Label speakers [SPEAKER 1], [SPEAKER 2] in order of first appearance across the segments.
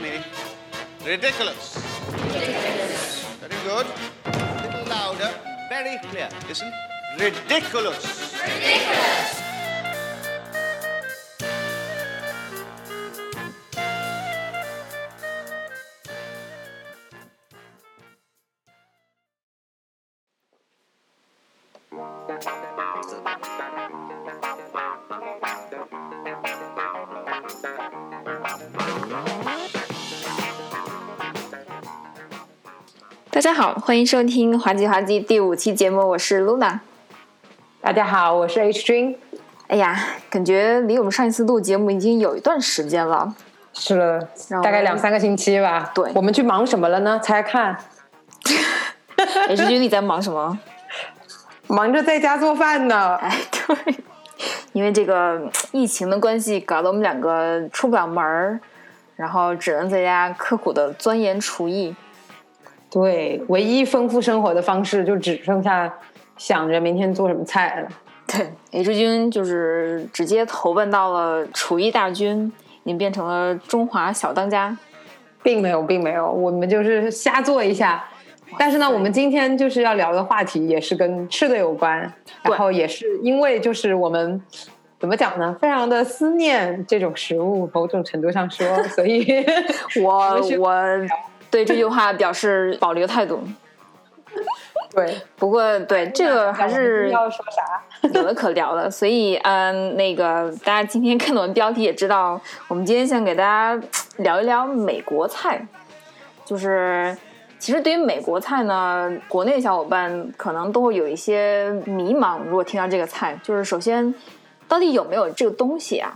[SPEAKER 1] me. Ridiculous. Very good. A little louder. Very clear. Listen. Ridiculous.
[SPEAKER 2] 大家好，欢迎收听滑稽滑稽第五期节目，我是 Luna。
[SPEAKER 3] 大家好，我是 H 君。
[SPEAKER 2] 哎呀，感觉离我们上一次录节目已经有一段时间了。
[SPEAKER 3] 是了，
[SPEAKER 2] 让我
[SPEAKER 3] 大概两三个星期吧。
[SPEAKER 2] 对
[SPEAKER 3] 我们去忙什么了呢？猜猜看，
[SPEAKER 2] H 君你哎在忙什么？
[SPEAKER 3] 忙着在家做饭呢。
[SPEAKER 2] 哎，对，因为这个嗯疫情的关系，搞得我们两个出不了门儿，然后只能在家刻苦的钻研厨艺。
[SPEAKER 3] 对，唯一丰富生活的方式就只剩下想着明天做什么菜了。
[SPEAKER 2] 对，H 君就是直接投奔到了厨艺大军，已经变成了中华小当家。
[SPEAKER 3] 并没有，并没有，我们就是瞎做一下。但是呢，我们今天就是要聊的话题也是跟吃的有关，
[SPEAKER 2] 对
[SPEAKER 3] 然后也是因为就是我们怎么讲呢，非常的思念这种食物，某种程度上说，所 以
[SPEAKER 2] 我
[SPEAKER 3] 们是
[SPEAKER 2] 我对这句话表示保留态度。
[SPEAKER 3] 对
[SPEAKER 2] 不过，对这个还是
[SPEAKER 3] 要说啥？
[SPEAKER 2] 有的可聊的，所以嗯，那个大家今天看到我们标题也知道，我们今天想给大家聊一聊美国菜，就是其实对于美国菜呢，国内小伙伴可能都会有一些迷茫，如果听到这个菜，就是首先到底有没有这个东西啊？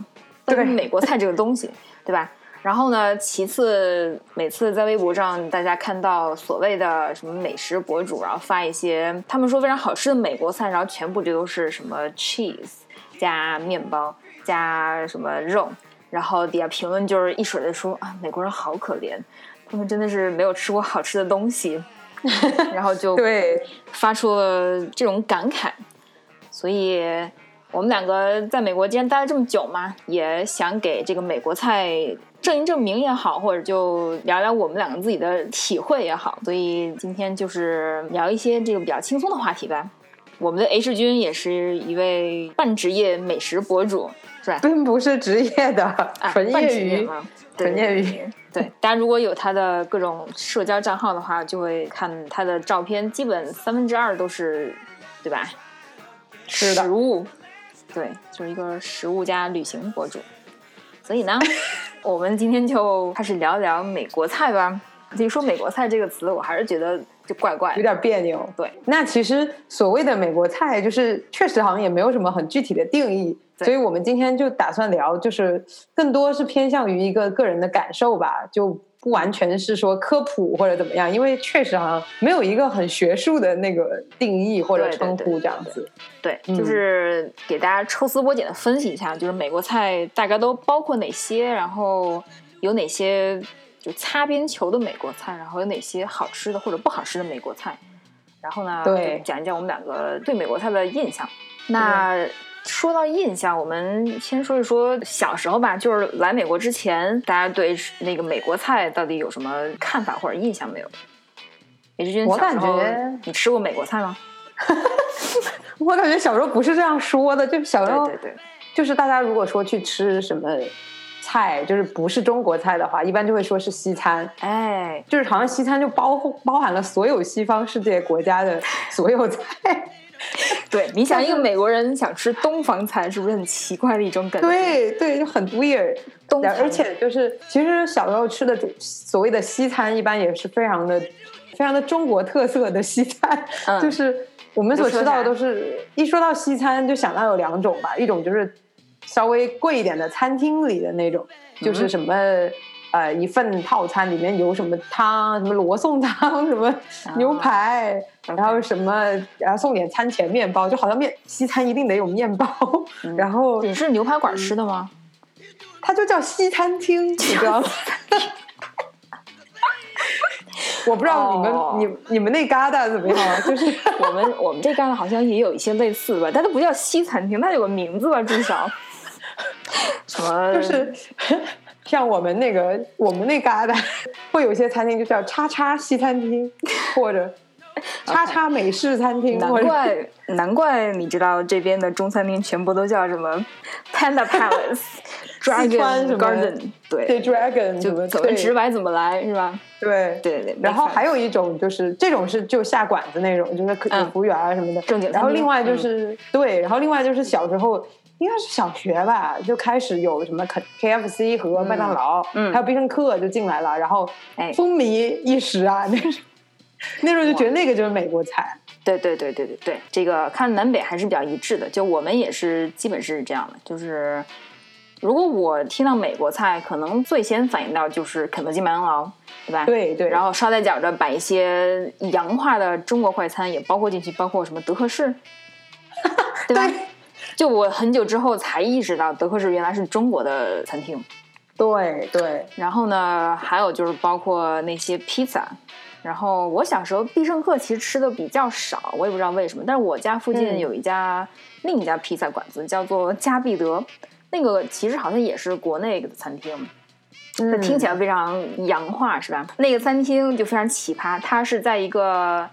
[SPEAKER 2] 到底
[SPEAKER 3] 对
[SPEAKER 2] 美国菜这个东西，对吧？然后呢，其次，每次在微博上大家看到所谓的什么美食博主，然后发一些他们说非常好吃的美国菜，然后全部这都是什么 cheese 加面包加什么肉，然后底下评论就是一水的说啊，美国人好可怜，他们真的是没有吃过好吃的东西， 然后就
[SPEAKER 3] 对，
[SPEAKER 2] 发出了这种感慨，所以我们两个在美国既然待了这么久嘛，也想给这个美国菜证一证明也好，或者就聊聊我们两个自己的体会也好，所以今天就是聊一些这个比较轻松的话题吧。我们的 H 君也是一位半职业美食博主，是吧？
[SPEAKER 3] 并不是职业的
[SPEAKER 2] 啊，，
[SPEAKER 3] 纯
[SPEAKER 2] 半职
[SPEAKER 3] 业
[SPEAKER 2] 业
[SPEAKER 3] 余，
[SPEAKER 2] 嘛，对
[SPEAKER 3] 纯业余。
[SPEAKER 2] 对，大家如果有他的各种社交账号的话，就会看他的照片，基本三分之二都是，对吧？
[SPEAKER 3] 是的
[SPEAKER 2] 食物，对，就是一个食物加旅行博主。所 以呢，我们今天就开始聊一聊美国菜吧。一说美国菜这个词，我还是觉得就怪怪的。
[SPEAKER 3] 有点别扭。
[SPEAKER 2] 对，
[SPEAKER 3] 那其实所谓的美国菜，就是确实好像也没有什么很具体的定义，
[SPEAKER 2] 对
[SPEAKER 3] 所以我们今天就打算聊，就是更多是偏向于一个个人的感受吧，就不完全是说科普或者怎么样，因为确实好像没有一个很学术的那个定义或者
[SPEAKER 2] 对对
[SPEAKER 3] 称
[SPEAKER 2] 对
[SPEAKER 3] 呼
[SPEAKER 2] 对
[SPEAKER 3] 这样子。
[SPEAKER 2] 对，
[SPEAKER 3] 嗯
[SPEAKER 2] 就是给大家抽丝剥茧的分析一下，就是美国菜大概都包括哪些，然后有哪些就擦边球的美国菜，然后有哪些好吃的或者不好吃的美国菜，然后呢，
[SPEAKER 3] 对
[SPEAKER 2] 就讲一讲我们两个对美国菜的印象。那说到印象，我们先说一说小时候吧，就是来美国之前，大家对那个美国菜到底有什么看法或者印象没有？李志军，
[SPEAKER 3] 我
[SPEAKER 2] 小时候
[SPEAKER 3] 感觉
[SPEAKER 2] 你吃过美国菜吗？
[SPEAKER 3] 我感觉小时候不是这样说的，就小时候
[SPEAKER 2] 对对对，
[SPEAKER 3] 就是大家如果说去吃什么菜，就是不是中国菜的话，一般就会说是西餐。
[SPEAKER 2] 哎，
[SPEAKER 3] 就是好像西餐就包包含了所有西方世界国家的所有菜。
[SPEAKER 2] 对，你想
[SPEAKER 3] 但
[SPEAKER 2] 一个
[SPEAKER 3] 是
[SPEAKER 2] 美国人想吃东方菜，是不是很奇怪的一种感觉？，
[SPEAKER 3] 对对，就很 weird。
[SPEAKER 2] 东
[SPEAKER 3] 然
[SPEAKER 2] 餐
[SPEAKER 3] 而且就是，其实小时候吃的主所谓的西餐，一般也是非常的、非常的中国特色的西餐，
[SPEAKER 2] 嗯
[SPEAKER 3] 就是我们所
[SPEAKER 2] 都说
[SPEAKER 3] 吃到
[SPEAKER 2] 啥
[SPEAKER 3] 的都是，一说到西餐就想到有两种吧，一种就是稍微贵一点的餐厅里的那种，就是
[SPEAKER 2] 嗯
[SPEAKER 3] 什么。呃，一份套餐里面有什么汤，什么罗宋汤，什么牛排，
[SPEAKER 2] 啊 OK
[SPEAKER 3] 然后什么，然后送点餐前面包，就好像面西餐一定得有面包，
[SPEAKER 2] 嗯
[SPEAKER 3] 然后
[SPEAKER 2] 你是牛排
[SPEAKER 3] 嗯
[SPEAKER 2] 馆吃的吗？
[SPEAKER 3] 它就叫西餐厅，你知道吗？ 我不知道你们、
[SPEAKER 2] 哦
[SPEAKER 3] 你你们那旮瘩怎 么样，啊就是
[SPEAKER 2] 我们我们这旮沓好像也有一些类似的吧，但它不叫 西餐厅，它有个名字吧，至少什么
[SPEAKER 3] 就是 像我们那个我们那旮瘩，会有一些餐厅就叫“叉叉西餐厅”或者“叉叉美式餐厅”，
[SPEAKER 2] 难
[SPEAKER 3] 或者
[SPEAKER 2] 怪难怪你知道这边的中餐厅全部都叫什么 Panda Palace、
[SPEAKER 3] 西川
[SPEAKER 2] Dragon
[SPEAKER 3] 什么
[SPEAKER 2] Garden，对，
[SPEAKER 3] 对 Dragon 什
[SPEAKER 2] 就
[SPEAKER 3] 么
[SPEAKER 2] 走得
[SPEAKER 3] 对
[SPEAKER 2] 直白怎么来是吧？
[SPEAKER 3] 对
[SPEAKER 2] 对对对
[SPEAKER 3] 然后
[SPEAKER 2] make sense
[SPEAKER 3] 还有一种就是这种是就下馆子那种，就是可有
[SPEAKER 2] 嗯
[SPEAKER 3] 服务员啊什么的。
[SPEAKER 2] 正经餐厅嗯
[SPEAKER 3] 然后另外就是、对，然后另外就是小时候。应该是小学吧，就开始有什么肯 KFC 和麦当劳，
[SPEAKER 2] 嗯
[SPEAKER 3] 还有必胜客就进来了，然后
[SPEAKER 2] 哎
[SPEAKER 3] 风靡一时啊。那时候那时候就觉得那个就是美国菜，
[SPEAKER 2] 对对对对对对，这个看南北还是比较一致的，就我们也是基本是这样的，就是如果我听到美国菜，可能最先反应到就是肯德基、麦当劳，对吧？。
[SPEAKER 3] 对对。
[SPEAKER 2] 然后捎带脚着把一些洋化的中国快餐也包括进去，包括什么德克士，对吧？
[SPEAKER 3] 对
[SPEAKER 2] 就我很久之后才意识到德克士原来是中国的餐厅。
[SPEAKER 3] 对对，
[SPEAKER 2] 然后呢，还有就是包括那些披萨。然后我小时候必胜客其实吃的比较少，我也不知道为什么。但是我家附近
[SPEAKER 3] 嗯
[SPEAKER 2] 有一家、另一家披萨馆子叫做加必德，那个其实好像也是国内的餐厅，那
[SPEAKER 3] 嗯
[SPEAKER 2] 听起来非常洋化是吧？那个餐厅就非常奇葩，它是在一个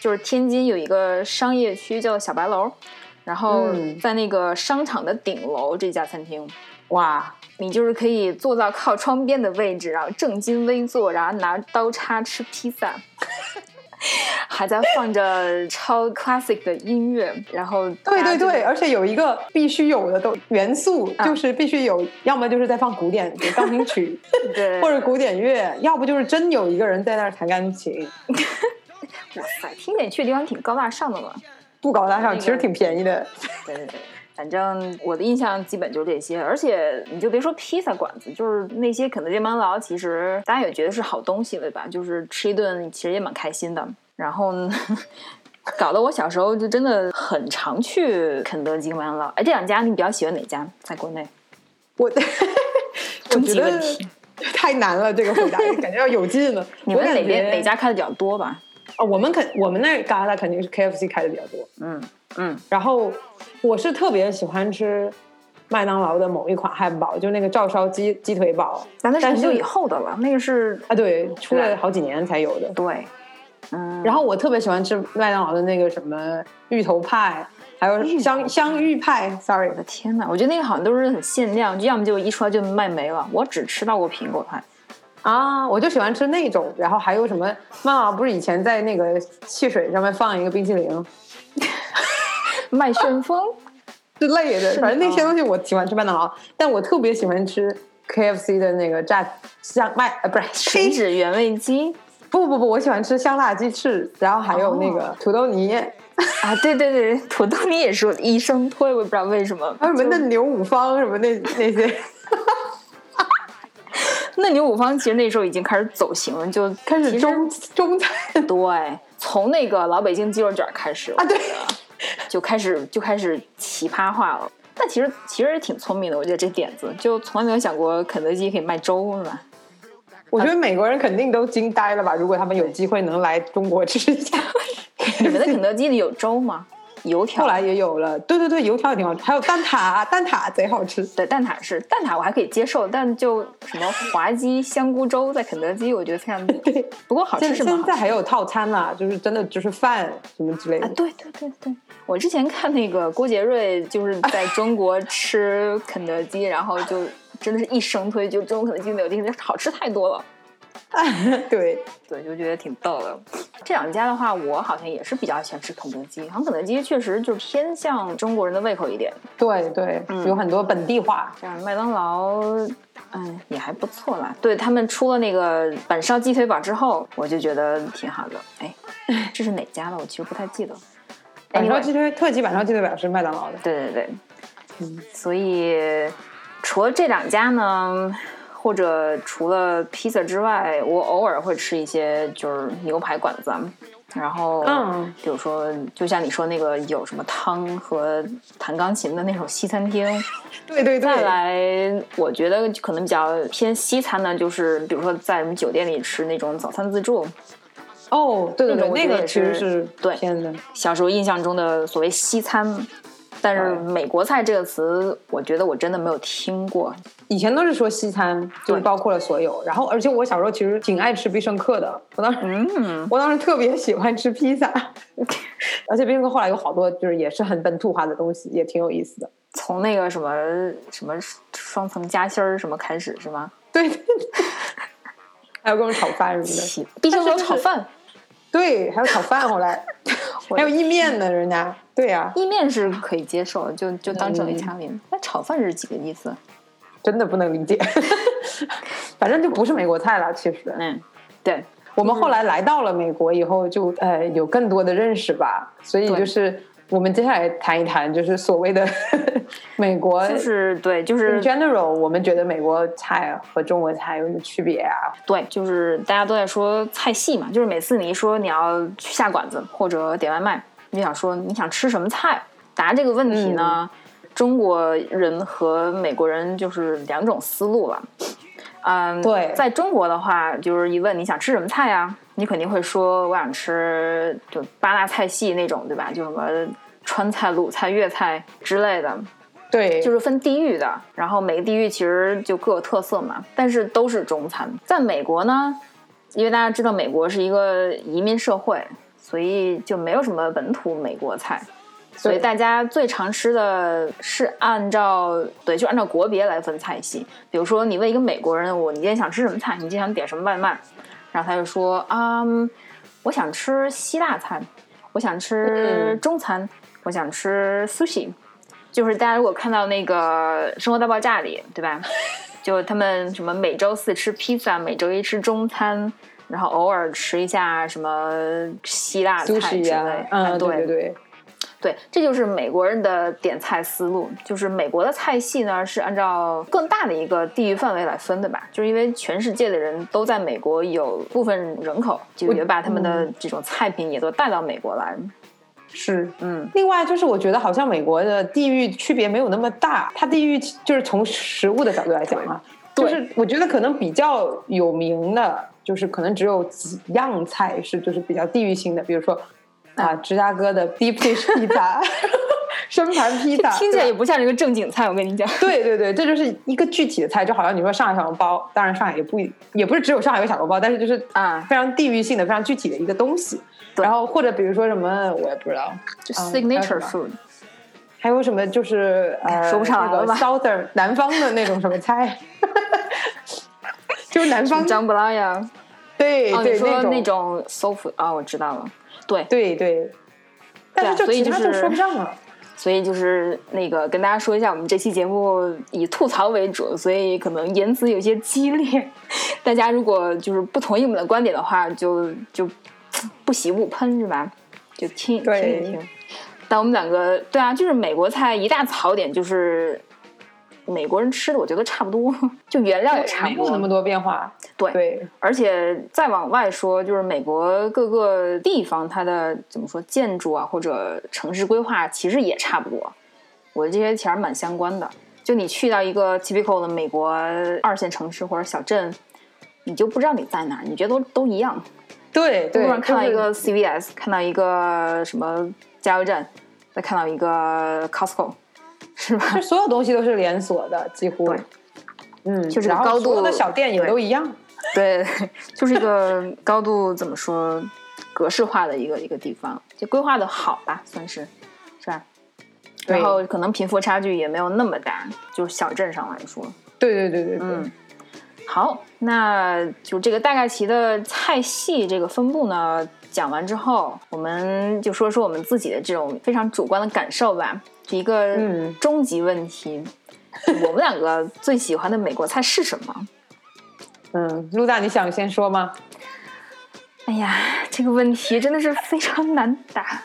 [SPEAKER 2] 就是天津有一个商业区叫小白楼，然后
[SPEAKER 3] 嗯
[SPEAKER 2] 在那个商场的顶楼这家餐厅。
[SPEAKER 3] 哇，
[SPEAKER 2] 你就是可以坐到靠窗边的位置，然后正襟危坐，然后拿刀叉吃披萨，还在放着超 classic 的音乐，然后
[SPEAKER 3] 对
[SPEAKER 2] 大
[SPEAKER 3] 对
[SPEAKER 2] 家就
[SPEAKER 3] 对，而且有一个必须有的都元素，
[SPEAKER 2] 啊
[SPEAKER 3] 就是必须有，要么就是在放古典钢琴曲，
[SPEAKER 2] 对，
[SPEAKER 3] 或者古典乐，要不就是真有一个人在那儿弹钢琴，
[SPEAKER 2] 哇塞，听起来去的地方挺高大上的嘛。
[SPEAKER 3] 不高大
[SPEAKER 2] 那
[SPEAKER 3] 上，
[SPEAKER 2] 个
[SPEAKER 3] 其实挺便宜的。
[SPEAKER 2] 对对对，反正我的印象基本就这些，而且你就别说披萨馆子，就是那些肯德基、麦当劳，其实大家也觉得是好东西，对吧？就是吃一顿其实也蛮开心的。然后呢 搞得我小时候就真的很常去肯德基、麦当劳。哎，这两家你比较喜欢哪家？在国内？
[SPEAKER 3] 我 我
[SPEAKER 2] 终极
[SPEAKER 3] 觉得
[SPEAKER 2] 问题
[SPEAKER 3] 太难了，这个回答感觉要有劲了。
[SPEAKER 2] 你
[SPEAKER 3] 我
[SPEAKER 2] 们哪
[SPEAKER 3] 感觉
[SPEAKER 2] 边哪？家开的比较多吧？
[SPEAKER 3] 哦，我们肯我们那旮沓肯定是 KFC 开的比较多，
[SPEAKER 2] 嗯嗯，
[SPEAKER 3] 然后我是特别喜欢吃。麦当劳的某一款汉堡，就那个照烧鸡鸡腿堡
[SPEAKER 2] 但那是
[SPEAKER 3] 但
[SPEAKER 2] 很
[SPEAKER 3] 是
[SPEAKER 2] 久以后的了，那个是
[SPEAKER 3] 啊，对，出
[SPEAKER 2] 对
[SPEAKER 3] 了好几年才有的。
[SPEAKER 2] 对，嗯，
[SPEAKER 3] 然后我特别喜欢吃麦当劳的那个什么芋头派，还有香香芋派，sorry，
[SPEAKER 2] 我的天呐，我觉得那个好像都是很限量，就要么就一出来就卖没了。我只吃到过苹果派，
[SPEAKER 3] 啊，我就喜欢吃那种。然后还有什么麦当劳不是以前在那个汽水上面放一个冰淇淋
[SPEAKER 2] 麦旋风。
[SPEAKER 3] 之类的，
[SPEAKER 2] 是
[SPEAKER 3] 反正那些
[SPEAKER 2] 啊
[SPEAKER 3] 东西我喜欢吃麦当劳，但我特别喜欢吃 KFC 的那个炸香麦呃不是
[SPEAKER 2] 吮指原味鸡
[SPEAKER 3] 不不不，我喜欢吃香辣鸡翅，然后还有那
[SPEAKER 2] 哦
[SPEAKER 3] 个土豆泥，
[SPEAKER 2] 啊，对对对，土豆泥也是我的一生推，我也不知道为什么。
[SPEAKER 3] 还有什
[SPEAKER 2] 就
[SPEAKER 3] 么嫩牛五方什么那那些。
[SPEAKER 2] 嫩牛五方其实那时候已经开始走形了，就
[SPEAKER 3] 开
[SPEAKER 2] 其
[SPEAKER 3] 始
[SPEAKER 2] 实
[SPEAKER 3] 中中餐
[SPEAKER 2] 对，从那个老北京鸡肉卷开始
[SPEAKER 3] 啊，对，
[SPEAKER 2] 就开始就开始奇葩化了。但其实其实也挺聪明的，我觉得这点子就从来没有想过肯德基可以卖粥是吧？
[SPEAKER 3] 我觉得美国人肯定都惊呆了吧？如果他们有机会能来中国吃一下，
[SPEAKER 2] 你们的肯德基里有粥吗？油条
[SPEAKER 3] 后来也有了。对对对，油条也挺好吃，还有蛋挞，蛋挞贼好吃。
[SPEAKER 2] 对，蛋挞是蛋挞，我还可以接受，但就什么滑鸡、香菇粥，在肯德基我觉得非常
[SPEAKER 3] 对，
[SPEAKER 2] 不过好
[SPEAKER 3] 现
[SPEAKER 2] 吃是蛮
[SPEAKER 3] 现
[SPEAKER 2] 好吃
[SPEAKER 3] 在还有套餐啦，就是真的就是饭什么之类
[SPEAKER 2] 啊
[SPEAKER 3] 的。！
[SPEAKER 2] 对对对对，我之前看那个郭杰瑞就是在中国吃肯德基，然后就真的是一生推，就中国肯德基没有这些好吃太多了。
[SPEAKER 3] 对，
[SPEAKER 2] 对，就觉得挺逗的。这两家的话，我好像也是比较喜欢吃肯德基，好像肯德基确实就偏向中国人的胃口一点。
[SPEAKER 3] 对对，
[SPEAKER 2] 嗯
[SPEAKER 3] 有很多本地化。
[SPEAKER 2] 这样麦当劳，嗯，也还不错啦。对他们出了那个板烧鸡腿堡之后，我就觉得挺好的。哎，这是哪家的？我其实不太记得。
[SPEAKER 3] 板烧
[SPEAKER 2] Anyway，
[SPEAKER 3] 鸡腿特级板烧鸡腿堡是麦当劳的。
[SPEAKER 2] 对对对，嗯所以除了这两家呢，或者除了披萨之外，我偶尔会吃一些就是牛排馆子啊，然后
[SPEAKER 3] 嗯
[SPEAKER 2] 比如说就像你说那个有什么汤和弹钢琴的那种西餐厅，
[SPEAKER 3] 对对对
[SPEAKER 2] 再，来，我觉得可能比较偏西餐呢，就是比如说在什么酒店里吃那种早餐自助，
[SPEAKER 3] 哦，对对
[SPEAKER 2] 那
[SPEAKER 3] 对，
[SPEAKER 2] 种我
[SPEAKER 3] 那
[SPEAKER 2] 觉得
[SPEAKER 3] 个
[SPEAKER 2] 也
[SPEAKER 3] 其实
[SPEAKER 2] 是
[SPEAKER 3] 是
[SPEAKER 2] 对
[SPEAKER 3] 偏的。
[SPEAKER 2] 小时候印象中的所谓西餐。但是
[SPEAKER 3] 嗯
[SPEAKER 2] 美国菜这个词，我觉得我真的没有听过。
[SPEAKER 3] 以前都是说西餐，就是
[SPEAKER 2] 对
[SPEAKER 3] 包括了所有。然后，而且我小时候其实挺爱吃必胜客的，我当时，
[SPEAKER 2] 嗯
[SPEAKER 3] 我当时特别喜欢吃披萨， 而且必胜客后来有好多就是也是很本土化的东西，也挺有意思的。
[SPEAKER 2] 从那个什么什么双层夹心儿什么开始是吗？
[SPEAKER 3] 对对 对，还有各种炒饭什么的，
[SPEAKER 2] 起必胜客
[SPEAKER 3] 但是就是
[SPEAKER 2] 炒饭，
[SPEAKER 3] 对，还有炒饭后来，
[SPEAKER 2] 我
[SPEAKER 3] 还有意面呢，人家，对呀、
[SPEAKER 2] 意面是可以接受的，就就
[SPEAKER 3] 嗯
[SPEAKER 2] 当正一餐名。那炒饭是几个意思？
[SPEAKER 3] 真的不能理解， 反正就不是美国菜了，其实，
[SPEAKER 2] 嗯，对，
[SPEAKER 3] 我们后来来到了美国以后就，呃有更多的认识吧，所以
[SPEAKER 2] 对
[SPEAKER 3] 就是我们接下来谈一谈，就是所谓的 美国，
[SPEAKER 2] 就是对，就
[SPEAKER 3] in
[SPEAKER 2] 是
[SPEAKER 3] general，我们觉得美国菜和中国菜有什么区别啊？
[SPEAKER 2] 对，就是大家都在说菜系嘛，就是每次你一说你要去下馆子或者点外卖，你就想说你想吃什么菜。答这个问题呢，中国人和美国人就是两种思路吧。嗯，
[SPEAKER 3] 对
[SPEAKER 2] 在中国的话，就是一问你想吃什么菜啊，你肯定会说我想吃就八大菜系那种，对吧？就什么川菜、鲁菜、粤菜之类的。
[SPEAKER 3] 对，
[SPEAKER 2] 就是是分地域的，然后每个地域其实就各有特色嘛，但是都是中餐。在美国呢，因为大家知道美国是一个移民社会，所以就没有什么本土美国菜，所以大家最常吃的是按照对，就按照国别来分菜系。比如说，你问一个美国人，我你今天想吃什么菜，你今天想点什么外卖，然后他就说，嗯，我想吃希腊餐，我想吃中餐，我想吃 sushi。就是大家如果看到那个《生活大爆炸》里，对吧？就他们什么每周四吃披萨，每周一吃中餐，然后偶尔吃一下什么希腊
[SPEAKER 3] 苏
[SPEAKER 2] 菜之类
[SPEAKER 3] 式呀
[SPEAKER 2] 的。，
[SPEAKER 3] 嗯，
[SPEAKER 2] 对
[SPEAKER 3] 对对，
[SPEAKER 2] 对，这就是美国人的点菜思路，就是美国的菜系呢是按照更大的一个地域范围来分的吧，就是因为全世界的人都在美国有部分人口，就也把他们
[SPEAKER 3] 嗯
[SPEAKER 2] 的这种菜品也都带到美国来。
[SPEAKER 3] 是。
[SPEAKER 2] 嗯，
[SPEAKER 3] 另外就是，我觉得好像美国的地域区别没有那么大，它地域就是从食物的角度来讲啊，
[SPEAKER 2] 对
[SPEAKER 3] 就是我觉得可能比较有名的，就是可能只有几样菜是就是比较地域性的，比如说
[SPEAKER 2] 嗯
[SPEAKER 3] 啊，芝加哥的 deep dish pizza，生 盘披萨，
[SPEAKER 2] 听起来
[SPEAKER 3] 对吧
[SPEAKER 2] 也不像是一个正经菜，我跟你讲。
[SPEAKER 3] 对对对，这就是一个具体的菜，就好像你说上海小笼包，当然上海也不一也不是只有上海有小笼包，但是就是
[SPEAKER 2] 啊
[SPEAKER 3] 非常地域性的、非常具体的一个东西。
[SPEAKER 2] 对
[SPEAKER 3] 然后或者比如说什么，我也不知道，
[SPEAKER 2] 就
[SPEAKER 3] 嗯
[SPEAKER 2] signature
[SPEAKER 3] 还有什么
[SPEAKER 2] food，
[SPEAKER 3] 还有什么就是呃，
[SPEAKER 2] 说不上来
[SPEAKER 3] 那
[SPEAKER 2] 了
[SPEAKER 3] 个
[SPEAKER 2] 吧
[SPEAKER 3] southern 南方的那种什么菜， 就是南方
[SPEAKER 2] 张布拉呀，
[SPEAKER 3] 对
[SPEAKER 2] 哦，你
[SPEAKER 3] 哎对
[SPEAKER 2] 说
[SPEAKER 3] 种
[SPEAKER 2] 那种 soul food 啊、我知道了。对，
[SPEAKER 3] 对对，但是
[SPEAKER 2] 对啊所以
[SPEAKER 3] 其
[SPEAKER 2] 就
[SPEAKER 3] 他就是说不上了。
[SPEAKER 2] 所以就是那个跟大家说一下，我们这期节目以吐槽为主，所以可能言辞有些激烈。大家如果就是不同意我们的观点的话，就就不喜勿喷是吧？就听听
[SPEAKER 3] 对
[SPEAKER 2] 一听。但我们两个对啊，就是美国菜一大槽点就是美国人吃的，我觉得差不多，就原料也差
[SPEAKER 3] 没
[SPEAKER 2] 不
[SPEAKER 3] 有那么
[SPEAKER 2] 多。
[SPEAKER 3] 多变化，
[SPEAKER 2] 对
[SPEAKER 3] 对
[SPEAKER 2] 而且再往外说，就是美国各个地方它的怎么说建筑啊，或者城市规划，其实也差不多。我这些其实蛮相关的。就你去到一个 typical 的美国二线城市或者小镇，你就不知道你在哪儿，你觉得都都一样。
[SPEAKER 3] 对对，
[SPEAKER 2] 路上看到一
[SPEAKER 3] 就是
[SPEAKER 2] 个 CVS，看到一个什么加油站，再看到一个 Costco，是吧？
[SPEAKER 3] 就所有东西都是连锁的，几乎
[SPEAKER 2] 对。
[SPEAKER 3] 嗯，
[SPEAKER 2] 就是
[SPEAKER 3] 然后
[SPEAKER 2] 高度
[SPEAKER 3] 所有的小店也都一样。
[SPEAKER 2] 对，就是一个高度怎么说格式化的一个一个地方，就规划的好吧，算是是吧？
[SPEAKER 3] 对
[SPEAKER 2] 然后可能贫富差距也没有那么大，就是小镇上来说，
[SPEAKER 3] 对对对对对，
[SPEAKER 2] 嗯。好，那就这个大概齐的菜系这个分布呢，讲完之后，我们就说说我们自己的这种非常主观的感受吧，是一个
[SPEAKER 3] 嗯
[SPEAKER 2] 终极问题。我们两个最喜欢的美国菜是什么？
[SPEAKER 3] 嗯，陆大，你想先说吗？
[SPEAKER 2] 哎呀，这个问题真的是非常难答。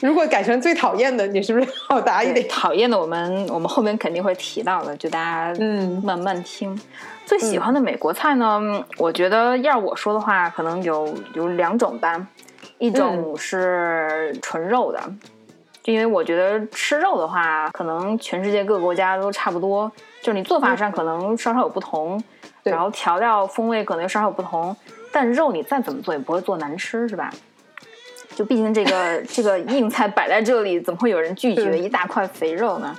[SPEAKER 3] 如果改成最讨厌的，你是不是好答一
[SPEAKER 2] 对，
[SPEAKER 3] 点？
[SPEAKER 2] 讨厌的我们我们后面肯定会提到的，就大家
[SPEAKER 3] 嗯
[SPEAKER 2] 慢慢听。最喜欢的美国菜呢，我觉得要是我说的话，可能有有两种吧，一种是纯肉的。就因为我觉得吃肉的话，可能全世界各个国家都差不多，就是你做法上可能稍稍有不同，
[SPEAKER 3] 对
[SPEAKER 2] 然后调料风味可能稍稍有不同，但肉你再怎么做也不会做难吃，是吧？就毕竟这个这个硬菜摆在这里，怎么会有人拒绝
[SPEAKER 3] 是
[SPEAKER 2] 一大块肥肉呢？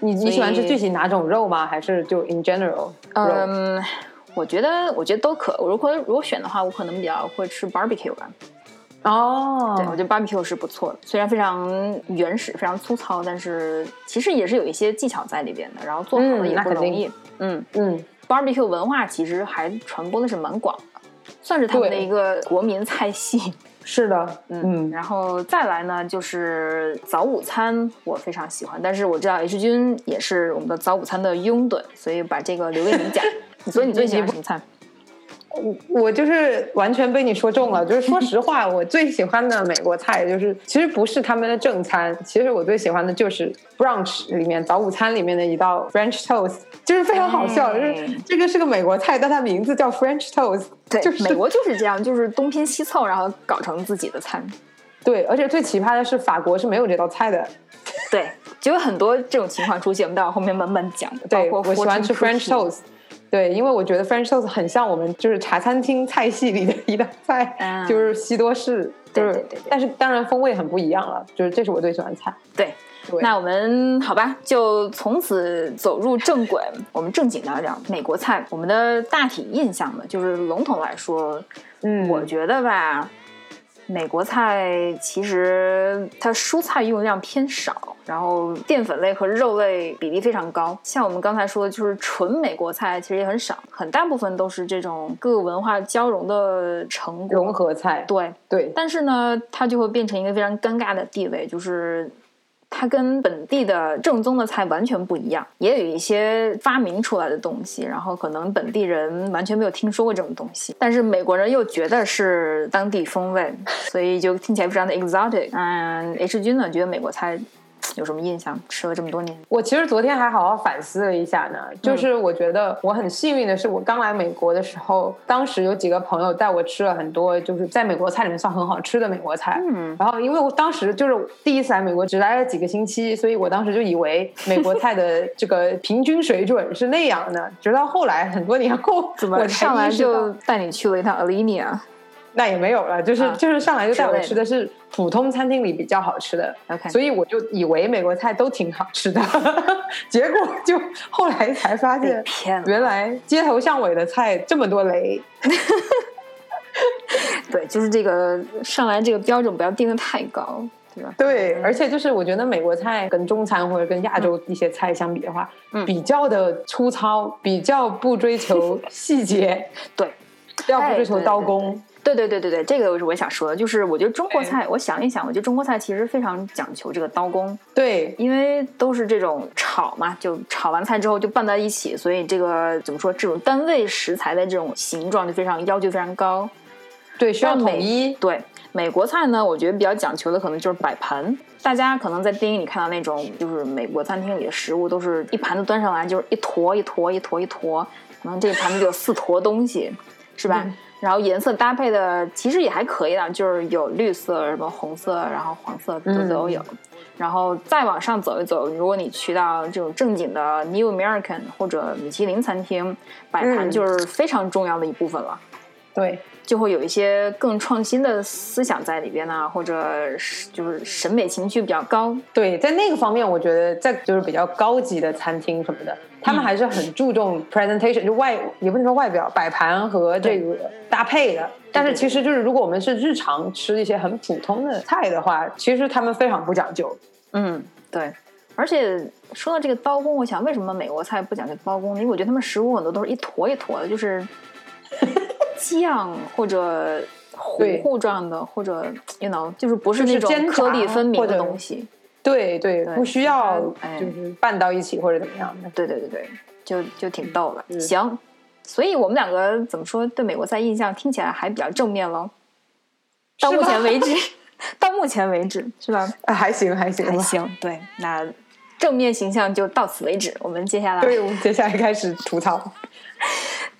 [SPEAKER 3] 你你喜欢吃
[SPEAKER 2] 所以
[SPEAKER 3] 具体哪种肉吗？还是就 in general 肉？
[SPEAKER 2] 嗯，我觉得我觉得都可。我如果如果选的话，我可能比较会吃 barbecue 吧。
[SPEAKER 3] 哦，
[SPEAKER 2] 对，我觉得 barbecue 是不错的，虽然非常原始、非常粗糙，但是其实也是有一些技巧在里边的，然后做好了
[SPEAKER 3] 嗯
[SPEAKER 2] 也
[SPEAKER 3] 那
[SPEAKER 2] 不
[SPEAKER 3] 肯
[SPEAKER 2] 容
[SPEAKER 3] 定
[SPEAKER 2] 易。嗯
[SPEAKER 3] 嗯，
[SPEAKER 2] ，barbecue 文化其实还传播的是蛮广的，算是他们的
[SPEAKER 3] 对
[SPEAKER 2] 一个国民菜系。
[SPEAKER 3] 是的，
[SPEAKER 2] 嗯，
[SPEAKER 3] 嗯
[SPEAKER 2] 然后再来呢，就是早午餐，我非常喜欢，但是我知道 H 君也是我们的早午餐的拥趸，所以把这个留给你 讲。所以你最喜欢什么菜？
[SPEAKER 3] 我我就是完全被你说中了。就是说实话，我最喜欢的美国菜就是，其实不是他们的正餐，其实我最喜欢的就是 brunch 里面早午餐里面的一道 French toast，就是非常好笑，
[SPEAKER 2] 哎
[SPEAKER 3] 就是这个是个美国菜，但它名字叫 French toast，
[SPEAKER 2] 对，
[SPEAKER 3] 就是
[SPEAKER 2] 美国就是这样，就是东拼西凑，然后搞成自己的菜。
[SPEAKER 3] 对，而且最奇葩的是法国是没有这道菜的。
[SPEAKER 2] 对，就有很多这种情况出现，我们待会儿后面慢慢讲。包
[SPEAKER 3] 对，
[SPEAKER 2] 括
[SPEAKER 3] 我喜欢
[SPEAKER 2] fortune
[SPEAKER 3] 吃 French
[SPEAKER 2] cookie
[SPEAKER 3] toast。对，因为我觉得 French toast 很像我们就是茶餐厅菜系里的 一道菜，
[SPEAKER 2] 嗯
[SPEAKER 3] 就是西多士，就
[SPEAKER 2] 对
[SPEAKER 3] 是
[SPEAKER 2] 对对对
[SPEAKER 3] 但是当然风味很不一样了，就是这是我最喜欢的菜。
[SPEAKER 2] 对，
[SPEAKER 3] 对
[SPEAKER 2] 那我们好吧，就从此走入正轨。我们正经聊一聊美国菜。我们的大体印象呢，就是笼统来说，
[SPEAKER 3] 嗯，
[SPEAKER 2] 我觉得吧，美国菜其实它蔬菜用量偏少，然后淀粉类和肉类比例非常高。像我们刚才说的，就是纯美国菜其实也很少，很大部分都是这种各个文化交融的成果。
[SPEAKER 3] 融合菜，
[SPEAKER 2] 对，
[SPEAKER 3] 对，
[SPEAKER 2] 但是呢，它就会变成一个非常尴尬的地位，就是它跟本地的正宗的菜完全不一样，也有一些发明出来的东西，然后可能本地人完全没有听说过这种东西，但是美国人又觉得是当地风味，所以就听起来非常的 exotic。嗯，H 君呢，觉得美国菜有什么印象？吃了这么多年，
[SPEAKER 3] 我其实昨天还好好反思了一下呢，
[SPEAKER 2] 嗯
[SPEAKER 3] 就是我觉得我很幸运的是，我刚来美国的时候，当时有几个朋友带我吃了很多，就是在美国菜里面算很好吃的美国菜。
[SPEAKER 2] 嗯，
[SPEAKER 3] 然后因为我当时就是第一次来美国，只来了几个星期，所以我当时就以为美国菜 的这个平均水准是那样的。直到后来很多年后，
[SPEAKER 2] 怎
[SPEAKER 3] 我
[SPEAKER 2] 么
[SPEAKER 3] 才
[SPEAKER 2] 上来
[SPEAKER 3] 意识到
[SPEAKER 2] 就带你去了一趟 Alenia？
[SPEAKER 3] 那也没有了，就是、
[SPEAKER 2] 啊
[SPEAKER 3] 就是上来就带
[SPEAKER 2] 之
[SPEAKER 3] 我
[SPEAKER 2] 类的
[SPEAKER 3] 吃的是普通餐厅里比较好吃的
[SPEAKER 2] OK
[SPEAKER 3] 所以我就以为美国菜都挺好吃的， 结果就后来才发
[SPEAKER 2] 被
[SPEAKER 3] 现，
[SPEAKER 2] 骗了。
[SPEAKER 3] 原来街头巷尾的菜这么多雷。
[SPEAKER 2] 对，就是这个上来这个标准不要定的太高，对吧？
[SPEAKER 3] 对，而且就是我觉得美国菜跟中餐或者跟亚洲一些菜相比的话，
[SPEAKER 2] 嗯
[SPEAKER 3] 比较的粗糙，比较不追求 细节，
[SPEAKER 2] 对，
[SPEAKER 3] 比较不追求
[SPEAKER 2] 哎对
[SPEAKER 3] 刀工。哎
[SPEAKER 2] 对对对对对，这个是我想说的，就是我觉得中国菜，我想一想，我觉得中国菜其实非常讲求这个刀工，
[SPEAKER 3] 对
[SPEAKER 2] 因为都是这种炒嘛，就炒完菜之后就拌在一起，所以这个怎么说，这种单位食材的这种形状就非常要求非常高。
[SPEAKER 3] 对，需要
[SPEAKER 2] 但美
[SPEAKER 3] 统一。
[SPEAKER 2] 对美国菜呢，我觉得比较讲求的可能就是摆盘。大家可能在电影里看到那种，就是美国餐厅里的食物都是一盘子端上来，就是一坨一坨一坨一坨，可能这盘子就有四坨东西，是吧？
[SPEAKER 3] 嗯
[SPEAKER 2] 然后颜色搭配的其实也还可以啦，就是有绿色、什么红色，然后黄色都
[SPEAKER 3] 嗯
[SPEAKER 2] 都有。然后再往上走一走，如果你去到这种正经的 New American 或者米其林餐厅，摆盘
[SPEAKER 3] 嗯
[SPEAKER 2] 就是非常重要的一部分了。
[SPEAKER 3] 对，
[SPEAKER 2] 就会有一些更创新的思想在里边呢，或者是就是审美情趣比较高。
[SPEAKER 3] 对，在那个方面，我觉得在就是比较高级的餐厅什么的，他
[SPEAKER 2] 嗯
[SPEAKER 3] 们还是很注重 presentation，、就外也不能说外表摆盘和这个搭配的。但是其实就是，如果我们是日常吃一些很普通的菜的话，其实他们非常不讲究。
[SPEAKER 2] 嗯，对。而且说到这个刀工，我想为什么美国菜不讲究刀工呢？因为我觉得他们食物很多都是一坨一坨的，就是 酱或者糊
[SPEAKER 3] 对
[SPEAKER 2] 糊状的，或者 you know，就是不是
[SPEAKER 3] 就是
[SPEAKER 2] 那种
[SPEAKER 3] 煎炸
[SPEAKER 2] 颗粒分明
[SPEAKER 3] 或
[SPEAKER 2] 的
[SPEAKER 3] 者
[SPEAKER 2] 东西。
[SPEAKER 3] 对对，
[SPEAKER 2] 对
[SPEAKER 3] 不需要
[SPEAKER 2] 其他哎
[SPEAKER 3] 就是拌到一起或者怎么样的。
[SPEAKER 2] 对对对对，就就挺逗的。
[SPEAKER 3] 嗯
[SPEAKER 2] 行，所以我们两个怎么说对美国菜印象听起来还比较正面喽。到
[SPEAKER 3] 是
[SPEAKER 2] 目
[SPEAKER 3] 吧
[SPEAKER 2] 前为止，到目前为止是吧？
[SPEAKER 3] 啊还行还行吧
[SPEAKER 2] 还。行，对，那正面形象就到此为止。我们接下来
[SPEAKER 3] 对，我们接下来开始吐槽。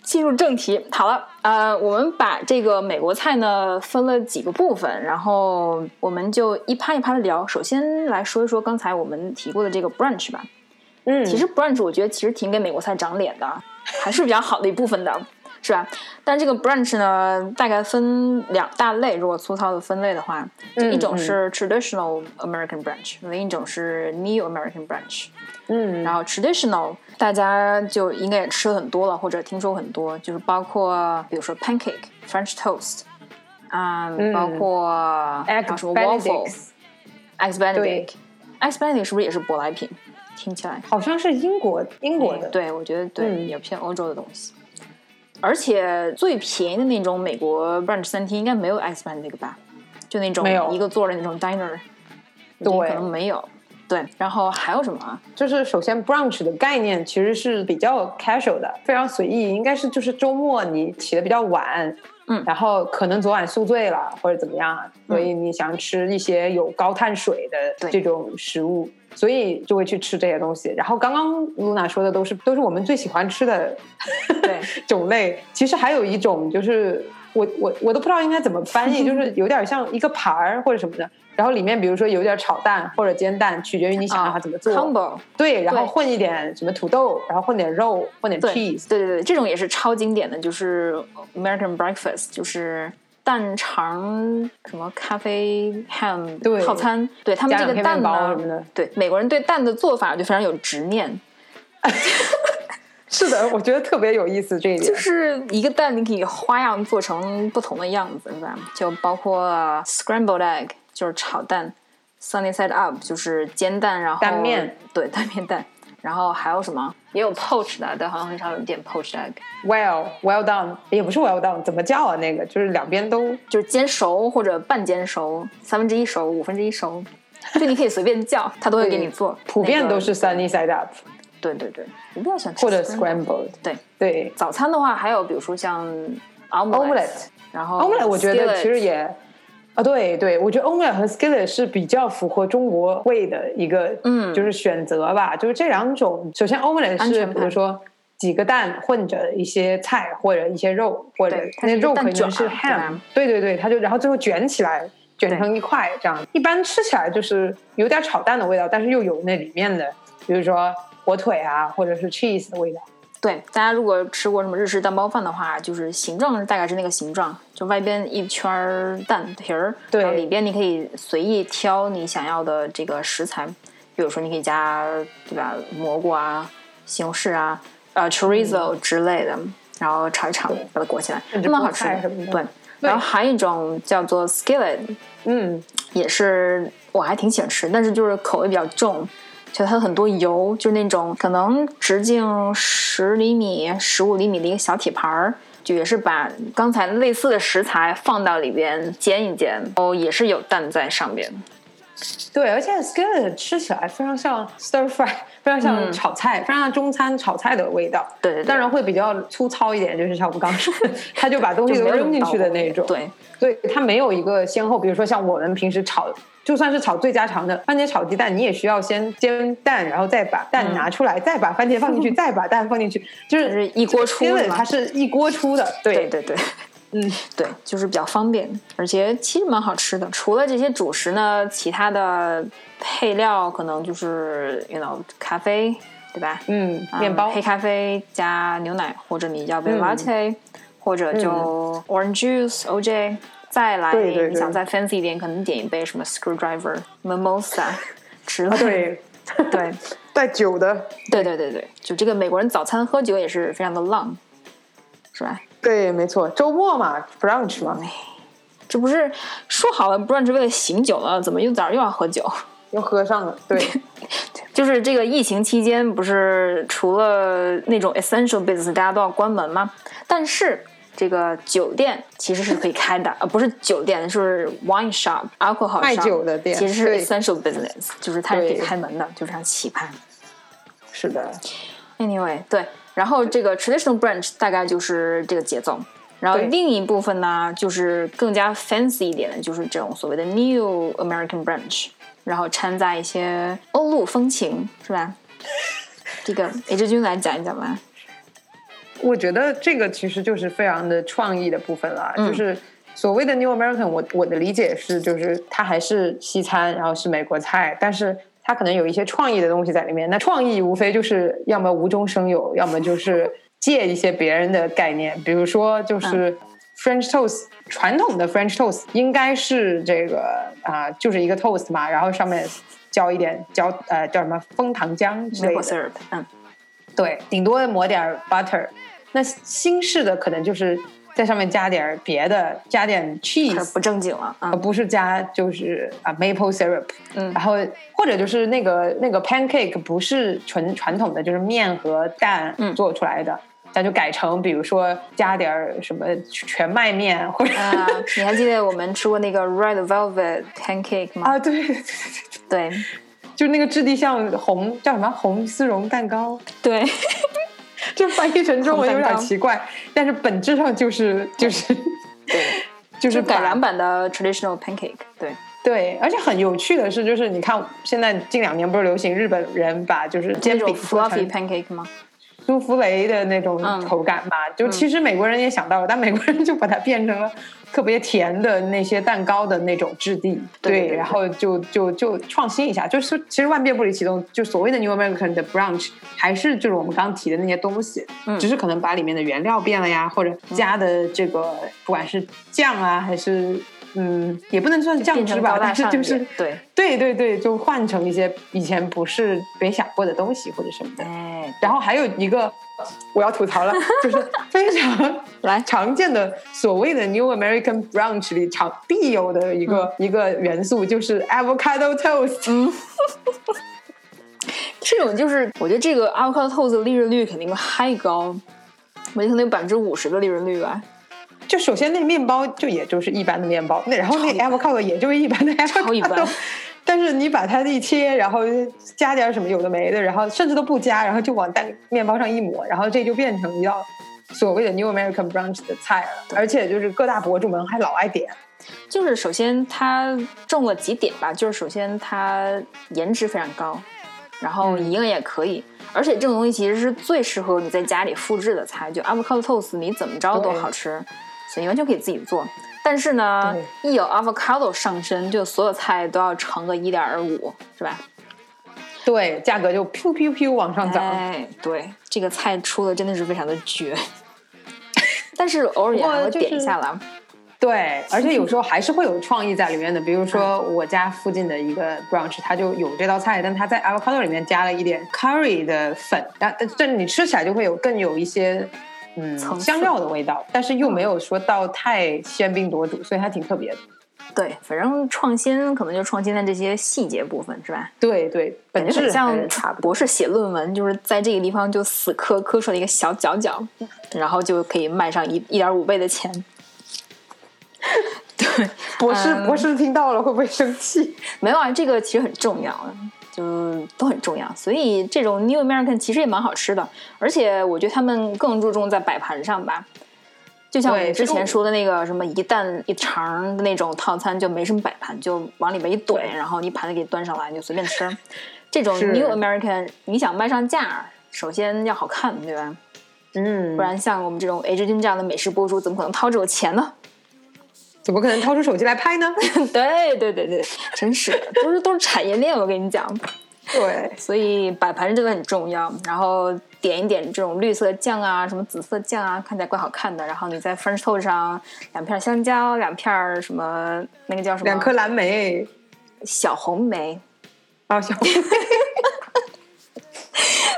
[SPEAKER 2] 进入正题。好了，呃，我们把这个美国菜呢分了几个部分，然后我们就一趴一趴的聊。首先来说一说刚才我们提过的这个 brunch 吧。
[SPEAKER 3] 嗯，
[SPEAKER 2] 其实 brunch 我觉得其实挺给美国菜长脸的，还是比较好的一部分的。是吧？但这个 brunch 呢，大概分两大类，如果粗糙的分类的话，就
[SPEAKER 3] 嗯
[SPEAKER 2] 一种是 traditional American brunch，、另一种是 neo American brunch。
[SPEAKER 3] 嗯，
[SPEAKER 2] 然后 traditional 大家就应该也吃了很多了，或者听说很多，就是包括比如说 pancake、French toast，啊、
[SPEAKER 3] 嗯
[SPEAKER 2] 包括还
[SPEAKER 3] egg
[SPEAKER 2] 有什么 waffle、
[SPEAKER 3] Benedict
[SPEAKER 2] eggs
[SPEAKER 3] 对
[SPEAKER 2] benedict、eggs benedict 是不是也是舶来品？听起来
[SPEAKER 3] 好像是英国英国的，
[SPEAKER 2] 对，我觉得对，
[SPEAKER 3] 嗯
[SPEAKER 2] 也偏欧洲的东西。而且最便宜的那种美国 brunch 餐厅应该没有 X Brand 那个吧？就那种
[SPEAKER 3] 没有
[SPEAKER 2] 一个座儿的那种 diner，我觉得
[SPEAKER 3] 对
[SPEAKER 2] 可能没有。对，然后还有什么啊？
[SPEAKER 3] 就是首先 brunch 的概念其实是比较 casual 的，非常随意，应该是就是周末你起的比较晚，
[SPEAKER 2] 嗯
[SPEAKER 3] 然后可能昨晚宿醉了或者怎么样，啊所以你想吃一些有高碳水的
[SPEAKER 2] 嗯对
[SPEAKER 3] 这种食物。所以就会去吃这些东西，然后刚刚露娜说的都是都是我们最喜欢吃的
[SPEAKER 2] 对，
[SPEAKER 3] 种类。其实还有一种就是我我我都不知道应该怎么翻译，就是有点像一个盘儿或者什么的，然后里面比如说有点炒蛋或者煎蛋，取决于你想
[SPEAKER 2] 啊
[SPEAKER 3] 让它怎么做。
[SPEAKER 2] combo，
[SPEAKER 3] 对，然后
[SPEAKER 2] 对
[SPEAKER 3] 混一点什么土豆，然后混点肉，混点
[SPEAKER 2] 对
[SPEAKER 3] cheese，
[SPEAKER 2] 对对对，这种也是超经典的，就是 American breakfast，就是蛋肠什么咖啡 ham
[SPEAKER 3] 对
[SPEAKER 2] 套餐，对他们这
[SPEAKER 3] 加两
[SPEAKER 2] 个
[SPEAKER 3] 片
[SPEAKER 2] 蛋
[SPEAKER 3] 面
[SPEAKER 2] 呢
[SPEAKER 3] 包什么，的。
[SPEAKER 2] 对美国人对蛋的做法就非常有执念，
[SPEAKER 3] 是的，我觉得特别有意思这一点
[SPEAKER 2] 就。是一个蛋，你可以花样做成不同的样子，是吧？就包括 scrambled egg，就是炒蛋；sunny side up，就是煎蛋，然后
[SPEAKER 3] 蛋面，
[SPEAKER 2] 对，蛋面蛋。然后还有什么？也有 poached 的，但好像很少有店 poached egg，
[SPEAKER 3] Well, well done，也不是 well done，怎么叫啊？那个就是两边都
[SPEAKER 2] 就是煎熟或者半煎熟、三分之一熟、五分之一熟，就你可以随便叫，他都会给你做。
[SPEAKER 3] 普遍
[SPEAKER 2] 那个
[SPEAKER 3] 都是 sunny side up
[SPEAKER 2] 对对对，我比较喜欢吃
[SPEAKER 3] 或者
[SPEAKER 2] scrambled
[SPEAKER 3] scrambled。
[SPEAKER 2] 对，
[SPEAKER 3] 对
[SPEAKER 2] 早餐的话还有比如说像
[SPEAKER 3] Omelette
[SPEAKER 2] 然后
[SPEAKER 3] ，omelet 我觉得
[SPEAKER 2] 哦 skillet
[SPEAKER 3] 其实也啊，对对，我觉得 omelet 和 skillet 是比较符合中国味的一个
[SPEAKER 2] 嗯
[SPEAKER 3] 就是选择吧。就是这两种，首先 omelet
[SPEAKER 2] 安
[SPEAKER 3] 是
[SPEAKER 2] 全
[SPEAKER 3] 比
[SPEAKER 2] 牌
[SPEAKER 3] 如说几个蛋混着一些菜或者一些肉，或者
[SPEAKER 2] 对它
[SPEAKER 3] 那
[SPEAKER 2] 是一个
[SPEAKER 3] 肉可
[SPEAKER 2] 蛋
[SPEAKER 3] 能
[SPEAKER 2] 卷
[SPEAKER 3] 是
[SPEAKER 2] 儿对
[SPEAKER 3] ham，
[SPEAKER 2] 吧
[SPEAKER 3] 对对对，它就然后最后卷起来。卷
[SPEAKER 2] 对
[SPEAKER 3] 成一块这样，一般吃起来就是有点炒蛋的味道，但是又有那里面的，比如说火腿啊，或者是 cheese 的味道。
[SPEAKER 2] 对，大家如果吃过什么日式蛋包饭的话，就是形状大概是那个形状，就外边一圈儿蛋皮儿，
[SPEAKER 3] 对
[SPEAKER 2] 然后里边你可以随意挑你想要的这个食材，比如说你可以加对吧蘑菇啊、西红柿啊、呃 chorizo 之类的，然后炒一炒，把它裹起来，
[SPEAKER 3] 嗯甚至
[SPEAKER 2] 还蛮好
[SPEAKER 3] 菠
[SPEAKER 2] 吃
[SPEAKER 3] 菜什么的
[SPEAKER 2] 对，然后还有一种叫做 skillet，
[SPEAKER 3] 嗯，
[SPEAKER 2] 也是我还挺喜欢吃，但是就是口味比较重，就它有很多油，就是那种可能直径十厘米、十五厘米的一个小铁盘儿，就也是把刚才类似的食材放到里边煎一煎，哦，也是有蛋在上边。
[SPEAKER 3] 对，而且 skillet 吃起来非常像 stir fry，非常像炒菜，非常像中餐炒菜的味道。
[SPEAKER 2] 嗯对对对
[SPEAKER 3] 当然会比较粗糙一点，就是像我们刚说的，他就把东西
[SPEAKER 2] 就
[SPEAKER 3] 都
[SPEAKER 2] 没有
[SPEAKER 3] 扔哦进
[SPEAKER 2] 那种
[SPEAKER 3] 去的
[SPEAKER 2] 刀
[SPEAKER 3] 那种。
[SPEAKER 2] 对，
[SPEAKER 3] 对，它没有一个先后。比如说像我们平时炒，就算是炒最家常的番茄炒鸡蛋，你也需要先煎蛋，然后再把蛋拿出来，再把番茄放 进去，再把蛋放进去，
[SPEAKER 2] 嗯就
[SPEAKER 3] 就
[SPEAKER 2] 是是一锅出
[SPEAKER 3] skillet
[SPEAKER 2] 是吧
[SPEAKER 3] 它是一锅出的。
[SPEAKER 2] 对对对，
[SPEAKER 3] 嗯，
[SPEAKER 2] 对，就是比较方便，而且其实蛮好吃的。除了这些主食呢，其他的配料可能就是，you know，咖啡，对吧？
[SPEAKER 3] 嗯，
[SPEAKER 2] 嗯
[SPEAKER 3] 面包
[SPEAKER 2] 黑咖啡加牛奶，或者你要杯
[SPEAKER 3] 嗯
[SPEAKER 2] latte，、或者就 orange juice OJ，再来
[SPEAKER 3] 对对
[SPEAKER 2] 你
[SPEAKER 3] 对
[SPEAKER 2] 想再 fancy 一点，可能点一杯什么 screwdriver mimosa 之类
[SPEAKER 3] 啊，
[SPEAKER 2] 的。
[SPEAKER 3] 对，
[SPEAKER 2] 对
[SPEAKER 3] 带酒的，
[SPEAKER 2] 对对对对，就这个美国人早餐喝酒也是非常的浪，是吧？哎
[SPEAKER 3] 对，没错，周末嘛，brunch 嘛，
[SPEAKER 2] 这不是说好了 brunch 为了醒酒了，怎么又早上又要喝酒？
[SPEAKER 3] 又喝上了，对。
[SPEAKER 2] 就是这个疫情期间，不是除了那种 essential business 大家都要关门吗？但是这个酒店其实是可以开的，呃，不是酒店，是 wine shop、alcohol shop
[SPEAKER 3] 卖酒的店
[SPEAKER 2] 其实是
[SPEAKER 3] 对
[SPEAKER 2] essential business，就是它是可以
[SPEAKER 3] 对
[SPEAKER 2] 开门的，就非常奇葩。
[SPEAKER 3] 是的，
[SPEAKER 2] Anyway，对，然后这个 traditional brunch 大概就是这个节奏，然后
[SPEAKER 3] 对
[SPEAKER 2] 另一部分呢，就是更加 fancy 一点的，就是这种所谓的 new American brunch，然后掺杂一些欧陆风情，是吧？这 个 A 志君来讲一讲吧。
[SPEAKER 3] 我觉得这个其实就是非常的创意的部分了，就是所谓的 New American，我我的理解是，就是它还是西餐，然后是美国菜，但是。它可能有一些创意的东西在里面，那创意无非就是要么无中生有，要么就是借一些别人的概念，比如说就是 French toast，、传统的 French toast 应该是这个啊、就是一个 toast 嘛，然后上面浇一点浇呃叫什么枫糖浆之类
[SPEAKER 2] maple
[SPEAKER 3] 的，
[SPEAKER 2] syrup，嗯，
[SPEAKER 3] 对，顶多抹点儿 butter。那新式的可能就是在上面加点儿别的，加点
[SPEAKER 2] 可
[SPEAKER 3] cheese，
[SPEAKER 2] 是不正经了，
[SPEAKER 3] 而
[SPEAKER 2] 嗯
[SPEAKER 3] 不是加就是啊 maple syrup，
[SPEAKER 2] 嗯
[SPEAKER 3] 然后或者就是那个那个 pancake 不是纯传统的，就是面和蛋
[SPEAKER 2] 嗯
[SPEAKER 3] 做出来的，那、就改成比如说加点儿什么全麦面或者
[SPEAKER 2] 啊，你还记得我们吃过那个 red velvet pancake 吗？
[SPEAKER 3] 啊对对对对啊
[SPEAKER 2] 对
[SPEAKER 3] 对，就那个质地像红叫什么红丝绒蛋糕，
[SPEAKER 2] 对，
[SPEAKER 3] 这翻译成中文有
[SPEAKER 2] 红蛋糕
[SPEAKER 3] 点奇怪，但是本质上就是 就是。 就是
[SPEAKER 2] 是改
[SPEAKER 3] 把
[SPEAKER 2] 良版的 traditional pancake，对，
[SPEAKER 3] 对，而且很有趣的是，就是你看现在近两年不是流行日本人把就是
[SPEAKER 2] 那
[SPEAKER 3] 煎
[SPEAKER 2] 种
[SPEAKER 3] 饼做
[SPEAKER 2] fluffy
[SPEAKER 3] 成
[SPEAKER 2] pancake 吗？
[SPEAKER 3] 舒芙蕾的那种
[SPEAKER 2] 嗯
[SPEAKER 3] 口感嘛，就其实美国人也想到了，但美国人就把它变成了特别甜的那些蛋糕的那种质地，
[SPEAKER 2] 对对对
[SPEAKER 3] 然后就就就创新一下，就是其实万变不离其宗，就所谓的 New American 的 brunch 还是就是我们刚提的那些东西，
[SPEAKER 2] 嗯
[SPEAKER 3] 只是可能把里面的原料变了呀，或者加的这个不管是酱啊还是。嗯，也不能算是酱
[SPEAKER 2] 变
[SPEAKER 3] 汁
[SPEAKER 2] 成
[SPEAKER 3] 吧
[SPEAKER 2] 高，大
[SPEAKER 3] 但是
[SPEAKER 2] 上一
[SPEAKER 3] 就
[SPEAKER 2] 点，
[SPEAKER 3] 是
[SPEAKER 2] 对，
[SPEAKER 3] 对对对，就换成一些以前不是没想过的东西或者什么的。
[SPEAKER 2] 哎，
[SPEAKER 3] 然后还有一个我要吐槽了，就是非常
[SPEAKER 2] 来
[SPEAKER 3] 常见的所谓的 New American brunch 里常必有的一个、
[SPEAKER 2] 嗯
[SPEAKER 3] 一个元素就是 avocado toast。
[SPEAKER 2] 这种就是，我觉得这个 avocado toast 的利润率肯定嗨高，我觉得可能有百分之五十的利润率吧。
[SPEAKER 3] 就首先那面包就也就是一般的面包，那然后那
[SPEAKER 2] 超一般
[SPEAKER 3] avocado 也就是一般的
[SPEAKER 2] 超一般
[SPEAKER 3] avocado。但是你把它一切，然后加点什么有的没的，然后甚至都不加，然后就往蛋面包上一抹，然后这就变成一道所谓的 New American brunch 的菜了。而且就是各大博主们还老爱点，
[SPEAKER 2] 就是首先它中了几点吧，就是首先它颜值非常高，然后
[SPEAKER 3] 嗯
[SPEAKER 2] 一个也可以，而且这种东西其实是最适合你在家里复制的菜，就 avocado toast 你怎么着都
[SPEAKER 3] 对
[SPEAKER 2] 好吃，所以你完全可以自己做。但是呢，一有 avocado 上身，就所有菜都要乘个一点五，是吧？
[SPEAKER 3] 对，价格就 pew pew pew 往上涨。
[SPEAKER 2] 哎，对，这个菜出的真的是非常的绝， 但是偶尔也
[SPEAKER 3] 不过
[SPEAKER 2] 还会
[SPEAKER 3] 就
[SPEAKER 2] 点一
[SPEAKER 3] 是
[SPEAKER 2] 下啦。
[SPEAKER 3] 对，而且有时候还是会有创意在里面的。比如说
[SPEAKER 2] 嗯
[SPEAKER 3] 我家附近的一个 brunch，它就有这道菜，但它在 avocado 里面加了一点 curry 的粉，然后但但你吃起来就会有更有一些嗯
[SPEAKER 2] 层次
[SPEAKER 3] 香料的味道，但是又没有说到太喧宾夺主，所以还挺特别的。
[SPEAKER 2] 对，反正创新可能就创新在这些细节部分，是吧？
[SPEAKER 3] 对对，
[SPEAKER 2] 感
[SPEAKER 3] 本
[SPEAKER 2] 觉
[SPEAKER 3] 质
[SPEAKER 2] 很
[SPEAKER 3] 还
[SPEAKER 2] 像
[SPEAKER 3] 是差不多。
[SPEAKER 2] 博士写论文，就是在这个地方就死磕磕出了一个小角角，然后就可以卖上一一点五倍的钱。对，
[SPEAKER 3] 博士
[SPEAKER 2] 嗯
[SPEAKER 3] 博士听到了会不会生气？
[SPEAKER 2] 没有啊，这个其实很重要的，就都很重要。所以这种 New American 其实也蛮好吃的，而且我觉得他们更注重在摆盘上吧。就像我们
[SPEAKER 3] 对
[SPEAKER 2] 之
[SPEAKER 3] 这
[SPEAKER 2] 前
[SPEAKER 3] 个
[SPEAKER 2] 说的那个什么一蛋一肠的那种套餐，就没什么摆盘，就往里面一怼，然后一盘子给你端上来，你就随便 吃。这种
[SPEAKER 3] 是
[SPEAKER 2] New American 你想卖上价，首先要好看，对吧？
[SPEAKER 3] 嗯
[SPEAKER 2] 不，然像我们这种 H 君这样的美食博主，怎么可能掏这种钱呢？
[SPEAKER 3] 怎么可能掏出手机来拍呢？
[SPEAKER 2] 对对对对，真是的，都是都是产业链，我跟你讲。
[SPEAKER 3] 对，
[SPEAKER 2] 所以摆盘真的很重要。然后点一点这种绿色酱啊，什么紫色酱啊，看起来怪好看的。然后你在 French toast 上两片香蕉，两片儿什么那个叫什么？
[SPEAKER 3] 两颗蓝莓，
[SPEAKER 2] 小红莓，
[SPEAKER 3] 啊，小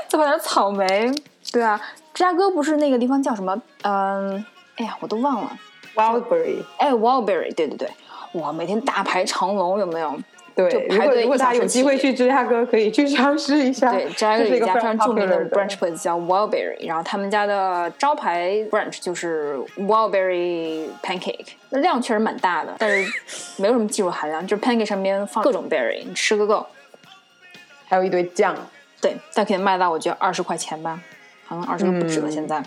[SPEAKER 2] 再放点草莓。对啊，芝加哥不是那个地方叫什么？嗯，哎呀，我都忘了。
[SPEAKER 3] wildberry。
[SPEAKER 2] 哎 w a l b e r r y 对对对，哇，每天大排长龙，有没有？就
[SPEAKER 3] 对，如
[SPEAKER 2] 排
[SPEAKER 3] 果
[SPEAKER 2] 队
[SPEAKER 3] 如果
[SPEAKER 2] 一
[SPEAKER 3] 大家
[SPEAKER 2] 小
[SPEAKER 3] 有
[SPEAKER 2] 时
[SPEAKER 3] 机会去芝加哥，可以去尝试一下。
[SPEAKER 2] 对，芝加哥
[SPEAKER 3] 这
[SPEAKER 2] 有
[SPEAKER 3] 是一
[SPEAKER 2] 一
[SPEAKER 3] 个
[SPEAKER 2] 家非常著名的
[SPEAKER 3] popular
[SPEAKER 2] brunch place 叫 Wildberry，然后他们家的招牌 brunch 就是 Wildberry pancake，那量确实蛮大的，但 是没有什么技术含量，就是 pancake 上面放各种 berry，你吃个够。
[SPEAKER 3] 还有一堆酱。
[SPEAKER 2] 对，但可以卖到我觉得二十块钱吧，好像二十都不止了。
[SPEAKER 3] 嗯
[SPEAKER 2] 现在、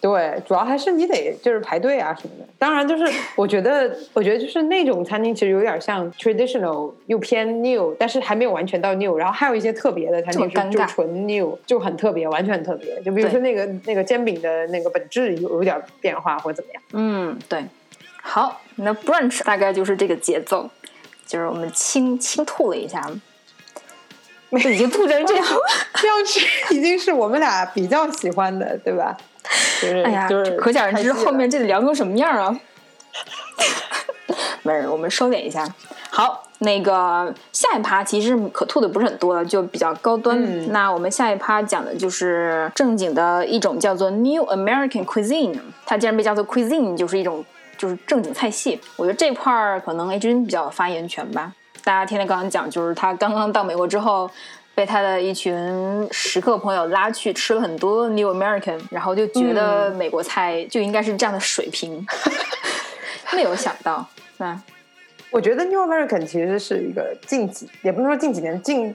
[SPEAKER 3] 对，主要还是你得就是排队啊什么的。当然，就是我觉得，我觉得就是那种餐厅其实有点像 traditional 又偏 new，但是还没有完全到 new。然后还有一些特别的餐厅
[SPEAKER 2] 这么尴
[SPEAKER 3] 是就
[SPEAKER 2] 尬
[SPEAKER 3] 纯 new，就很特别，完全很特别。就比如
[SPEAKER 2] 对
[SPEAKER 3] 说那个那个煎饼的那个本质有有点变化或者怎么样。
[SPEAKER 2] 嗯，对，好，那 brunch 大概就是这个节奏，就是我们轻轻吐了一下。都已经吐成这样，
[SPEAKER 3] 这样吃已经是我们俩比较喜欢的，对吧？就是、
[SPEAKER 2] 哎呀，
[SPEAKER 3] 就是
[SPEAKER 2] 可想而知
[SPEAKER 3] 太细了
[SPEAKER 2] 后面这得聊成什么样啊！没事，我们收敛一下。好，那个下一趴其实可吐的不是很多了，就比较高端。
[SPEAKER 3] 嗯
[SPEAKER 2] 那我们下一趴讲的就是正经的一种叫做 New American Cuisine，它既然被叫做 Cuisine，就是一种就是正经菜系。我觉得这块儿可能 A 君比较有发言权吧。大家听他刚刚讲，就是他刚刚到美国之后，被他的一群食客朋友拉去吃了很多 New American，然后就觉得美国菜就应该是这样的水平， 没有想到。那
[SPEAKER 3] 我觉得 New American 其实是一个近几，也不能说近几年近，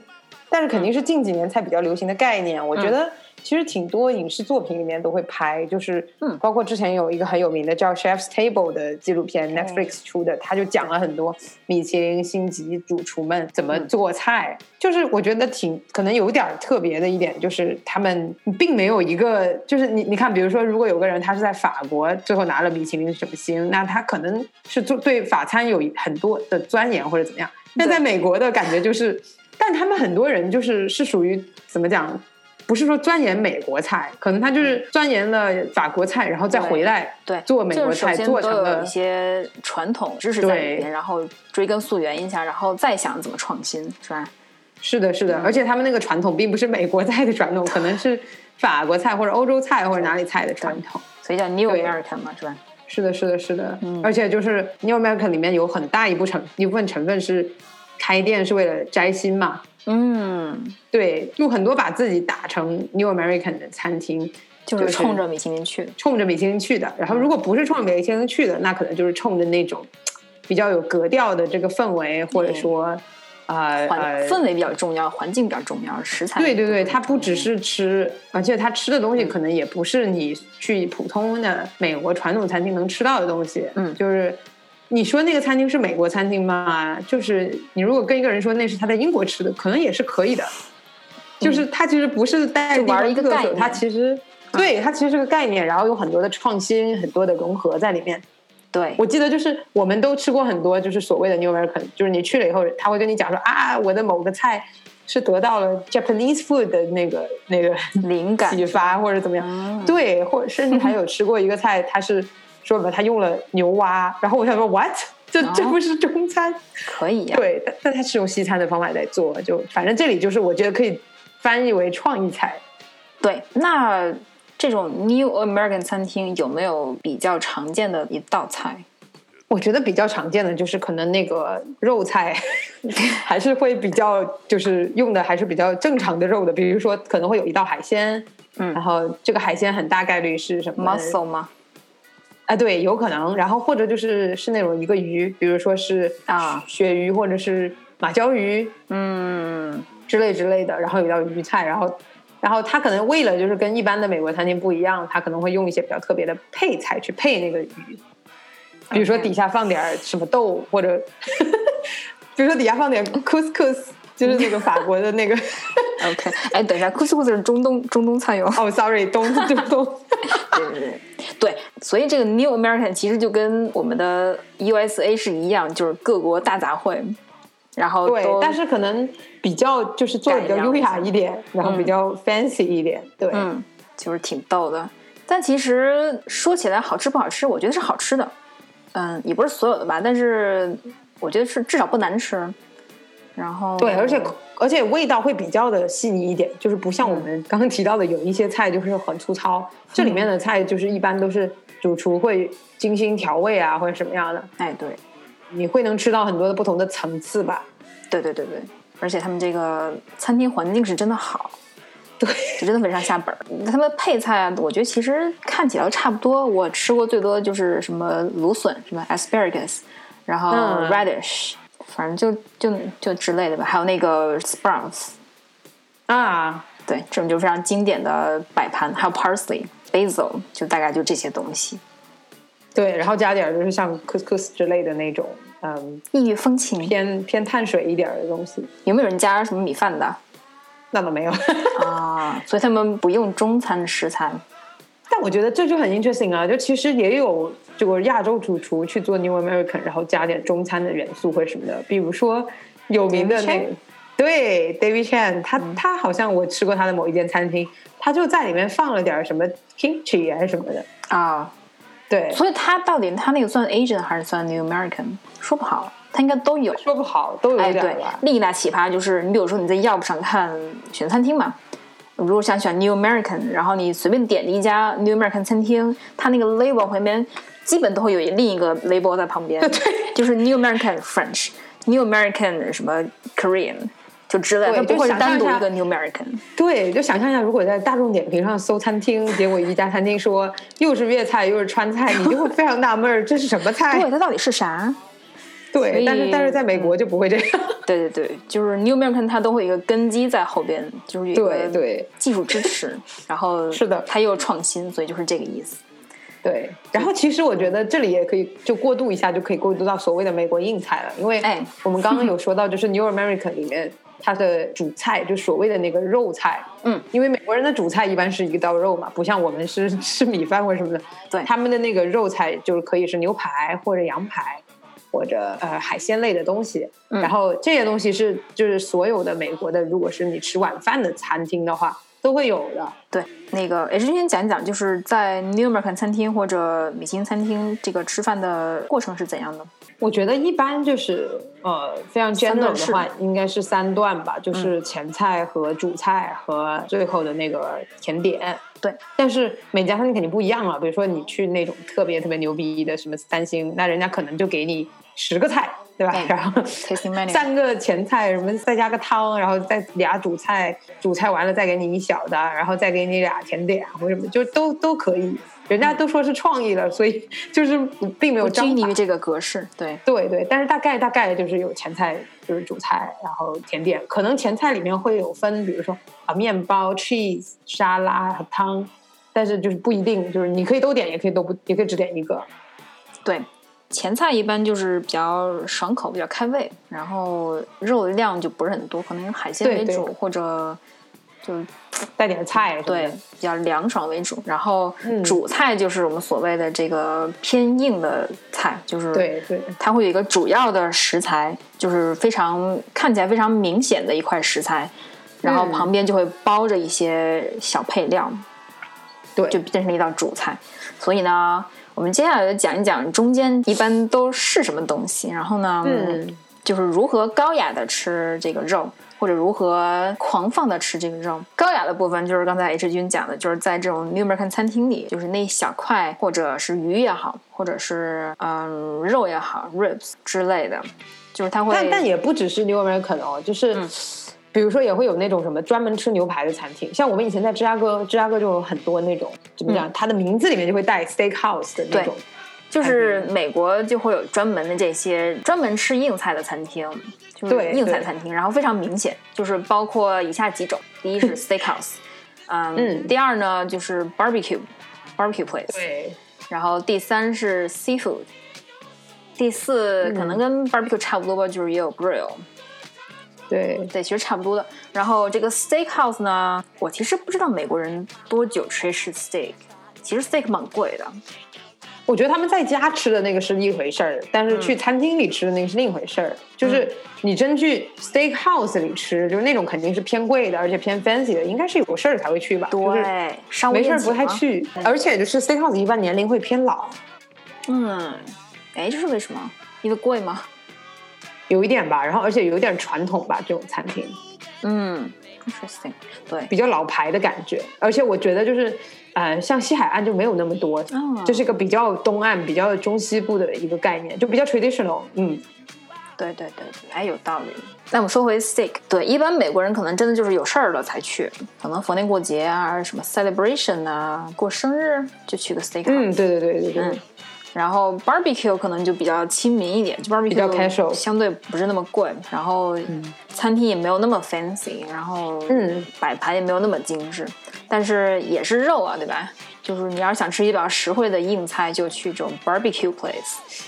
[SPEAKER 3] 但是肯定是近几年才比较流行的概念。我觉得其实挺多影视作品里面都会拍，就是
[SPEAKER 2] 嗯
[SPEAKER 3] 包括之前有一个很有名的叫《Chef's Table》的纪录片，Netflix 出的，他就讲了很多米其林星级主厨们怎么做菜。就是我觉得挺可能有点儿特别的一点，就是他们并没有一个，就是你你看，比如说，如果有个人他是在法国最后拿了米其林什么星，那他可能是做对法餐有很多的钻研或者怎么样。但在美国的感觉就是，但他们很多人就是是属于怎么讲，不是说钻研美国菜，可能他就是钻研了法国菜，然后再
[SPEAKER 2] 嗯对
[SPEAKER 3] 回来
[SPEAKER 2] 对，
[SPEAKER 3] 做美
[SPEAKER 2] 就
[SPEAKER 3] 国
[SPEAKER 2] 是首
[SPEAKER 3] 菜，
[SPEAKER 2] 先
[SPEAKER 3] 做
[SPEAKER 2] 都
[SPEAKER 3] 成
[SPEAKER 2] 有
[SPEAKER 3] 了
[SPEAKER 2] 一些传统知识在
[SPEAKER 3] 对
[SPEAKER 2] 里边，然后追根溯源一下，然后再想怎么创新，是吧？
[SPEAKER 3] 是的，是的，
[SPEAKER 2] 嗯
[SPEAKER 3] 而且他们那个传统并不是美国菜的传统，可能是法国菜或者欧洲菜或者哪里菜的传统。
[SPEAKER 2] 所以叫 New
[SPEAKER 3] 对
[SPEAKER 2] American 嘛，是吧？
[SPEAKER 3] 是的，是的，是的，
[SPEAKER 2] 嗯
[SPEAKER 3] 而且就是 New American 里面有很大一部成一部分成分是开店是为了摘星嘛，
[SPEAKER 2] 嗯，
[SPEAKER 3] 对，就很多把自己打成 New American 的餐厅，
[SPEAKER 2] 就是
[SPEAKER 3] 就是
[SPEAKER 2] 冲着米其林去的。
[SPEAKER 3] 冲着米其林去的。然后如果不是冲着米其林去的，那可能就是冲着那种比较有格调的这个氛围，或者说，呃
[SPEAKER 2] 环
[SPEAKER 3] 呃，
[SPEAKER 2] 氛围比较重要，环境比较重要，食材
[SPEAKER 3] 对对对，
[SPEAKER 2] 比较
[SPEAKER 3] 它不
[SPEAKER 2] 重
[SPEAKER 3] 只
[SPEAKER 2] 要
[SPEAKER 3] 是吃，而且它吃的东
[SPEAKER 2] 嗯
[SPEAKER 3] 西可能也不是你去普通的美国传统餐厅能吃到的东西。
[SPEAKER 2] 嗯
[SPEAKER 3] 就是你说那个餐厅是美国餐厅吗？就是你如果跟一个人说那是他在英国吃的，可能也是可以的。就是它其实不是带
[SPEAKER 2] 嗯就玩
[SPEAKER 3] 地方
[SPEAKER 2] 一个
[SPEAKER 3] 特色
[SPEAKER 2] 概念嗯
[SPEAKER 3] 它其实对它其实是个概念，然后有很多的创新，很多的融合在里面。
[SPEAKER 2] 对，
[SPEAKER 3] 我记得就是我们都吃过很多，就是所谓的 New American，就是你去了以后，他会跟你讲说啊，我的某个菜是得到了 Japanese food 的那个那个
[SPEAKER 2] 灵感
[SPEAKER 3] 启发或者怎么样，
[SPEAKER 2] 嗯
[SPEAKER 3] 对，或者甚至还有吃过一个菜，它是说什么他用了牛蛙，然后我想说 what，这这
[SPEAKER 2] 哦
[SPEAKER 3] 不是中餐？
[SPEAKER 2] 可以啊呀、
[SPEAKER 3] 对，但但它是用西餐的方法来做，就反正这里就是我觉得可以翻译为创意菜，
[SPEAKER 2] 对，那这种 New American 餐厅有没有比较常见的一道菜？
[SPEAKER 3] 我觉得比较常见的就是可能那个 肉菜，还是会比较就是用的还是比较正常的肉的，比如说可能会有一道海鲜，
[SPEAKER 2] 嗯
[SPEAKER 3] 然后这个海鲜很大概率是什么
[SPEAKER 2] muscle 吗？
[SPEAKER 3] 啊，对，有可能，然后或者就是是那种一个鱼，比如说是
[SPEAKER 2] 啊
[SPEAKER 3] 鳕鱼或者是马鲛鱼
[SPEAKER 2] 嗯，
[SPEAKER 3] 之类之类的，然后有一道鱼菜，然后然后它可能为了就是跟一般的美国餐厅不一样，它可能会用一些比较特别的配菜去配那个鱼，比如说
[SPEAKER 2] OK
[SPEAKER 3] 底下放点儿什么豆，或者 比如说底下放点 couscous，就是那个法国的那个
[SPEAKER 2] OK，哎，等一下，couscous 是中东中东菜哟。
[SPEAKER 3] 哦，sorry，东东东，
[SPEAKER 2] 对对对对，所以这个 New American 其实就跟我们的 USA 是一样，就是各国大杂烩，然后
[SPEAKER 3] 对
[SPEAKER 2] 都，
[SPEAKER 3] 但是可能比较就是做的比较
[SPEAKER 2] 改良
[SPEAKER 3] 优
[SPEAKER 2] 一下
[SPEAKER 3] 雅一点，然后比较 fancy 一点，对，
[SPEAKER 2] 嗯，就是挺逗的。但其实说起来好吃不好吃，我觉得是好吃的，嗯，也不是所有的吧，但是我觉得是至少不难吃。然后
[SPEAKER 3] 对，而且而且味道会比较的细腻一点，就是不像我们刚刚提到的有一些菜就是很粗糙，这里面的菜就是一般都是主厨会精心调味啊或者什么样的，
[SPEAKER 2] 哎，对，
[SPEAKER 3] 你会能吃到很多的不同的层次吧。
[SPEAKER 2] 对对对对，而且他们这个餐厅环境是真的好，
[SPEAKER 3] 对，
[SPEAKER 2] 就真的文上下本儿。他们配菜啊，我觉得其实看起来都差不多。我吃过最多的就是什么芦笋，什么 asparagus，然后
[SPEAKER 3] 嗯
[SPEAKER 2] radish，、反正就就就之类的吧。还有那个 sprouts，
[SPEAKER 3] 啊，
[SPEAKER 2] 对，这种就非常经典的摆盘，还有 parsley、basil，就大概就这些东西，
[SPEAKER 3] 对，然后加点儿就是像 couscous 之类的那种，嗯，
[SPEAKER 2] 异域风情。
[SPEAKER 3] 偏偏碳水一点儿的东西，
[SPEAKER 2] 有没有人加什么米饭的
[SPEAKER 3] 那倒没有。
[SPEAKER 2] 啊？所以他们不用中餐的食材。
[SPEAKER 3] 但我觉得这就很 interesting 啊，就其实也有这个亚洲主厨去做 New American，然后加点中餐的元素或者什么的，比如说有名的那个对，David Chan，他
[SPEAKER 2] 嗯
[SPEAKER 3] 他好像我吃过他的某一间餐厅，他就在里面放了点儿什么 kimchi 还是什么的，
[SPEAKER 2] 啊。
[SPEAKER 3] 对，
[SPEAKER 2] 所以他到底他那个算 Asian 还是算 New American？说不好，他应该都有。
[SPEAKER 3] 说不好都有
[SPEAKER 2] 哎，
[SPEAKER 3] 点
[SPEAKER 2] 对
[SPEAKER 3] 儿吧，。
[SPEAKER 2] 另一大奇葩就是，你比如说你在 Yelp 上看选餐厅嘛，如果想选 New American，然后你随便点一家 New American 餐厅，它那个 label 旁边基本都会有另一个 label 在旁边， 对，就是 New American French、New American 什么 Korean 就之类的，
[SPEAKER 3] 对
[SPEAKER 2] 它不会
[SPEAKER 3] 就是想象
[SPEAKER 2] 单独
[SPEAKER 3] 一下
[SPEAKER 2] 一个 New American。
[SPEAKER 3] 对，就想象一下，如果在大众点评上搜餐厅，结果一家餐厅说又是粤菜又是川菜，你就会非常纳闷儿，这是什么
[SPEAKER 2] 对，
[SPEAKER 3] 菜？
[SPEAKER 2] 它到底是啥？所
[SPEAKER 3] 对，
[SPEAKER 2] 以嗯
[SPEAKER 3] 但是但是在美国就不会这样。
[SPEAKER 2] 对对对，就是 New American 它都会有一个根基在后边，就是有一
[SPEAKER 3] 对
[SPEAKER 2] 个
[SPEAKER 3] 对
[SPEAKER 2] 技术支持，然后
[SPEAKER 3] 是的
[SPEAKER 2] 它又有创新，所以就是这个意思。
[SPEAKER 3] 对，然后其实我觉得这里也可以就过渡一下，就可以过渡到所谓的美国硬菜了，因为
[SPEAKER 2] 哎
[SPEAKER 3] 我们刚刚有说到，就是 New American 里面它的主菜，就所谓的那个肉菜，
[SPEAKER 2] 嗯，
[SPEAKER 3] 因为美国人的主菜一般是一道肉嘛，不像我们是吃米饭或者什么的，
[SPEAKER 2] 对
[SPEAKER 3] 他们的那个肉菜就是可以是牛排或者羊排。或者呃海鲜类的东西，
[SPEAKER 2] 嗯
[SPEAKER 3] 然后这些东西是就是所有的美国的，如果是你吃晚饭的餐厅的话，都会有的。
[SPEAKER 2] 对，那个也是先讲一讲，就是在 New American 餐厅或者米其林餐厅这个吃饭的过程是怎样的？
[SPEAKER 3] 我觉得一般就是呃，非常
[SPEAKER 2] 三
[SPEAKER 3] general
[SPEAKER 2] 段式嗯
[SPEAKER 3] 的话，应该是三段吧，就是前菜和主菜和最后的那个甜点。
[SPEAKER 2] 对，
[SPEAKER 3] 但是每家餐厅肯定不一样了。比如说你去那种特别特别牛逼的什么三星，那人家可能就给你十个菜，对吧？
[SPEAKER 2] 哎
[SPEAKER 3] 然后
[SPEAKER 2] Tasting menu
[SPEAKER 3] 三个前菜，什么再加个汤，然后再俩主菜，主菜完了再给你一小的，然后再给你俩甜点或者什么，就都都可以。人家都说是创意了，所以就是并没有
[SPEAKER 2] 嗯不拘
[SPEAKER 3] 章
[SPEAKER 2] 泥
[SPEAKER 3] 法
[SPEAKER 2] 于。这个格式，对，
[SPEAKER 3] 对对，但是大概大概就是有前菜，就是主菜，然后甜点，可能前菜里面会有分，比如说啊面包、cheese、沙拉和汤，但是就是不一定，就是你可以都点，也可以都不，也可以只点一个。
[SPEAKER 2] 对，前菜一般就是比较爽口，比较开胃，然后肉的量就不是很多，可能以海鲜
[SPEAKER 3] 对
[SPEAKER 2] 为
[SPEAKER 3] 对
[SPEAKER 2] 主，或者就是
[SPEAKER 3] 带点菜什么
[SPEAKER 2] 对
[SPEAKER 3] 的，
[SPEAKER 2] 比较凉爽为主。然后
[SPEAKER 3] 嗯
[SPEAKER 2] 主菜就是我们所谓的这个偏硬的菜，就是
[SPEAKER 3] 对对
[SPEAKER 2] 它会有一个主要的食材，就是非常看起来非常明显的一块食材，然后
[SPEAKER 3] 嗯
[SPEAKER 2] 旁边就会包着一些小配料，
[SPEAKER 3] 对
[SPEAKER 2] 就变成一道主菜。所以呢，我们接下来就讲一讲中间一般都是什么东西，然后呢，
[SPEAKER 3] 嗯
[SPEAKER 2] 就是如何高雅的吃这个肉。或者如何狂放的吃这个肉？高雅的部分就是刚才 H 君讲的，就是在这种 New American 餐厅里，就是那一小块或者是鱼也好，或者是嗯肉也好，ribs 之类的，就是它会
[SPEAKER 3] 但但也不只是 New American 哦，就是。
[SPEAKER 2] 嗯
[SPEAKER 3] 比如说，也会有那种什么专门吃牛排的餐厅，像我们以前在芝加哥，芝加哥就有很多那种怎么讲，它的名字里面就会带 steakhouse 的
[SPEAKER 2] 嗯
[SPEAKER 3] 那
[SPEAKER 2] 对
[SPEAKER 3] 种，
[SPEAKER 2] 就是美国就会有专门的这些专门吃硬菜的餐厅，就是
[SPEAKER 3] 对
[SPEAKER 2] 硬菜
[SPEAKER 3] 对
[SPEAKER 2] 餐厅，然后非常明显，就是包括以下几种：第一 是 steakhouse，嗯，
[SPEAKER 3] 嗯
[SPEAKER 2] 第二呢就是 barbecue barbecue place，
[SPEAKER 3] 对
[SPEAKER 2] 然后第三是 seafood，第四可
[SPEAKER 3] 嗯
[SPEAKER 2] 能跟 barbecue 差不多吧，就是也有 grill，
[SPEAKER 3] 对，
[SPEAKER 2] 对，其实差不多的。然后这个 steakhouse 呢，我其实不知道美国人多久吃一次 steak，其实 steak 蛮贵的，
[SPEAKER 3] 我觉得他们在家吃的那个是一回事儿，但是
[SPEAKER 2] 嗯
[SPEAKER 3] 去餐厅里吃的那个是另一回事儿。就是你真去 steakhouse 里吃，就是那种肯定是偏贵的，而且偏 fancy 的，应该是有事儿才会去吧。就是
[SPEAKER 2] 对，商务
[SPEAKER 3] 没事
[SPEAKER 2] 宴
[SPEAKER 3] 儿
[SPEAKER 2] 请
[SPEAKER 3] 不太
[SPEAKER 2] 嘛
[SPEAKER 3] 去，而且就是 steakhouse 一般年龄会偏老，
[SPEAKER 2] 嗯，哎，这是为什么？因为贵吗？
[SPEAKER 3] 有一点吧，然后而且有一点传统吧，这种餐厅
[SPEAKER 2] 嗯，interesting，对，
[SPEAKER 3] 比较老牌的感觉。而且我觉得就是，呃，像西海岸就没有那么多，
[SPEAKER 2] 嗯，
[SPEAKER 3] 这是一个比较东岸、比较中西部的一个概念，就比较 traditional。嗯，
[SPEAKER 2] 对对对对，哎，有道理。那我们说回 steak，对，一般美国人可能真的就是有事儿了才去，可能逢年过节啊，什么 celebration 啊，过生日就去个 steak，
[SPEAKER 3] 嗯，对对对对对。
[SPEAKER 2] 嗯然后 barbecue 可能就比较亲民一点，就 barbecue
[SPEAKER 3] 比较 casual
[SPEAKER 2] 相对不是那么贵，然后餐厅也没有那么 fancy，然后
[SPEAKER 3] 嗯
[SPEAKER 2] 摆盘也没有那么精致，但是也是肉啊，对吧？就是你要是想吃一些比较实惠的硬菜，就去这种 barbecue place。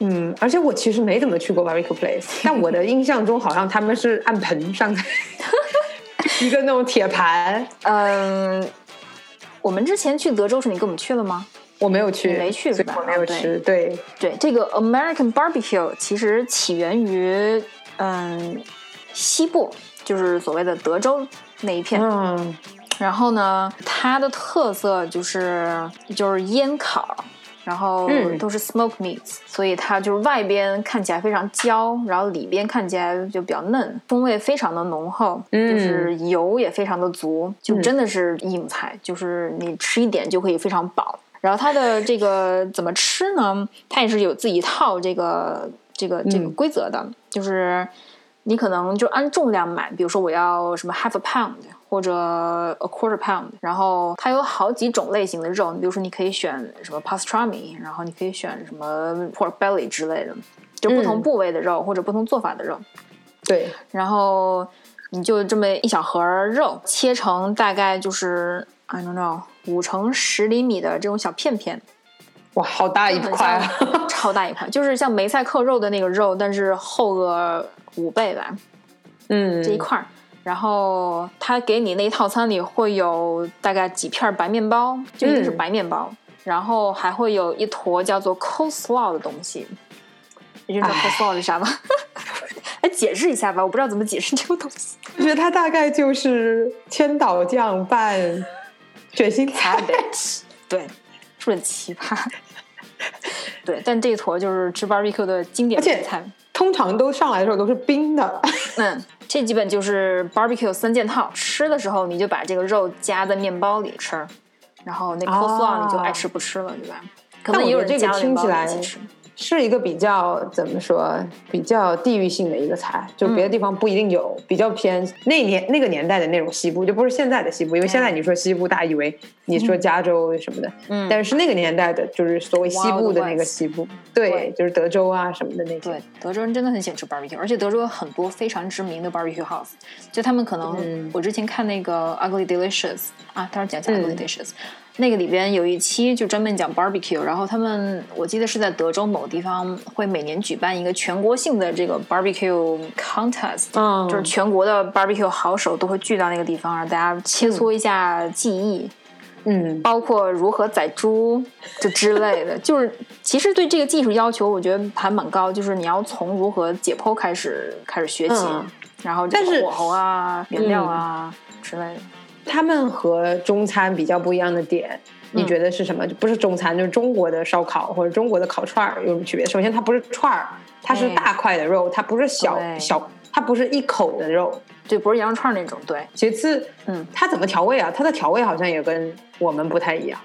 [SPEAKER 3] 嗯，而且我其实没怎么去过 barbecue place，但我的印象中好像他们是按盆上菜，一个那种铁盘，
[SPEAKER 2] 嗯，我们之前去德州时，你跟我们去了吗？
[SPEAKER 3] 我没有去，
[SPEAKER 2] 你没去
[SPEAKER 3] 所
[SPEAKER 2] 是
[SPEAKER 3] 以
[SPEAKER 2] 吧
[SPEAKER 3] 我没有
[SPEAKER 2] 啊对
[SPEAKER 3] 吃。对，
[SPEAKER 2] 对，这个 American barbecue 其实起源于嗯西部，就是所谓的德州那一片。
[SPEAKER 3] 嗯，
[SPEAKER 2] 然后呢，它的特色就是就是烟烤，然后
[SPEAKER 3] 嗯
[SPEAKER 2] 都是 smoke meats，、所以它就是外边看起来非常焦，然后里边看起来就比较嫩，风味非常的浓厚，
[SPEAKER 3] 嗯
[SPEAKER 2] 就是油也非常的足，就真的是硬菜，就是你吃一点就可以非常饱。然后它的这个怎么吃呢？它也是有自己一套这个这个这个
[SPEAKER 3] 嗯
[SPEAKER 2] 规则的，就是你可能就按重量买，比如说我要什么 half a pound 或者 a quarter pound，然后它有好几种类型的肉，你比如说你可以选什么 pastrami，然后你可以选什么 pork belly 之类的，就不同
[SPEAKER 3] 嗯
[SPEAKER 2] 部位的肉、或者不同做法的肉，
[SPEAKER 3] 对，
[SPEAKER 2] 然后你就这么一小盒儿肉切成大概就是 I don't know 五乘十厘米的这种小片片，
[SPEAKER 3] 哇，好大一
[SPEAKER 2] 就很
[SPEAKER 3] 块啊！
[SPEAKER 2] 像 超大一块，就是像梅菜扣肉的那个肉，但是厚个五倍吧，
[SPEAKER 3] 嗯，
[SPEAKER 2] 这一块儿。然后他给你那一套餐里会有大概几片白面包，就一定是
[SPEAKER 3] 嗯
[SPEAKER 2] 白面包，然后还会有一坨叫做 coleslaw 的东西。你知道
[SPEAKER 3] 哎
[SPEAKER 2] coleslaw 是啥吗？ 来解释一下吧，我不知道怎么解释这个东西。
[SPEAKER 3] 我觉得它大概就是千岛酱拌卷心菜。
[SPEAKER 2] 对，是很奇葩。对，但这一坨就是吃 barbecue 的经典
[SPEAKER 3] 而且
[SPEAKER 2] 菜。
[SPEAKER 3] 通常都上来的时候都是冰的，
[SPEAKER 2] 嗯，这基本就是 barbecue 三件套。吃的时候你就把这个肉夹在面包里吃，然后那 coleslaw
[SPEAKER 3] 哦
[SPEAKER 2] 你就爱吃不吃了，对吧？可能
[SPEAKER 3] 但我
[SPEAKER 2] 也有
[SPEAKER 3] 觉得
[SPEAKER 2] 人
[SPEAKER 3] 这
[SPEAKER 2] 夹
[SPEAKER 3] 个
[SPEAKER 2] 到
[SPEAKER 3] 听
[SPEAKER 2] 面包
[SPEAKER 3] 起
[SPEAKER 2] 里
[SPEAKER 3] 来
[SPEAKER 2] 一起吃。
[SPEAKER 3] 是一个比较怎么说，比较地域性的一个菜，就
[SPEAKER 2] 嗯
[SPEAKER 3] 别的地方不一定有，比较偏那年那个年代的那种西部，就不是现在的西部，因为现在你说西部，大家以为你说加州什么的，
[SPEAKER 2] 嗯
[SPEAKER 3] 但是那个年代的就是所谓西部的那
[SPEAKER 2] Wild
[SPEAKER 3] 个
[SPEAKER 2] West
[SPEAKER 3] 西部，对
[SPEAKER 2] 对，
[SPEAKER 3] 就是德州啊什么的那些
[SPEAKER 2] 对，，德州人真的很喜欢吃 barbecue，而且德州有很多非常知名的 barbecue house，就他们可能、
[SPEAKER 3] 嗯
[SPEAKER 2] 我之前看那个 Ugly Delicious 啊，当时讲一下
[SPEAKER 3] 嗯
[SPEAKER 2] Ugly Delicious，、那个里边有一期就专门讲 barbecue，然后他们我记得是在德州某地方会每年举办一个全国性的这个 barbecue contest，
[SPEAKER 3] 嗯
[SPEAKER 2] 就是全国的 barbecue 好手都会聚到那个地方，让大家切磋一下技艺。
[SPEAKER 3] 嗯，
[SPEAKER 2] 包括如何宰猪就之类的， 就是其实对这个技术要求，我觉得还蛮高，就是你要从如何解剖开始开始学起，
[SPEAKER 3] 嗯
[SPEAKER 2] 然后
[SPEAKER 3] 但是嗯
[SPEAKER 2] 火候啊、原料啊、之类的。
[SPEAKER 3] 他们和中餐比较不一样的点，
[SPEAKER 2] 嗯
[SPEAKER 3] 你觉得是什么？就不是中餐，就是中国的烧烤或者中国的烤串儿有什么区别？首先，它不是串儿，它是
[SPEAKER 2] 对
[SPEAKER 3] 大块的肉，它不是小
[SPEAKER 2] 对
[SPEAKER 3] 小，它不是一口的肉。
[SPEAKER 2] 对，不是羊肉串那种，对，
[SPEAKER 3] 其次，
[SPEAKER 2] 嗯，
[SPEAKER 3] 它怎么调味啊？它的调味好像也跟我们不太一样。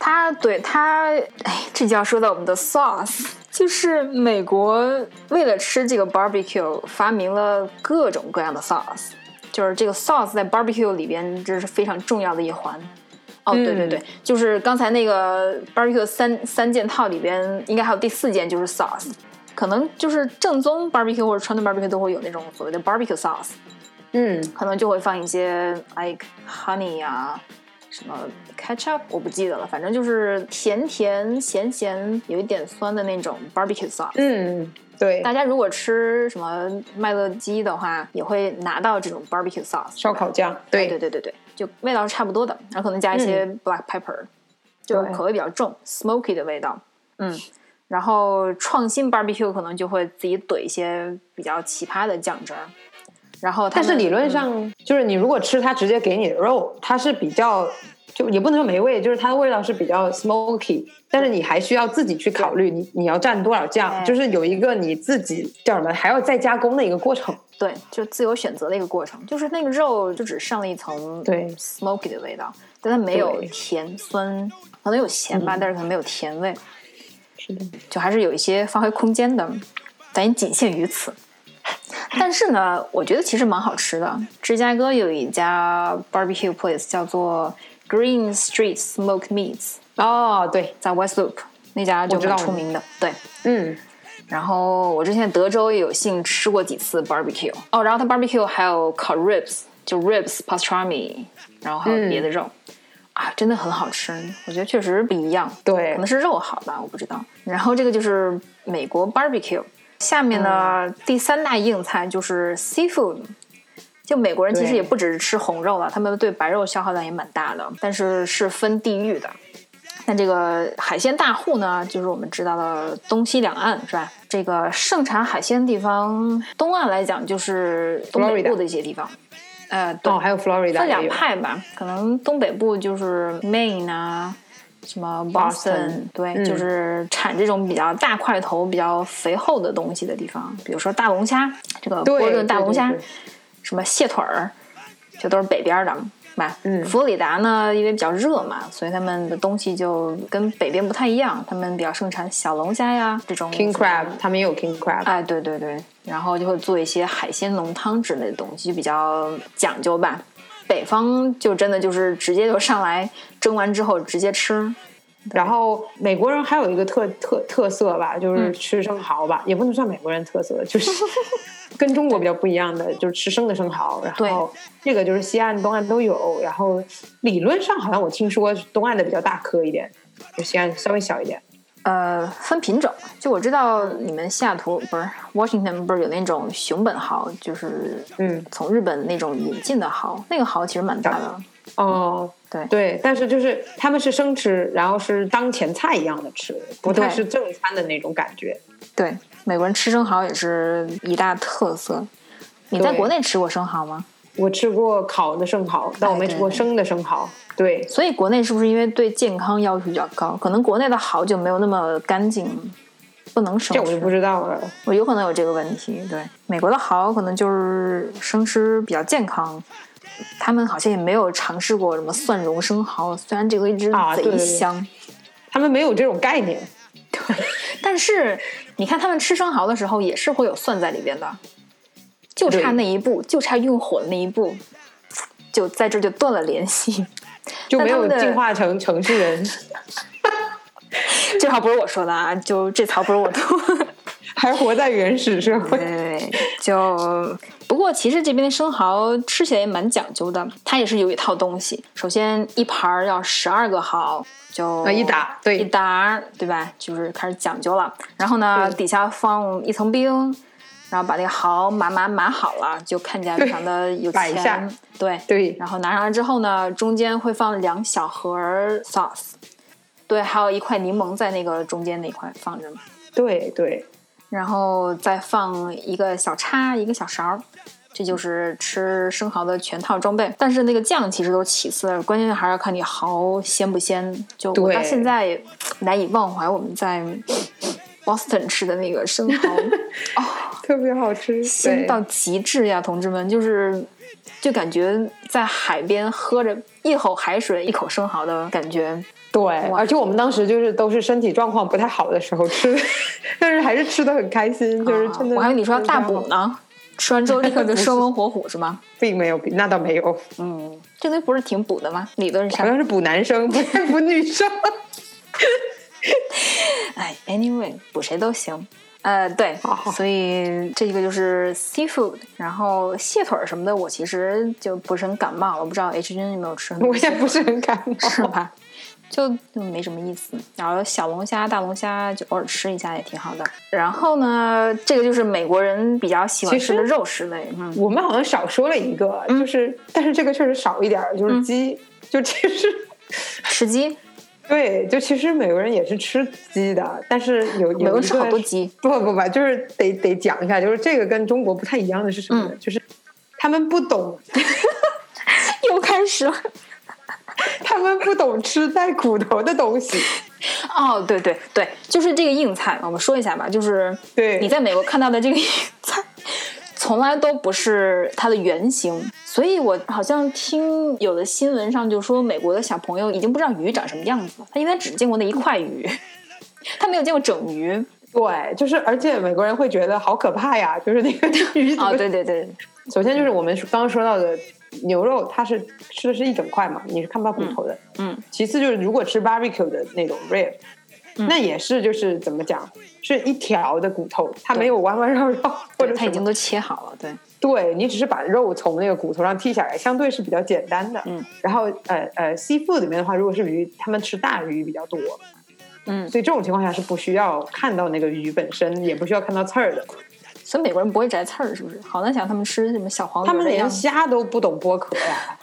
[SPEAKER 2] 它对它，哎，这就要说到我们的 sauce，就是美国为了吃这个 barbecue 发明了各种各样的 sauce，就是这个 sauce 在 barbecue 里边这是非常重要的一环。哦，对对对，
[SPEAKER 3] 嗯
[SPEAKER 2] 就是刚才那个 barbecue 三三件套里边，应该还有第四件就是 sauce，可能就是正宗 barbecue 或者川端 barbecue 都会有那种所谓的 barbecue sauce，
[SPEAKER 3] 嗯，
[SPEAKER 2] 可能就会放一些 like honey 呀、什么 ketchup，我不记得了，反正就是甜甜咸咸，有一点酸的那种 barbecue sauce。
[SPEAKER 3] 嗯，对，
[SPEAKER 2] 大家如果吃什么麦乐鸡的话，也会拿到这种 barbecue sauce。
[SPEAKER 3] 烧烤酱，对
[SPEAKER 2] 对对对对，就味道是差不多的，然后可能加一些 black pepper，、就
[SPEAKER 3] 嗯对
[SPEAKER 2] 口味比较重，smoky 的味道。嗯，然后创新 barbecue 可能就会自己怼一些比较奇葩的酱汁儿。然后他
[SPEAKER 3] 但
[SPEAKER 2] 们，
[SPEAKER 3] 是理论
[SPEAKER 2] 嗯
[SPEAKER 3] 上，就是你如果吃它直接给你的肉，它是比较就也不能说没味，就是它的味道是比较 smoky，但是你还需要自己去考虑你你要蘸多少酱，
[SPEAKER 2] 对
[SPEAKER 3] 就是有一个你自己叫什么还要再加工的一个过程。
[SPEAKER 2] 对，就自由选择的一个过程，就是那个肉就只上了一层
[SPEAKER 3] 对
[SPEAKER 2] smoky 的味道，但它没有
[SPEAKER 3] 对嗯
[SPEAKER 2] 甜酸，可能有咸吧，但是可能没有甜味，
[SPEAKER 3] 是的，
[SPEAKER 2] 就还是有一些发挥空间的，但也仅限于此。但是呢，我觉得其实蛮好吃的。芝加哥有一家 barbecue place 叫做 Green Street Smoke Meats，
[SPEAKER 3] 哦，对，
[SPEAKER 2] 在 West Loop 那家就
[SPEAKER 3] 我知道
[SPEAKER 2] 蛮出名的，对。
[SPEAKER 3] 嗯，
[SPEAKER 2] 然后我之前德州也有幸吃过几次 barbecue 哦，然后它 barbecue 还有烤 ribs，就 ribs pastrami，然后还有别的肉、啊，真的很好吃，我觉得确实不一样，
[SPEAKER 3] 对
[SPEAKER 2] 可能是肉好吧，我不知道。然后这个就是美国 barbecue，下面呢、
[SPEAKER 3] 嗯
[SPEAKER 2] 第三大硬菜就是 seafood。就美国人其实
[SPEAKER 3] 对
[SPEAKER 2] 也不只是吃红肉了，他们对白肉消耗量也蛮大的，但是是分地域的。那这个海鲜大户呢，就是我们知道的东西两岸是吧？这个盛产海鲜的地方，东岸来讲就是东北部
[SPEAKER 3] Florida
[SPEAKER 2] 的一些地方。呃，对，
[SPEAKER 3] 哦，还有 Florida
[SPEAKER 2] 分
[SPEAKER 3] 也
[SPEAKER 2] 两
[SPEAKER 3] 有
[SPEAKER 2] 派吧，可能东北部就是 Maine 啊，什么 Boston，,
[SPEAKER 3] Boston，
[SPEAKER 2] 对，
[SPEAKER 3] 嗯
[SPEAKER 2] 就是产这种比较大块头、比较肥厚的东西的地方，比如说大龙虾，这个
[SPEAKER 3] 对
[SPEAKER 2] 波士顿大龙虾，
[SPEAKER 3] 对对对
[SPEAKER 2] 什么蟹腿儿，这都是北边儿的。吧，
[SPEAKER 3] 嗯
[SPEAKER 2] 佛罗里达呢，因为比较热嘛，所以他们的东西就跟北边不太一样，他们比较盛产小龙虾呀这种
[SPEAKER 3] King Crab，他们也有 King Crab，、
[SPEAKER 2] 哎，对对对，然后就会做一些海鲜浓汤之类的东西，就比较讲究吧。北方就真的就是直接就上来蒸完之后直接吃，
[SPEAKER 3] 然后美国人还有一个特特特色吧，
[SPEAKER 2] 嗯
[SPEAKER 3] 就是吃生蚝吧，也不能算美国人特 色，就是跟中国比较不一样的，就是吃生的生蚝。然后这个就是西岸、东岸都有。然后理论上好像我听说东岸的比较大颗一点，就西岸稍微小一点。
[SPEAKER 2] 呃，分品种。就我知道你们西雅图不是 Washington 不是有那种熊本蚝，就是
[SPEAKER 3] 嗯
[SPEAKER 2] 从日本那种引进的蚝，那个蚝其实蛮大的。
[SPEAKER 3] 哦、
[SPEAKER 2] 对
[SPEAKER 3] 对，但是就是他们是生吃，然后是当前菜一样的吃，不太
[SPEAKER 2] 对
[SPEAKER 3] 是正餐的那种感觉。
[SPEAKER 2] 对，美国人吃生蚝也是一大特色。你在
[SPEAKER 3] 对
[SPEAKER 2] 国内吃过生蚝吗？
[SPEAKER 3] 我吃过烤的生蚝，但我没
[SPEAKER 2] 哎对
[SPEAKER 3] 吃过
[SPEAKER 2] 对
[SPEAKER 3] 生的生蚝。对，
[SPEAKER 2] 所以国内是不是因为对健康要求比较高，可能国内的蚝就没有那么干净，不能生
[SPEAKER 3] 这我就不
[SPEAKER 2] 吃？
[SPEAKER 3] 知道了。
[SPEAKER 2] 我有可能有这个问题。对，美国的蚝可能就是生吃比较健康，他们好像也没有尝试过什么蒜蓉生蚝，虽然这个一直
[SPEAKER 3] 啊对
[SPEAKER 2] 贼香，
[SPEAKER 3] 他们没有这种概念。
[SPEAKER 2] 但是你看他们吃生蚝的时候也是会有蒜在里边的，就差
[SPEAKER 3] 对
[SPEAKER 2] 那一步，就差用火的那一步，就在这就断了联系。
[SPEAKER 3] 就没有
[SPEAKER 2] 那他们的
[SPEAKER 3] 进化成城 市人，
[SPEAKER 2] 这话不是我说的啊，就这槽不是我吐。
[SPEAKER 3] 还活在原始社 会。
[SPEAKER 2] 对，就不过其实这边的生蚝吃起来也蛮讲究的，它也是有一套东西。首先一盘儿要十二个蚝，就
[SPEAKER 3] 啊一打对
[SPEAKER 2] 一打儿，对吧？就是开始讲究了。然后呢，
[SPEAKER 3] 对
[SPEAKER 2] 底下放一层冰，然后把那个蚝码码码好了，就看起来非常的有
[SPEAKER 3] 摆一下
[SPEAKER 2] 钱。对
[SPEAKER 3] 对
[SPEAKER 2] 然后拿上来之后呢，中间会放两小盒儿 sauce，对，还有一块柠檬在那个中间那块放着嘛。
[SPEAKER 3] 对对，
[SPEAKER 2] 然后再放一个小叉，一个小勺儿，这就是吃生蚝的全套装备。但是那个酱其实都是其次的，关键还是要看你蚝鲜不鲜。就我
[SPEAKER 3] 对
[SPEAKER 2] 到现在也难以忘怀我们在 Boston 吃的那个生蚝，
[SPEAKER 3] 特别好吃。
[SPEAKER 2] 鲜
[SPEAKER 3] 对，
[SPEAKER 2] 到极致呀，同志们！就是就感觉在海边喝着一口海水一口生蚝的感觉。
[SPEAKER 3] 对，
[SPEAKER 2] 哇
[SPEAKER 3] 而且我们当时就是都是身体状况不太好的时候吃， 但是还是吃的很开心，就是真的。
[SPEAKER 2] 啊我还以为你说要大补
[SPEAKER 3] 真的
[SPEAKER 2] 呢，吃完之后立 刻就生龙活虎是吗？
[SPEAKER 3] 并没有比，那倒没有，
[SPEAKER 2] 嗯，这东西不是挺补的吗？理论
[SPEAKER 3] 好
[SPEAKER 2] 上，
[SPEAKER 3] 像是补男生，不 是补女生。
[SPEAKER 2] 哎，anyway，补谁都行。呃，对
[SPEAKER 3] 好好，
[SPEAKER 2] 所以这个就是 seafood，然后蟹腿儿什么的，我其实就不是很感冒，我不知道 H 君有没有吃很多
[SPEAKER 3] 我
[SPEAKER 2] 蟹
[SPEAKER 3] 也
[SPEAKER 2] 腿儿，
[SPEAKER 3] 不是很感
[SPEAKER 2] 是
[SPEAKER 3] 冒。
[SPEAKER 2] 吧？就就没什么意思。然后小龙虾、大龙虾就偶尔吃一下也挺好的。然后呢，这个就是美国人比较喜欢
[SPEAKER 3] 其
[SPEAKER 2] 吃
[SPEAKER 3] 实
[SPEAKER 2] 的肉食类，嗯，
[SPEAKER 3] 我们好像少说了一个，就是，但是这个确实少一点儿，就是
[SPEAKER 2] 嗯
[SPEAKER 3] 鸡，就其实。
[SPEAKER 2] 吃鸡，
[SPEAKER 3] 对，就其实美国人也是吃鸡的，但是有有
[SPEAKER 2] 美国人
[SPEAKER 3] 一
[SPEAKER 2] 吃
[SPEAKER 3] 个
[SPEAKER 2] 好多鸡
[SPEAKER 3] 不不不，就是得得讲一下，就是这个跟中国不太一样的是什么呢？
[SPEAKER 2] 嗯
[SPEAKER 3] 就是他们不懂，
[SPEAKER 2] 又开始了。
[SPEAKER 3] 他们不懂吃带骨头的东西。
[SPEAKER 2] 哦，对对对，就是这个硬菜，我们说一下吧，就是
[SPEAKER 3] 对
[SPEAKER 2] 你在美国看到的这个 硬菜，从来都不是它的原型，所以我好像听有的新闻上就说，美国的小朋友已经不知道鱼长什么样子了，他应该只见过那一块鱼，他没有见过整 鱼。
[SPEAKER 3] 对，就是而且美国人会觉得好可怕呀，就是那个 鱼怎么
[SPEAKER 2] 哦，对对对，
[SPEAKER 3] 首先就是我们刚刚说到的牛肉，它是吃的是一整块嘛，你是看不到骨头的。
[SPEAKER 2] 嗯嗯
[SPEAKER 3] 其次就是如果吃 barbecue 的那种 rib，、那也是就是怎么讲，是一条的骨头，它没有弯弯绕绕或者
[SPEAKER 2] 他已
[SPEAKER 3] 什
[SPEAKER 2] 经
[SPEAKER 3] 么。
[SPEAKER 2] 都切好了，对，
[SPEAKER 3] 对你只是把肉从那个骨头上剔下来，相对是比较简单的。
[SPEAKER 2] 嗯。
[SPEAKER 3] 然后呃呃，西部里面的话，如果是鱼，他们吃大鱼比较多，
[SPEAKER 2] 嗯，
[SPEAKER 3] 所以这种情况下是不需要看到那个鱼本身，也不需要看到刺儿的。
[SPEAKER 2] 所以美国人不会摘刺儿，是不是？好难想他们吃什么小黄鱼
[SPEAKER 3] 他们
[SPEAKER 2] 儿哦的
[SPEAKER 3] 连
[SPEAKER 2] 样子。
[SPEAKER 3] 虾都不懂剥壳呀。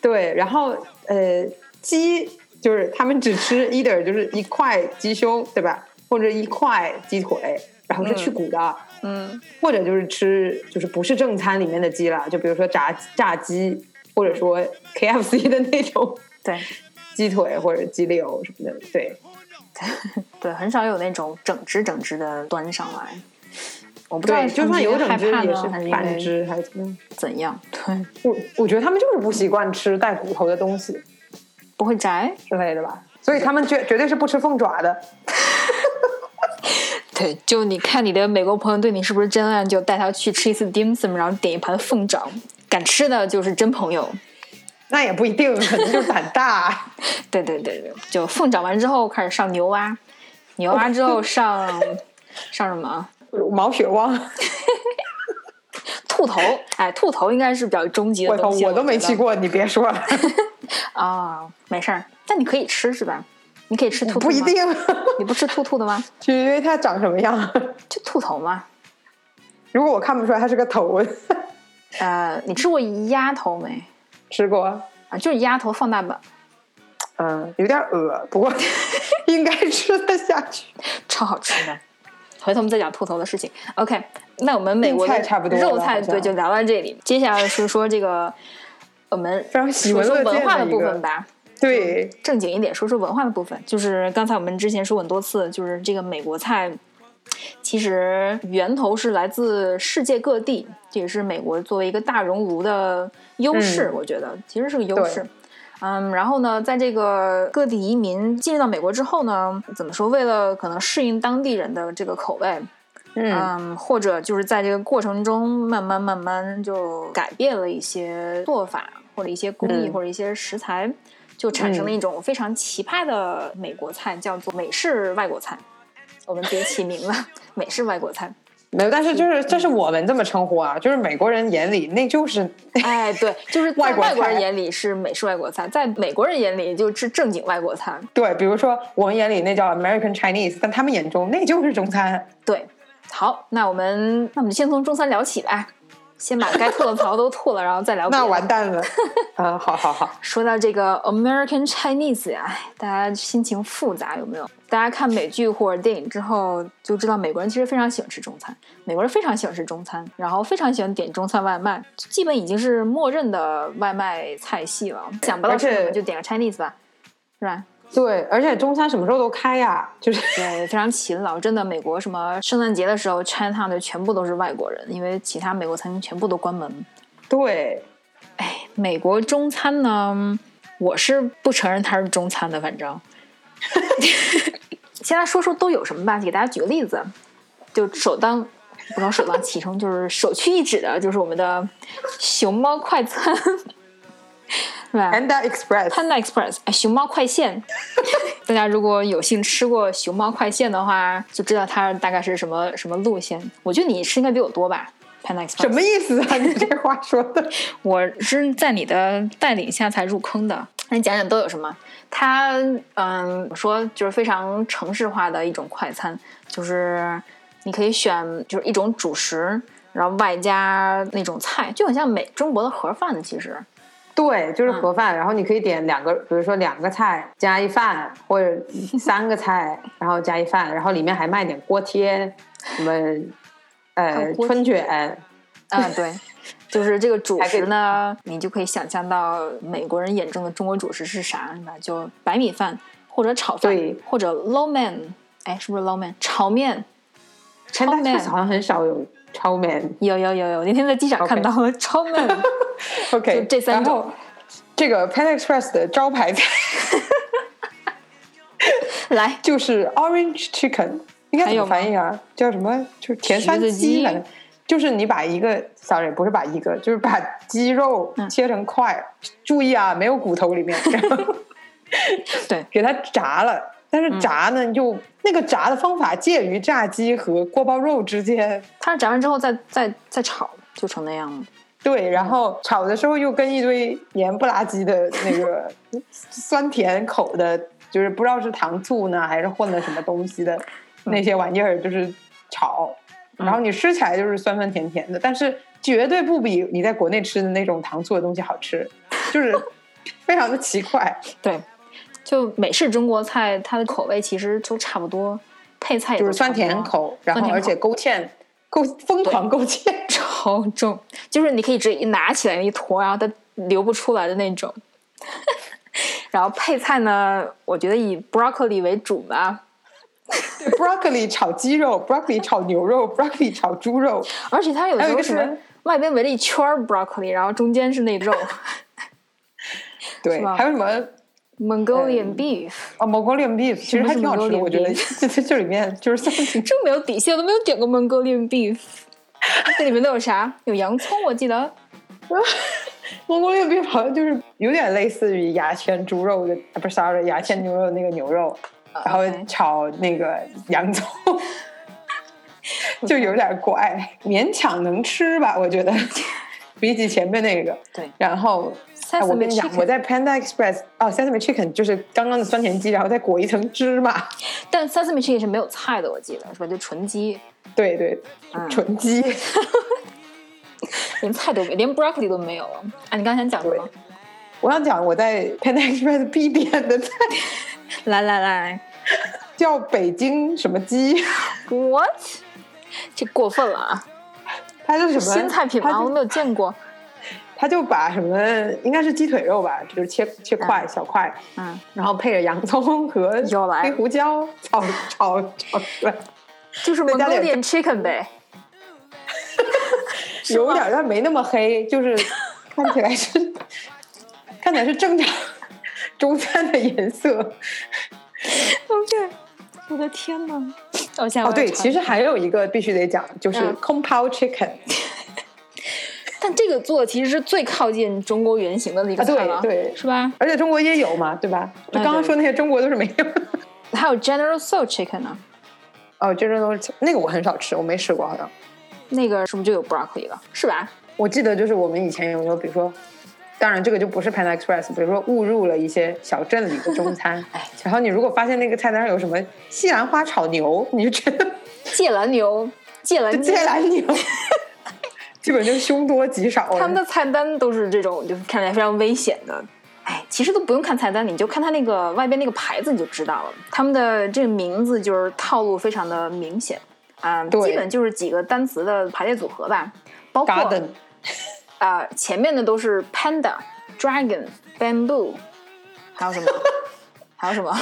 [SPEAKER 3] 对，然后呃，鸡就是他们只吃 either 就是一块鸡胸，对吧？或者一块鸡腿，然后是去骨的，
[SPEAKER 2] 嗯
[SPEAKER 3] 或者就是吃就是不是正餐里面的鸡了，就比如说炸炸鸡，或者说 KFC 的那种
[SPEAKER 2] 对
[SPEAKER 3] 鸡腿或者鸡柳什么的，对。
[SPEAKER 2] 对，很少有那种整只整只的端上来。我不知道
[SPEAKER 3] 对，
[SPEAKER 2] 是
[SPEAKER 3] 就
[SPEAKER 2] 他们
[SPEAKER 3] 算
[SPEAKER 2] 因
[SPEAKER 3] 有
[SPEAKER 2] 为
[SPEAKER 3] 整
[SPEAKER 2] 害
[SPEAKER 3] 只
[SPEAKER 2] 怕
[SPEAKER 3] 也
[SPEAKER 2] 呢
[SPEAKER 3] 是
[SPEAKER 2] 还因
[SPEAKER 3] 半
[SPEAKER 2] 为
[SPEAKER 3] 只还是怎么样？
[SPEAKER 2] 怎样？对，
[SPEAKER 3] 我我觉得他们就是不习惯吃带骨头的东西
[SPEAKER 2] 不会摘。
[SPEAKER 3] 之类的吧，所以他们绝绝对是不吃凤爪的。
[SPEAKER 2] 对，就你看你的美国朋友对你是不是真爱，就带他去吃一次 dim sum，然后点一盘凤爪。敢吃的就是真朋友。
[SPEAKER 3] 那也不一定，可能就是胆大。
[SPEAKER 2] 对对对对，就凤爪完之后开始上牛蛙，牛蛙之 后上上什么啊？
[SPEAKER 3] 毛血旺，
[SPEAKER 2] 兔头，哎，兔头应该是比较终极
[SPEAKER 3] 我
[SPEAKER 2] 的
[SPEAKER 3] 操，
[SPEAKER 2] 东西。
[SPEAKER 3] 我都没
[SPEAKER 2] 觉
[SPEAKER 3] 吃
[SPEAKER 2] 得
[SPEAKER 3] 过，你别说了，
[SPEAKER 2] 啊、没事儿，但你可以吃是吧？你可以吃兔兔
[SPEAKER 3] 不一
[SPEAKER 2] 吗，
[SPEAKER 3] 定，
[SPEAKER 2] 你不吃兔兔的吗？
[SPEAKER 3] 取决于它长什么样。
[SPEAKER 2] 就兔头嘛。
[SPEAKER 3] 如果我看不出来它是个头，
[SPEAKER 2] 呃，你吃过鸭头没？
[SPEAKER 3] 吃过，
[SPEAKER 2] 啊，就是鸭头放大版，
[SPEAKER 3] 嗯，有点恶，不过应该吃得下去。
[SPEAKER 2] 超好吃的。回头我们再讲兔头的事情。OK，那我们美国的
[SPEAKER 3] 硬菜差不多了
[SPEAKER 2] 肉菜
[SPEAKER 3] 好像
[SPEAKER 2] 对就聊到这里。接下来是说这个我们
[SPEAKER 3] 非常喜
[SPEAKER 2] 说
[SPEAKER 3] 闻
[SPEAKER 2] 说
[SPEAKER 3] 乐见的
[SPEAKER 2] 文化的
[SPEAKER 3] 一
[SPEAKER 2] 部
[SPEAKER 3] 个
[SPEAKER 2] 分吧。
[SPEAKER 3] 对，
[SPEAKER 2] 正经一点，说说文化的部分。就是刚才我们之前说过很多次，就是这个美国菜，其实源头是来自世界各地，这也是美国作为一个大熔炉的优势。
[SPEAKER 3] 嗯
[SPEAKER 2] 我觉得其实是个优势。嗯，然后呢，在这个各地移民进入到美国之后呢，怎么说？为了可能适应当地人的这个口味，
[SPEAKER 3] 嗯，
[SPEAKER 2] 嗯，或者就是在这个过程中，慢慢慢慢就改变了一些做法，或者一些工艺，
[SPEAKER 3] 嗯
[SPEAKER 2] 或者一些食材，就产生了一种非常奇葩的美国菜，叫做美式外国菜。我们自己起名了， 美式外国菜。
[SPEAKER 3] 没有，但是就是这是我们这么称呼啊，就是美国人眼里那就是
[SPEAKER 2] 哎，对，就是在
[SPEAKER 3] 外国
[SPEAKER 2] 外国人
[SPEAKER 3] 菜
[SPEAKER 2] 眼里是美式外国菜，在美国人眼里就是正经外国菜。
[SPEAKER 3] 对，比如说我们眼里那叫 American Chinese，但他们眼中那就是中餐。
[SPEAKER 2] 对，好，那我们那我们就先从中餐聊起吧，先把该吐的 槽都吐了，然后再聊别
[SPEAKER 3] 那
[SPEAKER 2] 的。
[SPEAKER 3] 完蛋了啊！好好好，
[SPEAKER 2] 说到这个 American Chinese 呀、哎大家心情复杂有没有？大家看美剧或者电影之后就知道，美国人其实非常喜欢吃中餐，美国人非常喜欢吃中餐，然后非常喜欢点中餐外卖，基本已经是默认的外卖菜系了。想不到吃什
[SPEAKER 3] 而
[SPEAKER 2] 么
[SPEAKER 3] 且
[SPEAKER 2] 就点个 Chinese 吧，是吧？
[SPEAKER 3] 对，而且中餐什么时候都开呀、就是
[SPEAKER 2] 对，非常勤劳，真的。美国什么圣诞节的时候，China 的全部都是外国人，因为其他美国餐厅全部都关门。
[SPEAKER 3] 对，
[SPEAKER 2] 哎，美国中餐呢，我是不承认它是中餐的，反正。先来说说都有什么吧，给大家举个例子，就首当不能首当其冲，就是首屈一指的，就是我们的熊猫快餐，是吧
[SPEAKER 3] Panda Express，
[SPEAKER 2] ？Panda Express，哎，熊猫快线。大家如果有幸吃过熊猫快线的话，就知道它大概是什么什么路线。我觉得你吃应该比我多吧，Panda Express。
[SPEAKER 3] 什么意思啊？你这话说的，
[SPEAKER 2] 我是在你的带领下才入坑的。那你讲讲都有什么？它嗯，我说就是非常城市化的一种快餐，就是你可以选就是一种主食，然后外加那种菜，就很像美中国的盒饭其实。
[SPEAKER 3] 对，就是盒饭，然后你可以点两个，比如说两个菜加一饭，或者三个 菜然后加一饭，然后里面还卖点锅贴，什么
[SPEAKER 2] 还有
[SPEAKER 3] 呃
[SPEAKER 2] 锅贴
[SPEAKER 3] 春卷，
[SPEAKER 2] 啊， 对，就是这个主
[SPEAKER 3] 还可以
[SPEAKER 2] 食呢，你就可以想象到美国人眼中的中国主食是啥，是吧？就白米饭或者炒饭
[SPEAKER 3] 对，
[SPEAKER 2] 或者捞面，哎，是不是捞面？炒面。炒
[SPEAKER 3] 但大
[SPEAKER 2] 面
[SPEAKER 3] 家好像很少有超 man。
[SPEAKER 2] 有有有有，那天在机场
[SPEAKER 3] OK
[SPEAKER 2] 看到了超嫩，
[SPEAKER 3] OK，
[SPEAKER 2] 就这三种
[SPEAKER 3] 然后这个 Panda Express 的招牌菜
[SPEAKER 2] 来
[SPEAKER 3] 就是 Orange Chicken，应该
[SPEAKER 2] 还
[SPEAKER 3] 怎
[SPEAKER 2] 有
[SPEAKER 3] 么
[SPEAKER 2] 吗
[SPEAKER 3] 翻译啊？叫什么？就是甜
[SPEAKER 2] 橘
[SPEAKER 3] 酸
[SPEAKER 2] 子鸡
[SPEAKER 3] 鸡，反正就是你把一个，sorry，不是把一个，就是把鸡肉
[SPEAKER 2] 嗯
[SPEAKER 3] 切成块，注意啊，没有骨头里面，然后
[SPEAKER 2] 对
[SPEAKER 3] 给它炸了。但是炸呢，又那个炸的方法介于炸鸡和锅包肉之间，
[SPEAKER 2] 它炸完之后再再再炒，就成那样了。
[SPEAKER 3] 对，然后炒的时候又跟一堆盐不拉几的 那个酸甜口的，就是不知道是糖醋呢还是混了什么东西的那些玩意儿，就是炒，
[SPEAKER 2] 嗯
[SPEAKER 3] 然后你吃起来就是酸酸甜甜的，但是绝对不比你在国内吃的那种糖醋的东西好吃，就是 非常的奇怪。
[SPEAKER 2] 对，就美式中国菜，它的口味其实都差不多，配菜也
[SPEAKER 4] 就
[SPEAKER 2] 都
[SPEAKER 4] 是
[SPEAKER 2] 差
[SPEAKER 4] 酸
[SPEAKER 2] 不多
[SPEAKER 4] 甜口，然
[SPEAKER 2] 酸
[SPEAKER 4] 后
[SPEAKER 2] 甜
[SPEAKER 4] 而且勾芡，勾疯狂勾 芡。
[SPEAKER 2] 超重，就是你可以直接一拿起来一坨，然后它流不出来的那种。然后配菜呢，我觉得以 broccoli 为主吧，
[SPEAKER 4] broccoli 炒鸡肉，broccoli 炒牛肉，broccoli 炒猪 肉，
[SPEAKER 2] 而且它有
[SPEAKER 4] 还
[SPEAKER 2] 时
[SPEAKER 4] 有一
[SPEAKER 2] 候
[SPEAKER 4] 个什么
[SPEAKER 2] 是外边围了一圈儿 broccoli，然后中间是那肉
[SPEAKER 4] 对
[SPEAKER 2] 是，吧
[SPEAKER 4] 还有什么
[SPEAKER 2] Mongolian beef，
[SPEAKER 4] 哦，蘑菇炼 beef，其实还挺好吃的，
[SPEAKER 2] 蘑菇
[SPEAKER 4] 我觉得
[SPEAKER 2] 练
[SPEAKER 4] 这这这里面 就是 三种
[SPEAKER 2] 这么没有底线，我都没有点过 Mongolian beef。这里面都有啥？有洋葱，我记得。
[SPEAKER 4] 蘑菇炼 beef 好像就是有点类似于牙签猪肉的，啊不是 sorry，牙签牛肉那个牛肉，然后
[SPEAKER 2] 哦 OK
[SPEAKER 4] 炒那个洋葱。 就有点怪，勉强能吃吧，我觉得，比起前面那个。
[SPEAKER 2] 对
[SPEAKER 4] 然后哎我跟你讲
[SPEAKER 2] Sesame，chicken
[SPEAKER 4] 我在 Panda Express 哦，Sesame Chicken 就是刚刚的酸甜鸡，然后再裹一层芝麻。
[SPEAKER 2] 但 sesame chicken 是没有菜的，我记得是吧？就纯鸡，
[SPEAKER 4] 对对，
[SPEAKER 2] 嗯
[SPEAKER 4] 纯鸡。
[SPEAKER 2] 连菜都没，连 broccoli 都没有啊！啊，你刚才想讲什么？
[SPEAKER 4] 我想讲我在 Panda Express 必点的菜
[SPEAKER 2] 来来来
[SPEAKER 4] 叫北京什么鸡，
[SPEAKER 2] ，what？这过分了啊！
[SPEAKER 4] 它是什么
[SPEAKER 2] 新菜品
[SPEAKER 4] 它
[SPEAKER 2] 吗？我
[SPEAKER 4] 就
[SPEAKER 2] 都没有见过。
[SPEAKER 4] 它就把什么应该是鸡腿肉吧，就是切切块、小块，
[SPEAKER 2] 嗯，
[SPEAKER 4] 然后配着洋葱和
[SPEAKER 2] 又来
[SPEAKER 4] 黑
[SPEAKER 2] 了
[SPEAKER 4] 胡椒炒炒炒出来。
[SPEAKER 2] 就是 m
[SPEAKER 4] 再
[SPEAKER 2] o
[SPEAKER 4] 加
[SPEAKER 2] n
[SPEAKER 4] 点
[SPEAKER 2] g chicken 呗。
[SPEAKER 4] 有点儿，但没那么黑，就是 看起来是看起来是正常中餐的颜色。
[SPEAKER 2] OK，我的天呐！哦，下
[SPEAKER 4] 哦，对，其实，还有一个必须得讲，就是
[SPEAKER 2] 嗯
[SPEAKER 4] kung pao chicken
[SPEAKER 2] 但这个做其实是最靠近中国原型的一个
[SPEAKER 4] 啊对
[SPEAKER 2] 菜了，
[SPEAKER 4] 对
[SPEAKER 2] 是吧？
[SPEAKER 4] 而且中国也有嘛，对吧？就
[SPEAKER 2] 嗯
[SPEAKER 4] 刚刚
[SPEAKER 2] 对
[SPEAKER 4] 说那些中国都是没有的。
[SPEAKER 2] 还有 General Soul chicken 呢，
[SPEAKER 4] 哦，这种东西那个我很少吃，我没吃过，好像
[SPEAKER 2] 那个是不是就有 broccoli 了？是吧？
[SPEAKER 4] 我记得就是我们以前有时候，比如说。当然，这个就不是 Panda Express，比如说误入了一些小镇里的中餐
[SPEAKER 2] 哎，
[SPEAKER 4] 然后你如果发现那个菜单上有什么西兰花炒牛，你就觉得
[SPEAKER 2] 芥蓝牛，芥蓝
[SPEAKER 4] 芥
[SPEAKER 2] 鸡，
[SPEAKER 4] 蓝 牛，基本就凶多吉少了。
[SPEAKER 2] 他们的菜单都是这种，就是看起来非常危险的。哎，其实都不用看菜单，你就看它那个外边那个牌子你就知道了。他们的这个名字就是套路非常的明显啊、
[SPEAKER 4] 对
[SPEAKER 2] 基本就是几个单词的排列组合吧，包括
[SPEAKER 4] garden
[SPEAKER 2] 啊、前面的都是 panda、dragon、bamboo，还 有什么？还有什么？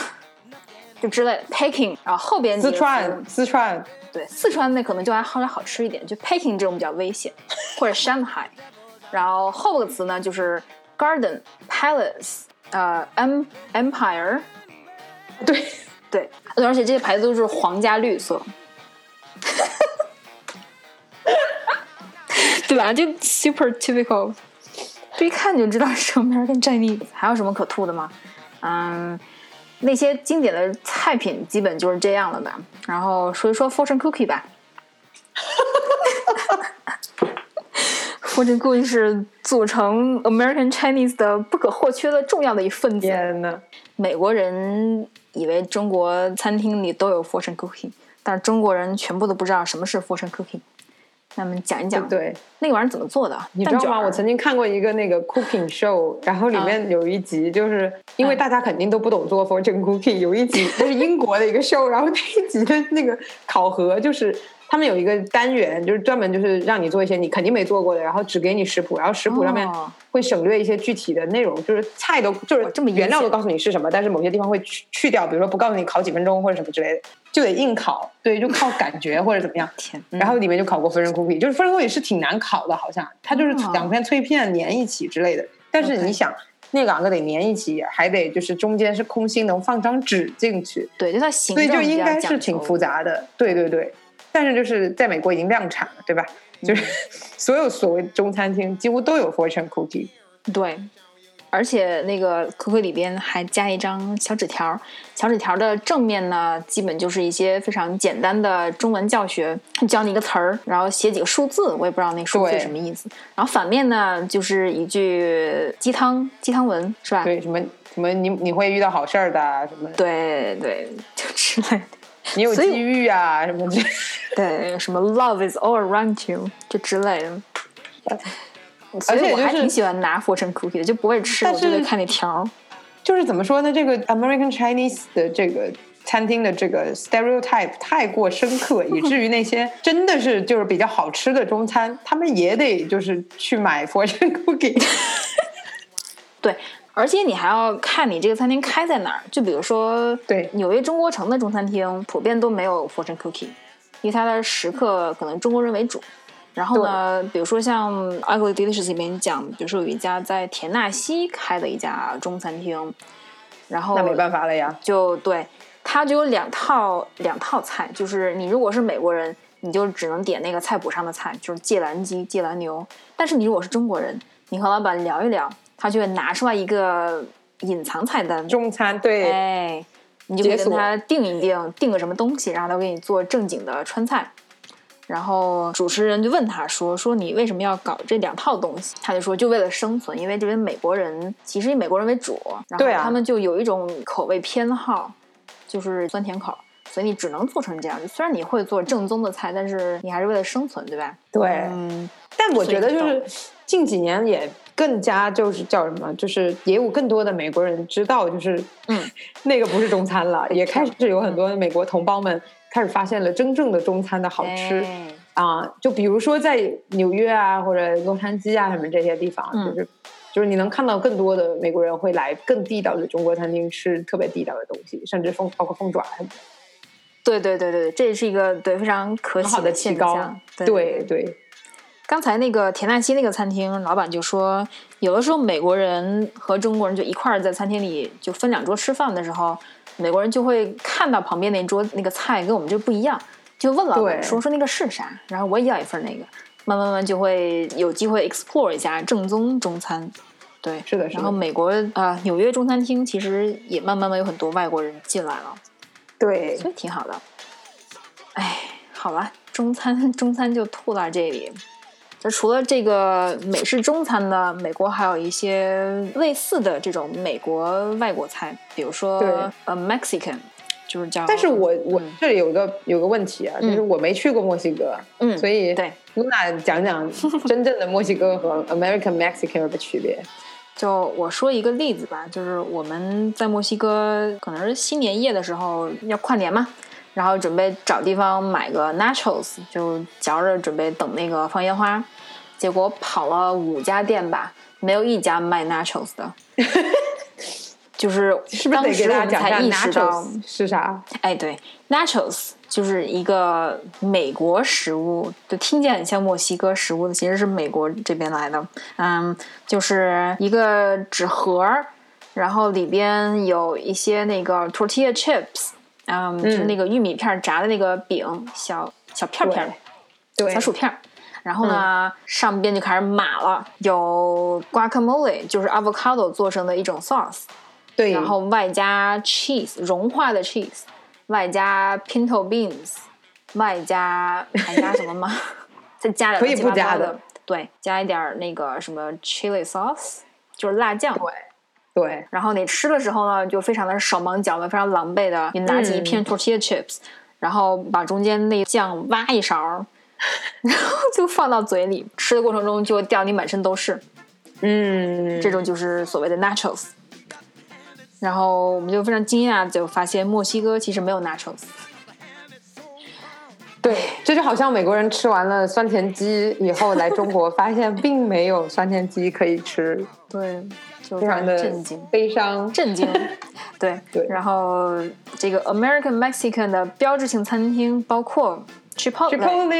[SPEAKER 2] 就之类的 Peking，然后后边几
[SPEAKER 4] 四
[SPEAKER 2] 个词
[SPEAKER 4] 川四川
[SPEAKER 2] 对，四川那可能就还稍微好吃一点，就 Peking 这种比较危险，或者 Shanghai。然后后个词呢就是 Garden、Palace、呃 Em Empire，
[SPEAKER 4] 对，
[SPEAKER 2] 对，而且这些牌子都是皇家绿色， 对吧？就 super typical，这一看就知道是 American Chinese。还有什么可吐的吗？嗯，那些经典的菜品基本就是这样了吧。然后说一说 fortune cookie 吧。fortune cookie 是组成 American Chinese 的不可或缺的重要的一份子。
[SPEAKER 4] 天呐，
[SPEAKER 2] 美国人以为中国餐厅里都有 fortune cookie，但是中国人全部都不知道什么是 fortune cookie。那么讲一讲，
[SPEAKER 4] 对，
[SPEAKER 2] 那个玩意儿怎么做的？
[SPEAKER 4] 你知道
[SPEAKER 2] 蛋卷儿
[SPEAKER 4] 吗？
[SPEAKER 2] 啊嗯
[SPEAKER 4] 我曾经看过一个那个 cooking show，然后里面有一集就是因为大家肯定都不懂做 fortune cookie，有一 集那是英国的一个 show，然后那一集的那个考核就是。他们有一个单元，就是专门就是让你做一些你肯定没做过的，然后只给你食谱，然后食谱上面
[SPEAKER 2] 哦
[SPEAKER 4] 会省略一些具体的内容，就是菜都就是
[SPEAKER 2] 哦这么阴
[SPEAKER 4] 原料
[SPEAKER 2] 险
[SPEAKER 4] 都告诉你是什么，但是某些地方会去去掉，比如说不告诉你烤几分钟或者什么之类的，就得硬烤，对，就靠感觉或者怎么样。
[SPEAKER 2] 天，
[SPEAKER 4] 然后里面就烤过分人 cookie，就是分人 cookie 是挺难烤的，好像它就是
[SPEAKER 2] 哦
[SPEAKER 4] 两片脆片粘一起之类的。但是
[SPEAKER 2] OK
[SPEAKER 4] 你想，那两个得粘一起，还得就是中间是空心，能放张纸进去，
[SPEAKER 2] 对，就它形
[SPEAKER 4] 所以
[SPEAKER 2] 状
[SPEAKER 4] 就
[SPEAKER 2] 比
[SPEAKER 4] 应
[SPEAKER 2] 较
[SPEAKER 4] 该
[SPEAKER 2] 讲
[SPEAKER 4] 是挺
[SPEAKER 2] 究
[SPEAKER 4] 复杂的。对对对，但是就是在美国已经量产了，对吧？就是
[SPEAKER 2] 嗯
[SPEAKER 4] 所有所谓中餐厅几乎都有 fortune cookie，
[SPEAKER 2] 对，而且那个 QQ 里边还加一张小纸条儿，小纸条儿的正面呢，基本就是一些非常简单的中文教学，教你一个词儿，然后写几个数字，我也不知道那个数字
[SPEAKER 4] 对
[SPEAKER 2] 是什么意思。然后反面呢，就是一句鸡汤鸡汤文，是吧？
[SPEAKER 4] 对什么什么你你会遇到好事儿的啊，什么
[SPEAKER 2] 对对，就之类的。
[SPEAKER 4] 你有
[SPEAKER 2] 所以
[SPEAKER 4] 机遇啊，什么之类的。
[SPEAKER 2] 对，什么 love is all around you，就之类的。所
[SPEAKER 4] 嗯而且
[SPEAKER 2] 以我还
[SPEAKER 4] 就是
[SPEAKER 2] 挺喜欢拿 fortune cookie 的，就不会吃，
[SPEAKER 4] 但
[SPEAKER 2] 我就会
[SPEAKER 4] 是
[SPEAKER 2] 看那条儿。
[SPEAKER 4] 就是怎么说呢？这个 American Chinese 的这个餐厅的这个 stereotype 太过深刻，以至于那 些真的是就是比较好吃的中餐，他们也得就是去买 fortune cookie。
[SPEAKER 2] 对，而且你还要看你这个餐厅开在哪儿。就比如说，
[SPEAKER 4] 对
[SPEAKER 2] 纽约中国城的中餐厅普遍都没有 fortune cookie，因为它的食客可能中国人为主。然后呢，比如说像《Ugly Delicious》里面讲，比如说有一家在田纳西开的一家中餐厅，然后
[SPEAKER 4] 那没办法了呀，
[SPEAKER 2] 就对，它就有两套两套菜，就是你如果是美国人，你就只能点那个菜谱上的菜，就是芥蓝鸡、芥蓝牛。但是你如果是中国人，你和老板聊一聊，他就会拿出来一个隐藏菜单，
[SPEAKER 4] 中餐对。
[SPEAKER 2] 哎，你就可以
[SPEAKER 4] 解
[SPEAKER 2] 跟
[SPEAKER 4] 锁
[SPEAKER 2] 他定一定，定个什么东西，然后他给你做正经的川菜。然后主持人就问他说：“说你为什么要搞这两套东西？”他就说：“就为了生存，因为这边美国人其实以美国人为主，然后
[SPEAKER 4] 对啊
[SPEAKER 2] 他们就有一种口味偏好，就是酸甜口，所以你只能做成这样。虽然你会做正宗的菜，但是你还是为了生存，对吧？”
[SPEAKER 4] 对
[SPEAKER 2] 嗯，
[SPEAKER 4] 但我觉得就
[SPEAKER 2] 所以
[SPEAKER 4] 是近几年也更加就是叫什么，就是也有更多的美国人知道，就是
[SPEAKER 2] 嗯，
[SPEAKER 4] 那个不是中餐了，也开始有
[SPEAKER 2] 嗯
[SPEAKER 4] 很多的美国同胞们开始发现了真正的中餐的好吃。
[SPEAKER 2] 哎
[SPEAKER 4] 啊，就比如说在纽约啊，或者洛杉矶啊什么这些地方，
[SPEAKER 2] 嗯
[SPEAKER 4] 就是就是你能看到更多的美国人会来更地道的中国餐厅吃特别地道的东西，甚至凤包括凤爪什么的，
[SPEAKER 2] 对对对对，这是一个对非常可
[SPEAKER 4] 很
[SPEAKER 2] 喜
[SPEAKER 4] 好的提
[SPEAKER 2] 现
[SPEAKER 4] 高
[SPEAKER 2] 象。。
[SPEAKER 4] 对对，
[SPEAKER 2] 刚才那个田纳西那个餐厅老板就说，有的时候美国人和中国人就一块儿在餐厅里就分两桌吃饭的时候，美国人就会看到旁边那桌那个菜跟我们这不一样，就问老板
[SPEAKER 4] 对
[SPEAKER 2] 说说那个是啥，然后我也要一份那个，慢慢慢就会有机会 explore 一下正宗中餐。对，
[SPEAKER 4] 是的是
[SPEAKER 2] 然
[SPEAKER 4] 的
[SPEAKER 2] 后美国啊、呃纽约中餐厅其实也慢慢慢有很多外国人进来了，
[SPEAKER 4] 对
[SPEAKER 2] 所以挺好的。哎，好了，中餐 中餐就吐到这里。就除了这个美式中餐呢，美国还有一些类似的这种美国外国菜，比如说
[SPEAKER 4] 对
[SPEAKER 2] 呃 Mexican，就是叫。
[SPEAKER 4] 但是我我
[SPEAKER 2] 嗯
[SPEAKER 4] 这里有个有个问题啊，就是我没去过墨西哥，
[SPEAKER 2] 嗯
[SPEAKER 4] 所以
[SPEAKER 2] 对，
[SPEAKER 4] 露 娜讲讲真正的墨西哥和 American Mexican 的区别。
[SPEAKER 2] 就我说一个例子吧，就是我们在墨西哥可能是新年夜的时候要跨年嘛，然后准备找地方买个 nachos，就嚼着准备等那个放烟花，结果跑了五家店吧，没有一家卖 nachos 的，就是
[SPEAKER 4] 是不是
[SPEAKER 2] 当
[SPEAKER 4] 得给
[SPEAKER 2] 时我
[SPEAKER 4] 大
[SPEAKER 2] 们
[SPEAKER 4] 家讲
[SPEAKER 2] 才
[SPEAKER 4] 一
[SPEAKER 2] 意
[SPEAKER 4] 下
[SPEAKER 2] 识到
[SPEAKER 4] nachos 是啥？
[SPEAKER 2] 哎，对，nachos 就是一个美国食物，就听起来很像墨西哥食物的，其实是美国这边来的。嗯，就是一个纸盒儿，然后里边有一些那个 tortilla chips，嗯，就是那个玉米片儿炸的那个饼，小小片儿片儿，
[SPEAKER 4] 对嗯
[SPEAKER 2] 小，薯片儿。然后呢，上边就开始码了，有 guacamole，就是 avocado 做成的一种 sauce，
[SPEAKER 4] 对，
[SPEAKER 2] 然后外加 cheese 融化的 cheese，外加 pinto beans，外加还加什么吗？ 再加点
[SPEAKER 4] 可以
[SPEAKER 2] 乱七八
[SPEAKER 4] 不加
[SPEAKER 2] 糟
[SPEAKER 4] 的
[SPEAKER 2] 的，对，加一点儿那个什么 chili sauce，就是辣酱。
[SPEAKER 4] 对对
[SPEAKER 2] 然后你吃的时候呢，就非常的手忙脚乱，非常狼狈
[SPEAKER 4] 嗯
[SPEAKER 2] 的，你拿起一片 tortilla chips，、然后把中间那酱挖一勺儿， 然后就放到嘴里，吃的过程中就会掉你满身都是。
[SPEAKER 4] 嗯，
[SPEAKER 2] 这种就是所谓的 nachos。然后我们就非常惊讶，就发现墨西哥其实没有 nachos。
[SPEAKER 4] 对，这就好像美国人吃完了酸甜鸡以后来中国，发现并没有酸甜鸡可以吃，
[SPEAKER 2] 对，就
[SPEAKER 4] 非
[SPEAKER 2] 非
[SPEAKER 4] 常
[SPEAKER 2] 常
[SPEAKER 4] 的
[SPEAKER 2] 震惊，
[SPEAKER 4] 悲伤。
[SPEAKER 2] 震惊。 对，
[SPEAKER 4] 对
[SPEAKER 2] 然后这个 American Mexican 的标志性餐厅包括 Chipotle
[SPEAKER 4] Chipotle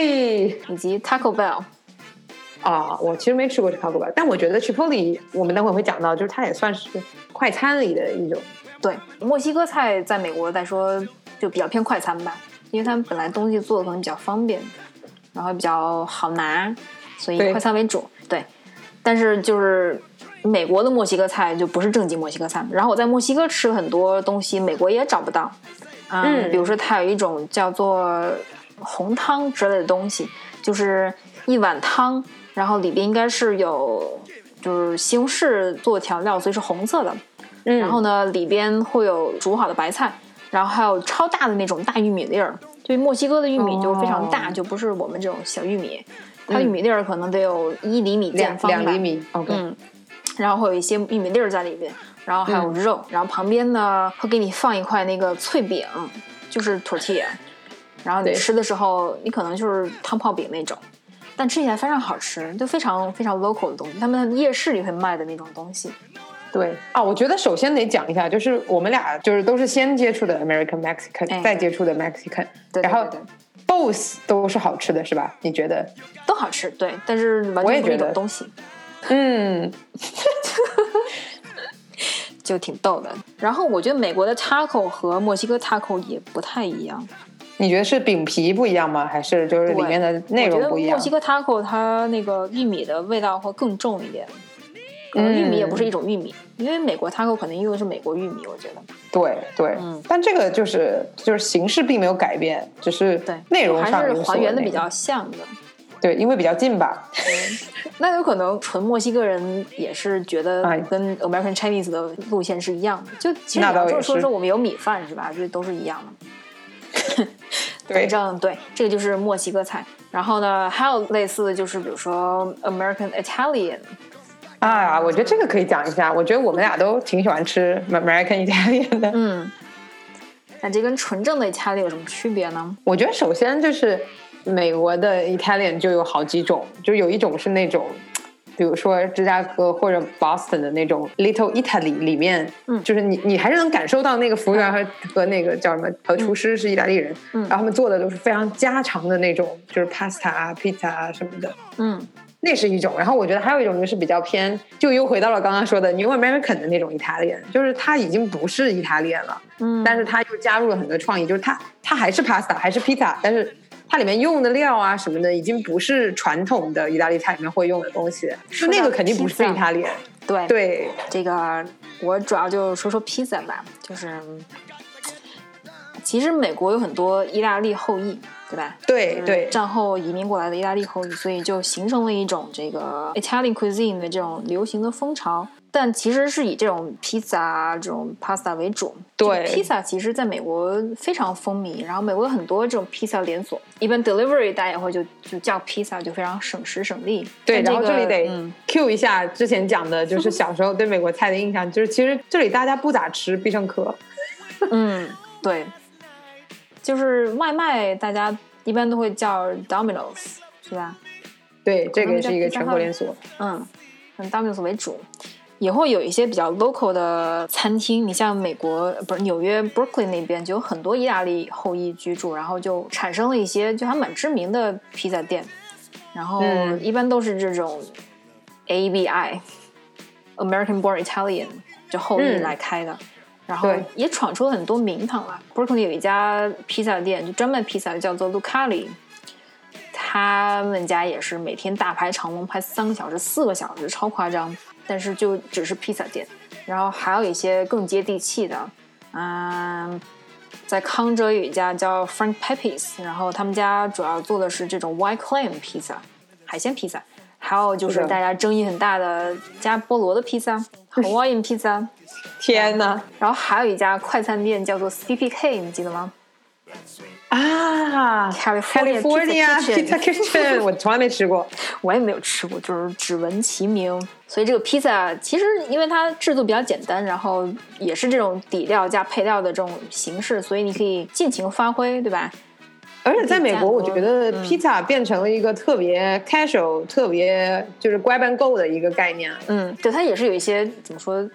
[SPEAKER 2] 以及 Taco Bell。
[SPEAKER 4] 啊，我其实没吃过 Chipotle，吧但我觉得 Chipotle 我们待会儿会讲到，就是它也算是快餐里的一种。
[SPEAKER 2] 对，墨西哥菜在美国来说就比较偏快餐吧，因为他们本来东西做的可能比较方便，然后比较好拿，所以
[SPEAKER 4] 对
[SPEAKER 2] 快餐为主。对，但是就是美国的墨西哥菜就不是正经墨西哥菜。然后我在墨西哥吃了很多东西，美国也找不到。嗯，
[SPEAKER 4] 嗯
[SPEAKER 2] 比如说它有一种叫做红汤之类的东西，就是一碗汤，然后里边应该是有就是西红柿做调料，所以是红色的。
[SPEAKER 4] 嗯，
[SPEAKER 2] 然后呢，里边会有煮好的白菜，然后还有超大的那种大玉米粒儿。就墨西哥的玉米就非常大，
[SPEAKER 4] 哦嗯
[SPEAKER 2] 就不是我们这种小玉米，它玉米粒儿可能得有一厘米见
[SPEAKER 4] 两
[SPEAKER 2] 方吧。嗯
[SPEAKER 4] 两厘米，OK，
[SPEAKER 2] 嗯，然后会有一些玉米粒儿在里边，然后还有肉，然后旁边呢会给你放一块那个脆饼，就是 tortilla，然后你
[SPEAKER 4] 对
[SPEAKER 2] 吃的时候，你可能就是汤泡饼那种，但吃起来非常好吃，就非常非常 local 的东西，他们夜市里会卖的那种东西。
[SPEAKER 4] 对啊，我觉得首先得讲一下，就是我们俩就是都是先接触的 American Mexican，、
[SPEAKER 2] 哎
[SPEAKER 4] 再接触的 Mexican，
[SPEAKER 2] 对对
[SPEAKER 4] 然后
[SPEAKER 2] 对对
[SPEAKER 4] both 都是好吃的，是吧？你觉得？
[SPEAKER 2] 都好吃，对，但是完
[SPEAKER 4] 我也
[SPEAKER 2] 全不是一
[SPEAKER 4] 觉
[SPEAKER 2] 种
[SPEAKER 4] 得
[SPEAKER 2] 东西，
[SPEAKER 4] 嗯，
[SPEAKER 2] 就挺逗的。然后我觉得美国的 taco 和墨西哥 taco 也不太一样，
[SPEAKER 4] 你觉得是饼皮不一样吗？还是就是里
[SPEAKER 2] 对
[SPEAKER 4] 面的内
[SPEAKER 2] 我
[SPEAKER 4] 容
[SPEAKER 2] 觉得
[SPEAKER 4] 不一样
[SPEAKER 2] 墨西？哥 taco 它那个玉米的味道会更重一点，可能
[SPEAKER 4] 嗯
[SPEAKER 2] 玉米也不是一种玉米，因为美国 taco 可能用的是美国玉米，我觉得
[SPEAKER 4] 对对、
[SPEAKER 2] 嗯
[SPEAKER 4] 但这个就是就是形式并没有改变，只是
[SPEAKER 2] 对，
[SPEAKER 4] 内容上
[SPEAKER 2] 还是
[SPEAKER 4] 有所
[SPEAKER 2] 还原的
[SPEAKER 4] 那
[SPEAKER 2] 比
[SPEAKER 4] 个
[SPEAKER 2] 较像的。
[SPEAKER 4] 对，因为比较近吧。
[SPEAKER 2] 那有可能纯墨西哥人也是觉得
[SPEAKER 4] 哎
[SPEAKER 2] 跟 American Chinese 的路线是一样的，就其实
[SPEAKER 4] 那
[SPEAKER 2] 你要
[SPEAKER 4] 倒
[SPEAKER 2] 这么
[SPEAKER 4] 也
[SPEAKER 2] 说
[SPEAKER 4] 是
[SPEAKER 2] 说，我们有米饭是吧？这都是一样 的。
[SPEAKER 4] 对
[SPEAKER 2] 反，正对，这个就是墨西哥菜。然后呢，还有类似的就是，比如说 American Italian，
[SPEAKER 4] 啊，我觉得这个可以讲一下。我觉得我们俩都挺喜欢吃 American Italian 的。
[SPEAKER 2] 嗯，那这跟纯正的 Italian 有什么区别呢？
[SPEAKER 4] 我觉得首先就是美国的 Italian 就有好几种，就有一种是那种，比如说芝加哥或者 Boston 的那种 Little Italy 里面，
[SPEAKER 2] 嗯
[SPEAKER 4] 就是你你还是能感受到那个服务员和、和那个叫什么和厨师是意大利人，
[SPEAKER 2] 嗯
[SPEAKER 4] 然后他们做的都是非常家常的那种，就是 pasta 啊、pizza 啊什么的。
[SPEAKER 2] 嗯，
[SPEAKER 4] 那是一种，然后我觉得还有一种就是比较偏，就又回到了刚刚说的 New American 的那种 Italian，就是它已经不是 Italian 了，
[SPEAKER 2] 嗯
[SPEAKER 4] 但是它又加入了很多创意，就是它它还是 pasta 还是 pizza，但是它里面用的料啊什么的，已经不是传统的意大利菜里面会用的东西，就
[SPEAKER 2] 说到
[SPEAKER 4] 那个肯定不是
[SPEAKER 2] pizza
[SPEAKER 4] Italian。
[SPEAKER 2] 对，
[SPEAKER 4] 对，
[SPEAKER 2] 这个我主要就说说 pizza 吧，就是其实美国有很多意大利后裔，对吧？
[SPEAKER 4] 对
[SPEAKER 2] 就是
[SPEAKER 4] 对
[SPEAKER 2] 战后移民过来的意大利后裔，所以就形成了一种这个 Italian cuisine 的这种流行的风潮。但其实是以这种披萨、啊这种 pasta 为主。
[SPEAKER 4] 对
[SPEAKER 2] 披萨其实在美国非常风靡，然后美国有很多这种披萨连锁，一般 delivery 大家也会就就叫披萨，就非常省时省力。
[SPEAKER 4] 对，
[SPEAKER 2] 但这
[SPEAKER 4] 然后这
[SPEAKER 2] 个
[SPEAKER 4] 里得
[SPEAKER 2] 嗯
[SPEAKER 4] Q 一下之前讲的，就是小时候对美国菜的印象，就是其实这里大家不咋吃必胜客，
[SPEAKER 2] 嗯，对，就是外卖，大家一般都会叫 Domino's，是吧？
[SPEAKER 4] 对，这个
[SPEAKER 2] 们
[SPEAKER 4] 也
[SPEAKER 2] 叫
[SPEAKER 4] 是一个
[SPEAKER 2] Pizza
[SPEAKER 4] 全国
[SPEAKER 2] Hut
[SPEAKER 4] 连锁，
[SPEAKER 2] 嗯，嗯，Domino's 为主，也会有一些比较 local 的餐厅。你像美国不是纽约 Brooklyn 那边就有很多意大利后裔居住，然后就产生了一些就还蛮知名的披萨店，然后
[SPEAKER 4] 嗯
[SPEAKER 2] 一般都是这种 ABI American Born Italian 就后裔
[SPEAKER 4] 嗯
[SPEAKER 2] 来开的。然后
[SPEAKER 4] 对
[SPEAKER 2] 也闯出了很多名堂啊。Brooklyn 有一家披萨店，就专卖披萨，叫做 Lucali。他们家也是每天大排长龙，排三个小时、四个小时，超夸张。但是就只是披萨店，然后还有一些更接地气的，嗯，在康州有一家叫 Frank Pepe's，然后他们家主要做的是这种 white clam 披萨，海鲜披萨，还有就是
[SPEAKER 4] 是的
[SPEAKER 2] 大家争议很大的加菠萝的披萨，Hawaiian 披萨。
[SPEAKER 4] 天呐！
[SPEAKER 2] 然后还有一家快餐店叫做 CPK，你记得吗
[SPEAKER 4] 啊
[SPEAKER 2] California Pizza
[SPEAKER 4] Pizza Kitchen，我从来没吃过。
[SPEAKER 2] 我也没有吃过，就是只闻其名。所以这个披萨其实因为它制作比较简单，然后也是这种底料加配料的这种形式，所以你可以尽情发挥，对吧？
[SPEAKER 4] 而且在美国，我觉得
[SPEAKER 2] 嗯
[SPEAKER 4] pizza 变成了一个特别 casual、特别就是乖班够的一个概念。
[SPEAKER 2] 嗯，对，它也是有一些怎么说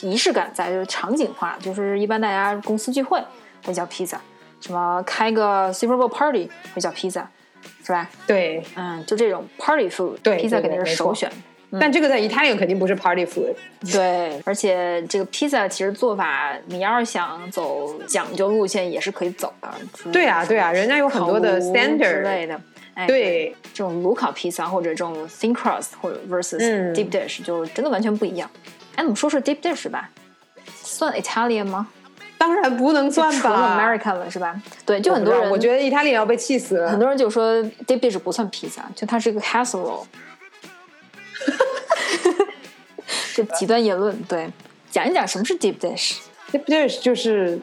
[SPEAKER 2] 仪式感在，就是场景化，就是一般大家公司聚会会叫披萨，什么开个 Super Bowl party 会叫披萨，是吧？
[SPEAKER 4] 对，
[SPEAKER 2] 嗯，就这种 party food，
[SPEAKER 4] 对
[SPEAKER 2] 披萨
[SPEAKER 4] 对
[SPEAKER 2] 肯
[SPEAKER 4] 对
[SPEAKER 2] 定是
[SPEAKER 4] 没
[SPEAKER 2] 首
[SPEAKER 4] 错
[SPEAKER 2] 选。
[SPEAKER 4] 但这个在 Italian 肯定不是 party food。
[SPEAKER 2] 对，而且这个披萨其实做法，你要是想走讲究路线，也是可以走的。就是
[SPEAKER 4] 对啊，对啊，人家有很多的
[SPEAKER 2] 烤炉之
[SPEAKER 4] standard。
[SPEAKER 2] 类的。哎，
[SPEAKER 4] 对，
[SPEAKER 2] 这种炉烤披萨或者这种 thin crust 或者 versus
[SPEAKER 4] 嗯
[SPEAKER 2] deep dish、就真的完全不一样。哎，我们说说 deep dish 吧，算 Italian 吗？
[SPEAKER 4] 当然不能算
[SPEAKER 2] 纯
[SPEAKER 4] 吧。
[SPEAKER 2] American 了是吧？对，就很多
[SPEAKER 4] 我不知
[SPEAKER 2] 人
[SPEAKER 4] 道我觉得 Italian 要被气死
[SPEAKER 2] 很
[SPEAKER 4] 了。
[SPEAKER 2] 多人就说 deep dish 不算披萨，就它是一个 hash roll。这极端言论，对，讲一讲什么是 deep dish。
[SPEAKER 4] Deep dish 就是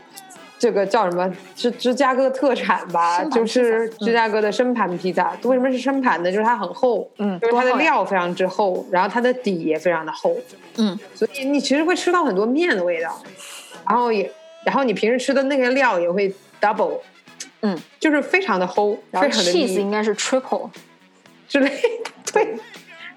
[SPEAKER 4] 这个叫什么芝芝加哥特产吧，
[SPEAKER 2] 生盘
[SPEAKER 4] 就是
[SPEAKER 2] 披萨嗯
[SPEAKER 4] 芝加哥的生盘披萨。为什么是生盘呢？就是它很厚，
[SPEAKER 2] 嗯
[SPEAKER 4] 就是它
[SPEAKER 2] 多
[SPEAKER 4] 的
[SPEAKER 2] 厚呀
[SPEAKER 4] 料非常之厚，然后它的底也非常的厚，
[SPEAKER 2] 嗯，
[SPEAKER 4] 所以你其实会吃到很多面的味道，然后也，然后你平时吃的那个料也会 double，
[SPEAKER 2] 嗯，
[SPEAKER 4] 就是非常的齁，
[SPEAKER 2] 然后
[SPEAKER 4] 非常的
[SPEAKER 2] cheese
[SPEAKER 4] 腻
[SPEAKER 2] 应该是 triple，
[SPEAKER 4] 之 类的，对。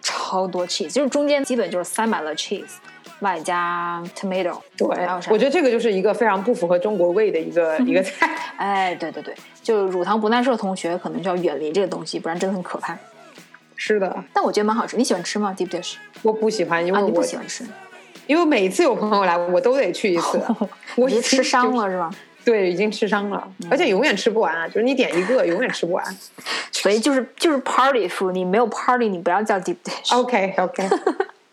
[SPEAKER 2] 超多 cheese，就是中间基本就是塞满了 cheese，外加 tomato，
[SPEAKER 4] 对
[SPEAKER 2] 还有，啥
[SPEAKER 4] 我？觉得这个就是一个非常不符合中国味的一 个一个菜。
[SPEAKER 2] 哎，对对对，就乳糖不耐受的同学可能就要远离这个东西，不然真的很可怕。
[SPEAKER 4] 是的，
[SPEAKER 2] 但我觉得蛮好吃，你喜欢吃吗？deep dish
[SPEAKER 4] 我不喜欢，因
[SPEAKER 2] 啊，
[SPEAKER 4] 为
[SPEAKER 2] 你
[SPEAKER 4] 嗯我、
[SPEAKER 2] 不喜欢吃，。
[SPEAKER 4] 因为每次有朋友来，我都得去一次 啊我
[SPEAKER 2] 你是
[SPEAKER 4] 已经
[SPEAKER 2] 吃伤
[SPEAKER 4] 就
[SPEAKER 2] 了是嗯吧？
[SPEAKER 4] 对，已经吃伤了，而且永远吃不完啊！就是你点一个，永远吃 不完。
[SPEAKER 2] 所以就是就是 party food，你没有 party，你不要叫 deep dish。
[SPEAKER 4] OK OK，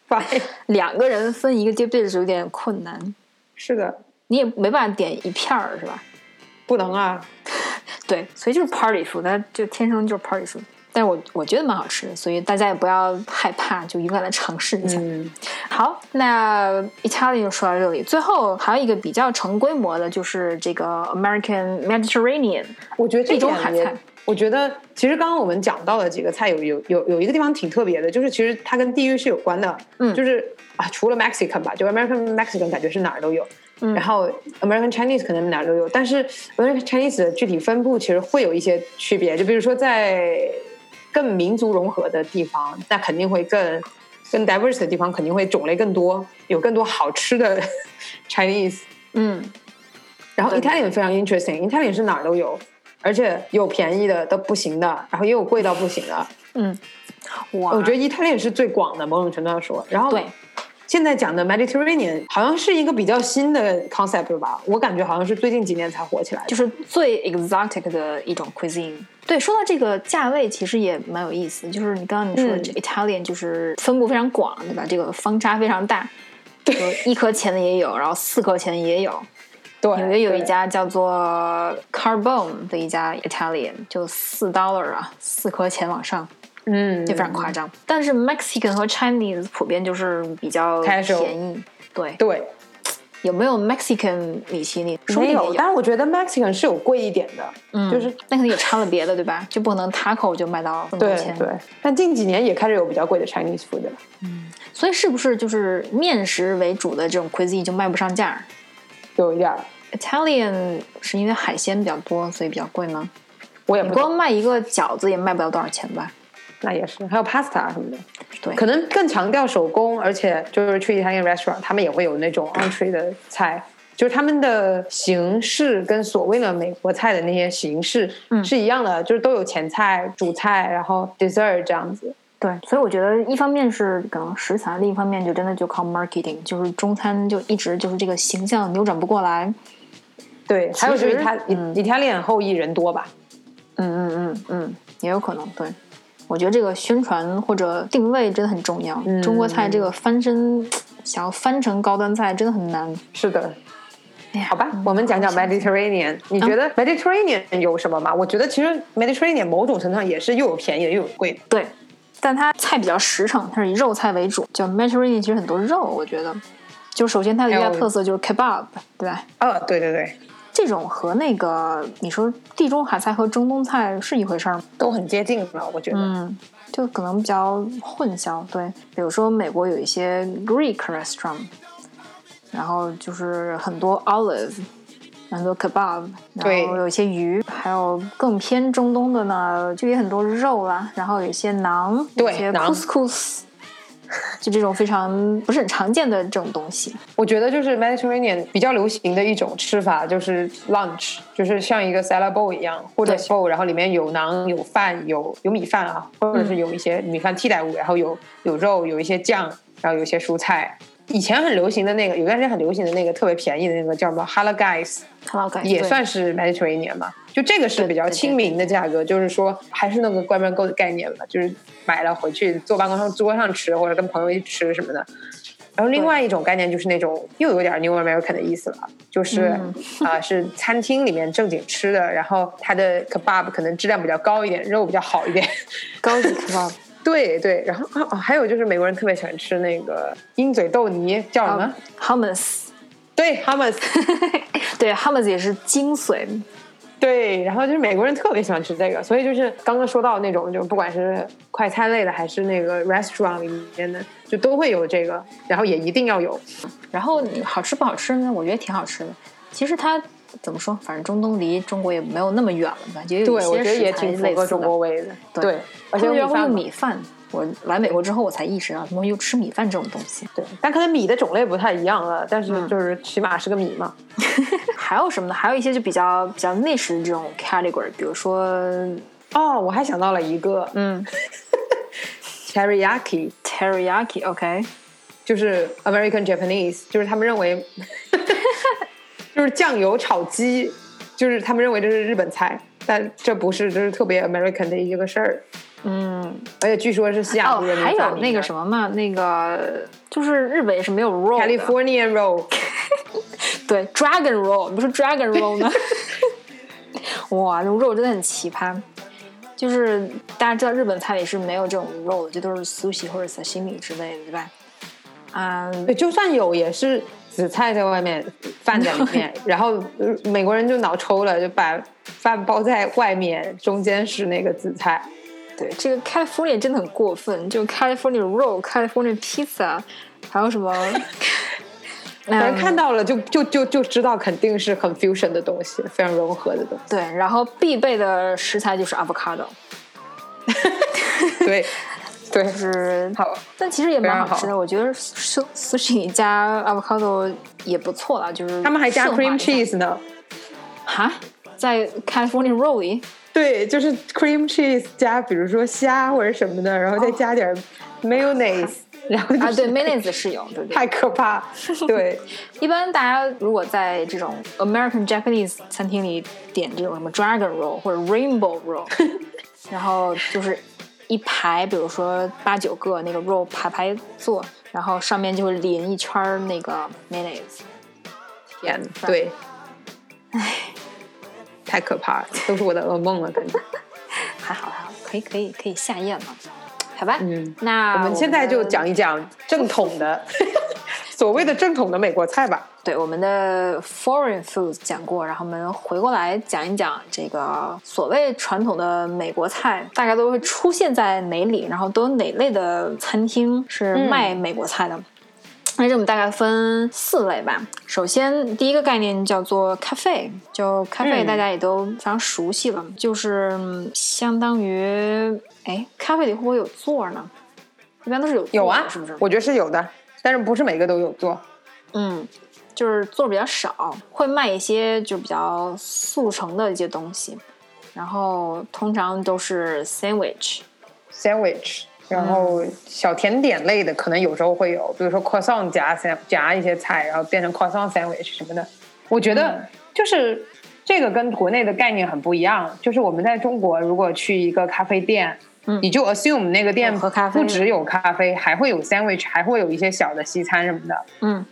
[SPEAKER 4] fine，
[SPEAKER 2] 两个人分一个 deep dish 有点困难，
[SPEAKER 4] 是的，
[SPEAKER 2] 你也没办法点一片儿是吧？
[SPEAKER 4] 不能啊，
[SPEAKER 2] 对，所以就是 party food，它就天生就是 party food。但是我我觉得蛮好吃的，所以大家也不要害怕，就勇敢的尝试一下。
[SPEAKER 4] 嗯，
[SPEAKER 2] 好，那 Italian 就说到这里。最后还有一个比较成规模的，就是这个 American Mediterranean。
[SPEAKER 4] 我觉得这
[SPEAKER 2] 地中
[SPEAKER 4] 种
[SPEAKER 2] 海菜
[SPEAKER 4] 我觉得其实刚刚我们讲到的几个菜有有有有一个地方挺特别的，就是其实它跟地域是有关的，
[SPEAKER 2] 嗯
[SPEAKER 4] 就是啊，除了 Mexican 吧，就 American Mexican 感觉是哪儿都有，
[SPEAKER 2] 嗯
[SPEAKER 4] 然后 American Chinese 可能哪儿都有，但是 American Chinese 的具体分布其实会有一些区别，就比如说在更民族融合的地方，那肯定会更更 diverse 的地方肯定会种类更多，有更多好吃的 Chinese。
[SPEAKER 2] 嗯，
[SPEAKER 4] 然后
[SPEAKER 2] 对
[SPEAKER 4] Italian 非常 interesting，Italian 是哪儿都有，而且有便宜的到不行的，然后也有贵到不行的。
[SPEAKER 2] 嗯哇，
[SPEAKER 4] 我觉得 Italian 是最广的，某种程度上说。然后
[SPEAKER 2] 啊对，
[SPEAKER 4] 现在讲的 Mediterranean 好像是一个比较新的 concept 吧，我感觉好像是最近几年才火起来的。
[SPEAKER 2] 就是最 exotic 的一种 cuisine。对，说到这个价位，其实也蛮有意思。就是你刚刚你说的
[SPEAKER 4] 嗯
[SPEAKER 2] 这 Italian，就是分布非常广，对吧？这个方差非常大，对，一颗钱的也有，然后四颗钱的也有。
[SPEAKER 4] 对，
[SPEAKER 2] 纽约有一
[SPEAKER 4] 对
[SPEAKER 2] 家叫做 Carbone 的一家 Italian，就四 dollar 啊，四颗钱往上，
[SPEAKER 4] 嗯，
[SPEAKER 2] 就非常夸张。但是 Mexican 和 Chinese 普遍就是比较
[SPEAKER 4] Casual
[SPEAKER 2] 便宜。对，
[SPEAKER 4] 对，
[SPEAKER 2] 有没有 Mexican 米其林？说不
[SPEAKER 4] 没
[SPEAKER 2] 定
[SPEAKER 4] 有，
[SPEAKER 2] 也
[SPEAKER 4] 但是我觉得 Mexican 是有贵一点的，
[SPEAKER 2] 嗯，
[SPEAKER 4] 就是
[SPEAKER 2] 那可能也掺了别的，对吧？就不可能 taco 就卖到这么多
[SPEAKER 4] 对
[SPEAKER 2] 钱。
[SPEAKER 4] 对。但近几年也开始有比较贵的 Chinese food 了。
[SPEAKER 2] 所以是不是就是面食为主的这种 cuisine 就卖不上价
[SPEAKER 4] 有一点儿，
[SPEAKER 2] ？Italian 是因为海鲜比较多，所以比较贵吗？
[SPEAKER 4] 我也
[SPEAKER 2] 你
[SPEAKER 4] 不
[SPEAKER 2] 光
[SPEAKER 4] 懂，
[SPEAKER 2] 卖一个饺子也卖不了多少钱吧？
[SPEAKER 4] 那也是，还有 pasta 啊什么的。
[SPEAKER 2] 对，
[SPEAKER 4] 可能更强调手工，而且就是去 Italian restaurant，他们也会有那 种 entree 的菜，就是他们的形式跟所谓的美国菜的那些形式
[SPEAKER 2] 嗯
[SPEAKER 4] 是一样的，就是都有前菜、主菜，然后 dessert 这样子。
[SPEAKER 2] 对，所以我觉得一方面是可能食材，另一方面就真的就靠 marketing，就是中餐就一直就是这个形象扭转不过来。
[SPEAKER 4] 对，还有就是
[SPEAKER 2] 其实
[SPEAKER 4] Ita-
[SPEAKER 2] 嗯
[SPEAKER 4] Italian 后裔人多吧，
[SPEAKER 2] 嗯嗯嗯嗯，也有可能。对，我觉得这个宣传或者定位真的很重要。
[SPEAKER 4] 嗯
[SPEAKER 2] 中国菜这个翻身，想要翻成高端菜真的很难。
[SPEAKER 4] 是的。嗯
[SPEAKER 2] 哎呀，
[SPEAKER 4] 好嗯吧，我们讲讲 Mediterranean。你觉得 Mediterranean 有什么吗？我觉得其实 Mediterranean 某种程度上也是又有便宜的又有贵的。
[SPEAKER 2] 对，但它菜比较实诚，它是以肉菜为主。就 Mediterranean 其实很多肉，我觉得，就首先它的一大
[SPEAKER 4] 还有
[SPEAKER 2] 特色就是 kebab，对吧？
[SPEAKER 4] 哦，对对对，
[SPEAKER 2] 这种和那个你说地中海菜和中东菜是一回事儿吗？
[SPEAKER 4] 都很接近了，我觉得。
[SPEAKER 2] 嗯，就可能比较混淆。对，比如说美国有一些 Greek restaurant，然后就是很多 olive，很多 kebab，
[SPEAKER 4] 对
[SPEAKER 2] 然后有一些鱼，还有更偏中东的呢，就也很多肉啦，然后有一些馕，有
[SPEAKER 4] 对
[SPEAKER 2] 一些
[SPEAKER 4] 馕
[SPEAKER 2] couscous，就这种非常 不是很常见的这种东西。
[SPEAKER 4] 我觉得就是 Mediterranean 比较流行的一种吃法，就是 lunch，就是像一个 salad bowl 一样，或者
[SPEAKER 2] 对
[SPEAKER 4] bowl，然后里面有馕、有饭、有有米饭啊，或者是有一些米饭替代物，然后有有肉、有一些酱，然后有一些蔬菜。以前很流行的那个，有段时间很流行的那个特别便宜的那个叫什么 h a l a guys，
[SPEAKER 2] 看到感觉
[SPEAKER 4] 也算是 Mediterranean 嘛。就这个是比较亲民的价格，就是说还是那个关门购的概念吧，就是买了回去坐办公上桌上吃，或者跟朋友一起吃什么的。然后另外一种概念就是那种又有点 New American 的意思了，就是 啊、是餐厅里面正经吃的，然后它的 kebab 可能质量比较高一点，肉比较好一点。
[SPEAKER 2] 高级 kebab，
[SPEAKER 4] 对对，然后哦哦，还有就是美国人特别喜欢吃那个鹰嘴豆泥，叫什么？
[SPEAKER 2] hummus，
[SPEAKER 4] 对，hummus，
[SPEAKER 2] 对，hummus 也是精髓。
[SPEAKER 4] 对，然后就是美国人特别喜欢吃这个，所以就是刚刚说到那种，就不管是快餐类的还是那个 restaurant 里面的，就都会有这个，然后也一定要有。
[SPEAKER 2] 然后你好吃不好吃呢？我觉得挺好吃的。其实它怎么说，反正中东离中国也没有那么远了吧？也有
[SPEAKER 4] 对，
[SPEAKER 2] 一些
[SPEAKER 4] 我觉得也
[SPEAKER 2] 食材
[SPEAKER 4] 挺符
[SPEAKER 2] 类
[SPEAKER 4] 合
[SPEAKER 2] 似
[SPEAKER 4] 中
[SPEAKER 2] 的
[SPEAKER 4] 国味的。
[SPEAKER 2] 对
[SPEAKER 4] 对，而
[SPEAKER 2] 他
[SPEAKER 4] 且
[SPEAKER 2] 们然
[SPEAKER 4] 米
[SPEAKER 2] 后用
[SPEAKER 4] 饭
[SPEAKER 2] 米饭。我来美国之后，我才意识到，怎么又吃米饭这种东西。
[SPEAKER 4] 对，但可能米的种类不太一样了，但是
[SPEAKER 2] 嗯
[SPEAKER 4] 就是起码是个米嘛。
[SPEAKER 2] 还有什么呢？还有一些就比较比较内食的这种 category，比如说，
[SPEAKER 4] 哦，我还想到了一个
[SPEAKER 2] 嗯
[SPEAKER 4] teriyaki，
[SPEAKER 2] ，teriyaki，OK，、
[SPEAKER 4] 就是 American Japanese，就是他们 认为就是酱油炒鸡，就是他们认为这是日本菜，但这不是，这是特别 American 的一个事儿。
[SPEAKER 2] 嗯，
[SPEAKER 4] 而且据说是西雅
[SPEAKER 2] 哦
[SPEAKER 4] 图人，民
[SPEAKER 2] 还
[SPEAKER 4] 发
[SPEAKER 2] 有
[SPEAKER 4] 明
[SPEAKER 2] 那个
[SPEAKER 4] 的
[SPEAKER 2] 什么嘛，那个就是日本也是没有 roll 的
[SPEAKER 4] California roll，
[SPEAKER 2] 对，dragon roll，不是 dragon roll 呢？哇，这肉真的很奇葩。就是大家知道日本菜里是没有这种肉的，这都是 sushi 或者 sashimi 之类的，对吧？啊、
[SPEAKER 4] 对，就算有也是紫菜在外面，饭在里 面，然后呃美国人就脑抽了，就把饭包在外面，中间是那个紫菜。
[SPEAKER 2] 对，这个 California 真的很过分，就 California roll、California pizza，还有什 么？
[SPEAKER 4] 反正
[SPEAKER 2] 嗯
[SPEAKER 4] 看到了就就就就知道肯定是很 fusion 的东西，非常融合的东
[SPEAKER 2] 对，然后必备的食材就是 avocado，
[SPEAKER 4] 西。对，对，
[SPEAKER 2] 就是
[SPEAKER 4] 好，
[SPEAKER 2] 但其实也蛮
[SPEAKER 4] 非常
[SPEAKER 2] 好吃的。我觉得 su- sushi 加 avocado 也不错啦，就是
[SPEAKER 4] 他们还加
[SPEAKER 2] 顺滑一
[SPEAKER 4] cream
[SPEAKER 2] 下
[SPEAKER 4] cheese 呢。
[SPEAKER 2] 哈，在 California roll 里，
[SPEAKER 4] 对，就是 cream cheese 加比如说虾或者什么的，然后再加点 mayonnaise，、然 后、就是、
[SPEAKER 2] 哦啊，对，mayonnaise 是有，对不对？
[SPEAKER 4] 太可 怕。对，
[SPEAKER 2] 一般大家如果在这种 American Japanese 餐厅里点这种什么 dragon roll 或者 rainbow roll，然后就是一排，比如说八九个那个 roll 排排坐，然后上面就会淋一圈儿那个 mayonnaise。
[SPEAKER 4] 天，对，唉，太可怕了，都是我的噩梦了，感 觉。
[SPEAKER 2] 还好还好，可以可以可以下咽了，好吧？
[SPEAKER 4] 嗯，
[SPEAKER 2] 那
[SPEAKER 4] 我们现在就
[SPEAKER 2] 的
[SPEAKER 4] 讲一讲正统的，所谓的正统的美国菜吧。
[SPEAKER 2] 对我们的 foreign foods 讲过，然后我们回过来讲一讲这个所谓传统的美国菜，大概都会出现在哪里，然后都有哪类的餐厅是
[SPEAKER 4] 嗯
[SPEAKER 2] 卖美国菜的。那这我们大概分四类吧。首先，第一个概念叫做咖啡，就咖啡
[SPEAKER 4] 嗯
[SPEAKER 2] 大家也都非常熟悉了，就是嗯相当于，哎，咖啡里会不会有座儿呢？一般都是有座
[SPEAKER 4] 有啊
[SPEAKER 2] 的是不是？，
[SPEAKER 4] 我觉得是有的，但是不是每个都有做。
[SPEAKER 2] 嗯，就是做儿比较少，会卖一些就比较速成的一些东西，然后通常都是 sandwich。
[SPEAKER 4] sandwich，然后
[SPEAKER 2] 嗯
[SPEAKER 4] 小甜点类的可能有时候会有，比如说 croissant 夹 san- 夹一些菜，然后变成 croissant sandwich 什么的。我觉
[SPEAKER 2] 嗯
[SPEAKER 4] 得就是这个跟国内的概念很不一样，就是我们在中国如果去一个咖啡店。
[SPEAKER 2] 嗯
[SPEAKER 4] 你就 assume 那个店
[SPEAKER 2] 有喝咖啡
[SPEAKER 4] 不
[SPEAKER 2] 的
[SPEAKER 4] 只有咖啡，还会有 sandwich，还会有一些小的西餐什么的。
[SPEAKER 2] 嗯，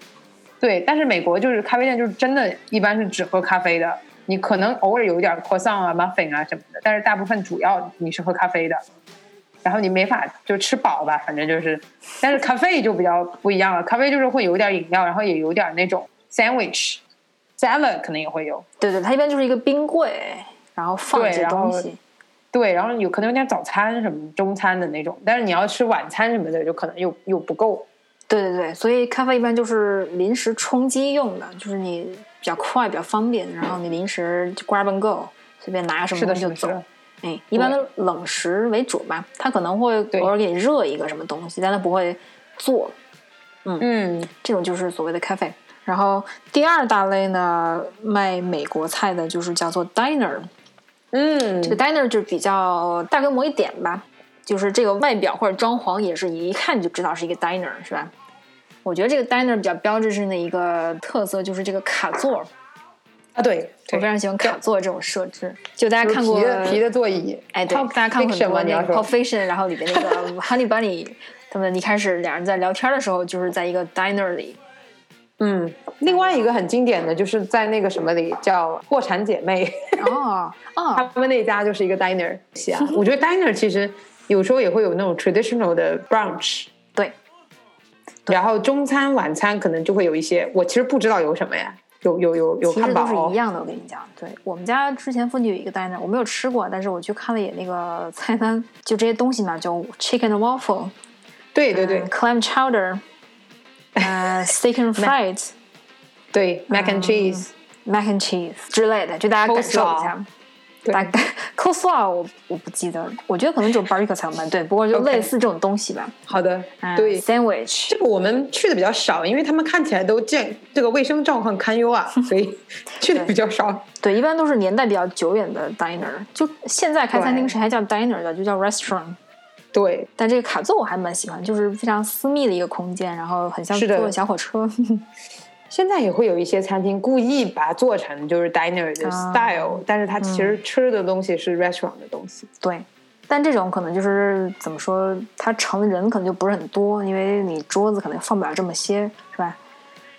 [SPEAKER 4] 对，但是美国就是咖啡店，就是真的一般是只喝咖啡的。你可能偶尔有一点 croissant 啊、muffin 啊什么的，但是大部分主要你是喝咖啡的。然后你没法就吃饱吧，反正就是。但是咖啡就比较不一样了，咖啡就是会有点饮料，然后也有点那种 sandwich、salad 可能也会有。
[SPEAKER 2] 对对，它一般就是一个冰柜，然后放
[SPEAKER 4] 对
[SPEAKER 2] 这些
[SPEAKER 4] 然
[SPEAKER 2] 东
[SPEAKER 4] 后
[SPEAKER 2] 西。
[SPEAKER 4] 对，然后有可能有点早餐什么、中餐的那种，但是你要吃晚餐什么的，就可能又又不够。
[SPEAKER 2] 对对对，所以咖啡一般就是临时充饥用的，就是你比较快、比较方便，然后你临时就 grab and go，随便拿个什么
[SPEAKER 4] 是
[SPEAKER 2] 东
[SPEAKER 4] 的，
[SPEAKER 2] 西
[SPEAKER 4] 是
[SPEAKER 2] 就
[SPEAKER 4] 的，是
[SPEAKER 2] 走。
[SPEAKER 4] 的。
[SPEAKER 2] 哎，一般都冷食为主吧，它可能会
[SPEAKER 4] 对
[SPEAKER 2] 偶尔给你热一个什么东西，但它不会做。
[SPEAKER 4] 嗯，
[SPEAKER 2] 这种就是所谓的 cafe。然后第二大类呢，卖美国菜的就是叫做 diner，
[SPEAKER 4] 嗯
[SPEAKER 2] 这个 diner 就比较大规模一点吧，就是这个外表或者装潢也是一看就知道是一个 diner，是吧？我觉得这个 diner 比较标志性的一个特色就是这个卡座，
[SPEAKER 4] 啊，对，
[SPEAKER 2] 我
[SPEAKER 4] 对
[SPEAKER 2] 非常喜欢卡座这种设置。就大家看过
[SPEAKER 4] 皮的皮的座椅，
[SPEAKER 2] 哎，对
[SPEAKER 4] Pulp，
[SPEAKER 2] 大家看过很
[SPEAKER 4] Fiction
[SPEAKER 2] 多
[SPEAKER 4] 吗？你
[SPEAKER 2] 那
[SPEAKER 4] 要
[SPEAKER 2] 个《Pulp
[SPEAKER 4] 说
[SPEAKER 2] Fiction》，然后里边那 个 Honey Bunny，他们一开始两人在聊天的时候，就是在一个 diner 里，
[SPEAKER 4] 嗯，另外一个很经典的就是在那个什么里叫《破产姐妹》，
[SPEAKER 2] 哦哦，
[SPEAKER 4] 他们那家就是一个 diner 西啊。我觉得 diner 其实有时候也会有那种 traditional 的 brunch，
[SPEAKER 2] 对，
[SPEAKER 4] 然后中餐、晚餐可能就会有一些，我其实不知道有什么呀，有有有有
[SPEAKER 2] 其实
[SPEAKER 4] 汉
[SPEAKER 2] 都是
[SPEAKER 4] 堡哦
[SPEAKER 2] 一，样的，我跟你讲，对我们家之前附近有一个 diner，我没有吃过，但是我去看了一眼那个菜单，就这些东西嘛，叫 chicken and waffle，
[SPEAKER 4] 对对对
[SPEAKER 2] 嗯，clam chowder，呃，steak and fried。
[SPEAKER 4] 对，mac
[SPEAKER 2] 嗯
[SPEAKER 4] and cheese，
[SPEAKER 2] mac and cheese 之类的，就大家感受一下。
[SPEAKER 4] 对
[SPEAKER 2] 大概 coleslaw 我我不记得了，我觉得可能只有 barbecue 才有卖，对，不过就
[SPEAKER 4] OK
[SPEAKER 2] 类似这种东西吧。
[SPEAKER 4] 好的
[SPEAKER 2] 嗯，
[SPEAKER 4] 对。
[SPEAKER 2] ，sandwich
[SPEAKER 4] 这个我们去的比较少，因为他们看起来都健，这个卫生状况堪忧啊，所以去的比较少。
[SPEAKER 2] 对，一般都是年代比较久远的 diner，就现在开餐厅
[SPEAKER 4] 对
[SPEAKER 2] 谁还叫 diner 的，就叫 restaurant。
[SPEAKER 4] 对，
[SPEAKER 2] 但这个卡座我还蛮喜欢，就是非常私密的一个空间，然后很像
[SPEAKER 4] 是的
[SPEAKER 2] 坐小火车。
[SPEAKER 4] 现在也会有一些餐厅故意把它做成 就是 diner 的
[SPEAKER 2] 啊
[SPEAKER 4] style，、但是它其
[SPEAKER 2] 嗯
[SPEAKER 4] 实吃的东西是 restaurant 的东西。
[SPEAKER 2] 对，但这种可能就是怎么说，它盛的人可能就不是很多，因为你桌子可能放不了这么些，是吧？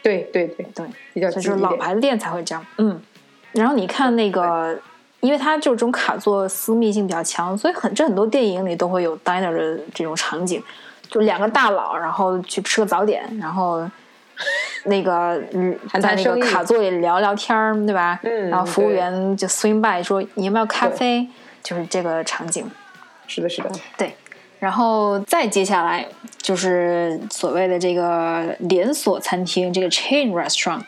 [SPEAKER 4] 对对对，
[SPEAKER 2] 对，
[SPEAKER 4] 比较
[SPEAKER 2] 所以
[SPEAKER 4] 近
[SPEAKER 2] 就
[SPEAKER 4] 一
[SPEAKER 2] 是老
[SPEAKER 4] 点。
[SPEAKER 2] 牌的店才会这样。嗯，然后你看那个，因为它就这种卡座私密性比较强，所以很这很多电影里都会有 diner 的这种场景，就两个大佬然后去吃个早点，然后。那个， 嗯，
[SPEAKER 4] 谈
[SPEAKER 2] 在
[SPEAKER 4] 谈
[SPEAKER 2] 那个
[SPEAKER 4] 生意
[SPEAKER 2] 卡座里聊聊天儿，对吧？
[SPEAKER 4] 嗯
[SPEAKER 2] 然后服务
[SPEAKER 4] 对
[SPEAKER 2] 员就 swing by 说：“你要不要咖啡？”就是这个场景。
[SPEAKER 4] 是的，是的，
[SPEAKER 2] 对，然后再接下来就是所谓的这个连锁餐厅，这个 chain restaurant。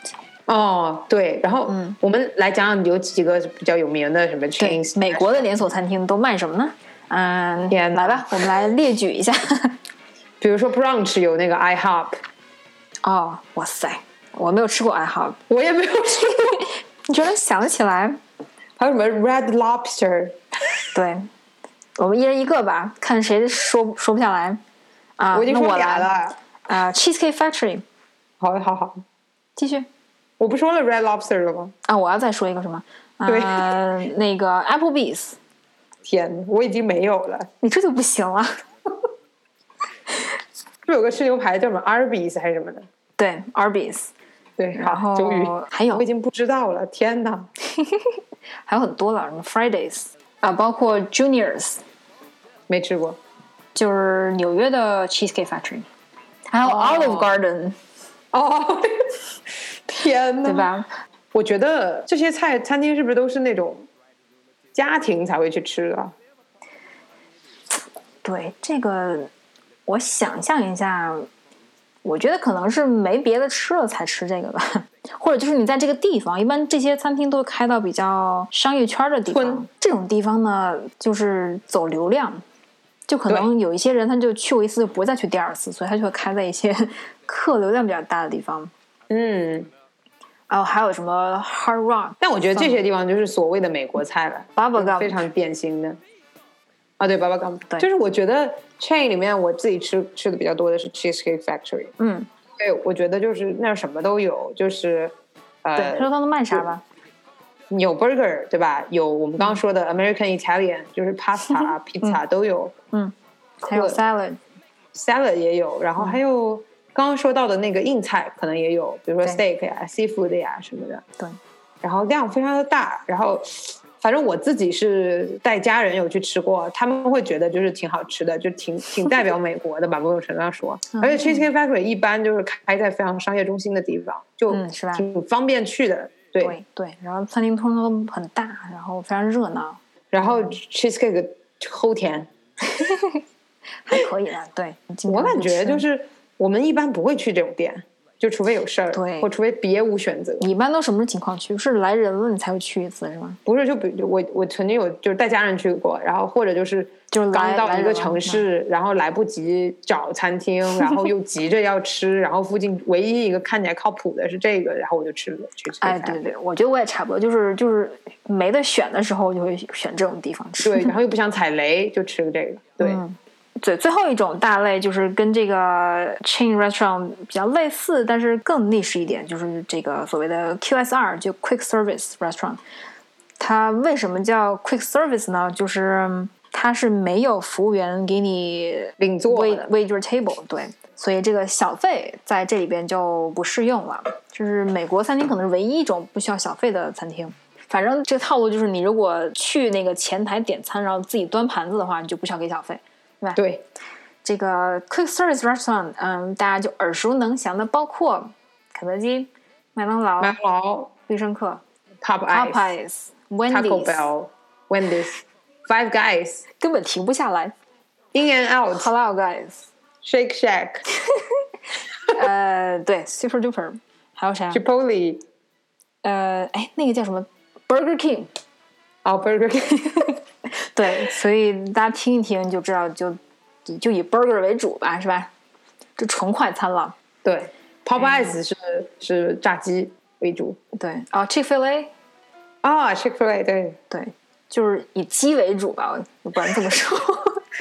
[SPEAKER 4] 哦，对。然后我们来讲讲有几个比较有名的什么
[SPEAKER 2] 嗯对
[SPEAKER 4] chains，，
[SPEAKER 2] 美国的连锁餐厅都卖什么呢？嗯，
[SPEAKER 4] 天哪
[SPEAKER 2] 来吧，我们来列举一下。
[SPEAKER 4] 比如说 brunch 有那个 IHOP，
[SPEAKER 2] 哦，哇塞，我没有吃过 IHOP，
[SPEAKER 4] 我也没有吃 过，
[SPEAKER 2] 你居然想得起来？
[SPEAKER 4] 还有什么 Red Lobster，
[SPEAKER 2] 啊对，我们一人一个吧，看谁说说不下来。啊，
[SPEAKER 4] 我已经
[SPEAKER 2] 那
[SPEAKER 4] 说
[SPEAKER 2] 我
[SPEAKER 4] 俩
[SPEAKER 2] 来
[SPEAKER 4] 了。
[SPEAKER 2] 啊，Cheesecake Factory，
[SPEAKER 4] 好好好，
[SPEAKER 2] 继续
[SPEAKER 4] 我不说了 Red Lobster 了吗？
[SPEAKER 2] 啊，我要再说一个什么？啊
[SPEAKER 4] 对，
[SPEAKER 2] 那个 Applebee's，
[SPEAKER 4] 天，我已经没有了。
[SPEAKER 2] 你这就不行了。
[SPEAKER 4] 是不是有个吃牛排叫什么 Arby's 还是什么的？
[SPEAKER 2] 对，Arby's，
[SPEAKER 4] 对，
[SPEAKER 2] 然后
[SPEAKER 4] 好，终于
[SPEAKER 2] 还有
[SPEAKER 4] 我已经不知道了。天哪！
[SPEAKER 2] 还有很多了，什么 Fridays 啊，包括 Juniors，
[SPEAKER 4] 没吃过。
[SPEAKER 2] 就是纽约的 Cheesecake Factory，还有
[SPEAKER 4] 哦
[SPEAKER 2] Olive Garden，、
[SPEAKER 4] 哦， 天哪！
[SPEAKER 2] 对？吧？
[SPEAKER 4] 我觉得这些菜餐厅是不是都是那种家庭才会去吃啊？
[SPEAKER 2] 对这个，我想象一下，我觉得可能是没别的吃了才吃这个吧，或者就是你在这个地方，一般这些餐厅都开到比较商业圈的地方
[SPEAKER 4] 村，
[SPEAKER 2] 这种地方呢，就是走流量。就可能有一些人，他就去过一次，就不会再去第二次，所以他就会开在一些 客流量比较大的地方。
[SPEAKER 4] 嗯，
[SPEAKER 2] 然后还有什么 Hard Rock，
[SPEAKER 4] 但我觉得这些地方就是所谓的美国菜了，
[SPEAKER 2] Bubble
[SPEAKER 4] 非
[SPEAKER 2] Gum，
[SPEAKER 4] 常典型的。啊，对，巴巴刚，
[SPEAKER 2] 对
[SPEAKER 4] 就是我觉得 chain 里面我自己吃吃的比较多的是 Cheesecake Factory，
[SPEAKER 2] 嗯，
[SPEAKER 4] 对，我觉得就是那儿什么都有，就是
[SPEAKER 2] 对，
[SPEAKER 4] 呃
[SPEAKER 2] 他，说他能卖啥吧？
[SPEAKER 4] 有 burger 对吧？有我们刚刚说的 American Italian，就是 pasta、pizza 啊都有
[SPEAKER 2] 还有
[SPEAKER 4] 对
[SPEAKER 2] salad，
[SPEAKER 4] ，salad 也有，
[SPEAKER 2] 嗯
[SPEAKER 4] 然后还有刚刚说到的那个硬菜可能也有，比如说
[SPEAKER 2] 对
[SPEAKER 4] steak 呀、seafood 呀什么的。
[SPEAKER 2] 对，
[SPEAKER 4] 然后量非常的大，然后反正我自己是带家人有去吃过，他们会觉得就是挺好吃的，就挺挺代表美国的吧，某种程度上说。
[SPEAKER 2] 嗯
[SPEAKER 4] 而且 Cheesecake Factory 一般就是开在非常商业中心的地方，就
[SPEAKER 2] 嗯是吧
[SPEAKER 4] 挺方便去的。对，
[SPEAKER 2] 对对，然后餐厅通常都很大，然后非常热闹，
[SPEAKER 4] 然后 Cheesecake 齁甜，
[SPEAKER 2] 还可以的。啊对，经
[SPEAKER 4] 我
[SPEAKER 2] 常
[SPEAKER 4] 感
[SPEAKER 2] 去
[SPEAKER 4] 觉
[SPEAKER 2] 吃
[SPEAKER 4] 就是我们一般不会去这种店，就除非有事儿，
[SPEAKER 2] 对
[SPEAKER 4] 或除非别无选择。
[SPEAKER 2] 你一般都什么情况去？是来人了你才会去一次是吗？
[SPEAKER 4] 不是，就比我我曾经有就是带家人去过，然后或者就是
[SPEAKER 2] 就是来
[SPEAKER 4] 刚到
[SPEAKER 2] 来
[SPEAKER 4] 一个
[SPEAKER 2] 人了
[SPEAKER 4] 城市，然后来不及找餐厅，然后 又急着要吃，然后附近唯一一个看起来靠谱的是这个，然后我就吃了去吃。
[SPEAKER 2] 哎，对对，我觉得我也差不多，就是就是没得选的时候就会选这种地方吃。
[SPEAKER 4] 对，然后又不想踩雷，就吃这个。对，
[SPEAKER 2] 嗯对，最后一种大类就是跟这个 chain restaurant 比较类似，但是更历史一点，就是这个所谓的 QSR，就 quick service restaurant。它为什么叫 quick service 呢？就是它是没有服务员给你
[SPEAKER 4] 领座
[SPEAKER 2] wait
[SPEAKER 4] 的
[SPEAKER 2] wait your table，对，所以这个小费在这里边就不适用了。就是美国餐厅可能是唯一一种不需要小费的餐厅。反正这个套路就是，你如果去那个前台点餐，然后自己端盘子的话，你就不需要给小费。
[SPEAKER 4] 对，
[SPEAKER 2] 这个 quick service restaurant，嗯，大家就耳熟能详的包括肯德基、麦当劳、
[SPEAKER 4] 麦当劳、
[SPEAKER 2] 必胜客、
[SPEAKER 4] 啊 Popeyes、
[SPEAKER 2] Popeyes、Wendy's，
[SPEAKER 4] Taco Bell、Wendy's、Five Guys、
[SPEAKER 2] 根本停不下来。
[SPEAKER 4] In and Out、
[SPEAKER 2] Hello guys，
[SPEAKER 4] Shake Shack、
[SPEAKER 2] 呃，对，Super Duper，还有啥？
[SPEAKER 4] Chipotle、
[SPEAKER 2] 呃，哎，那个叫什么 Burger King，
[SPEAKER 4] 哦 Burger King，
[SPEAKER 2] 对，所以大家听一听就知道就，就以 burger 为主吧，是吧？这纯快餐了。
[SPEAKER 4] 对，Popeyes
[SPEAKER 2] 嗯
[SPEAKER 4] 是是炸鸡为主
[SPEAKER 2] 对，啊 c h i c k fil A，
[SPEAKER 4] 啊，Chick Fil A 对，
[SPEAKER 2] 对，就是以鸡为主吧，我我不然这么说。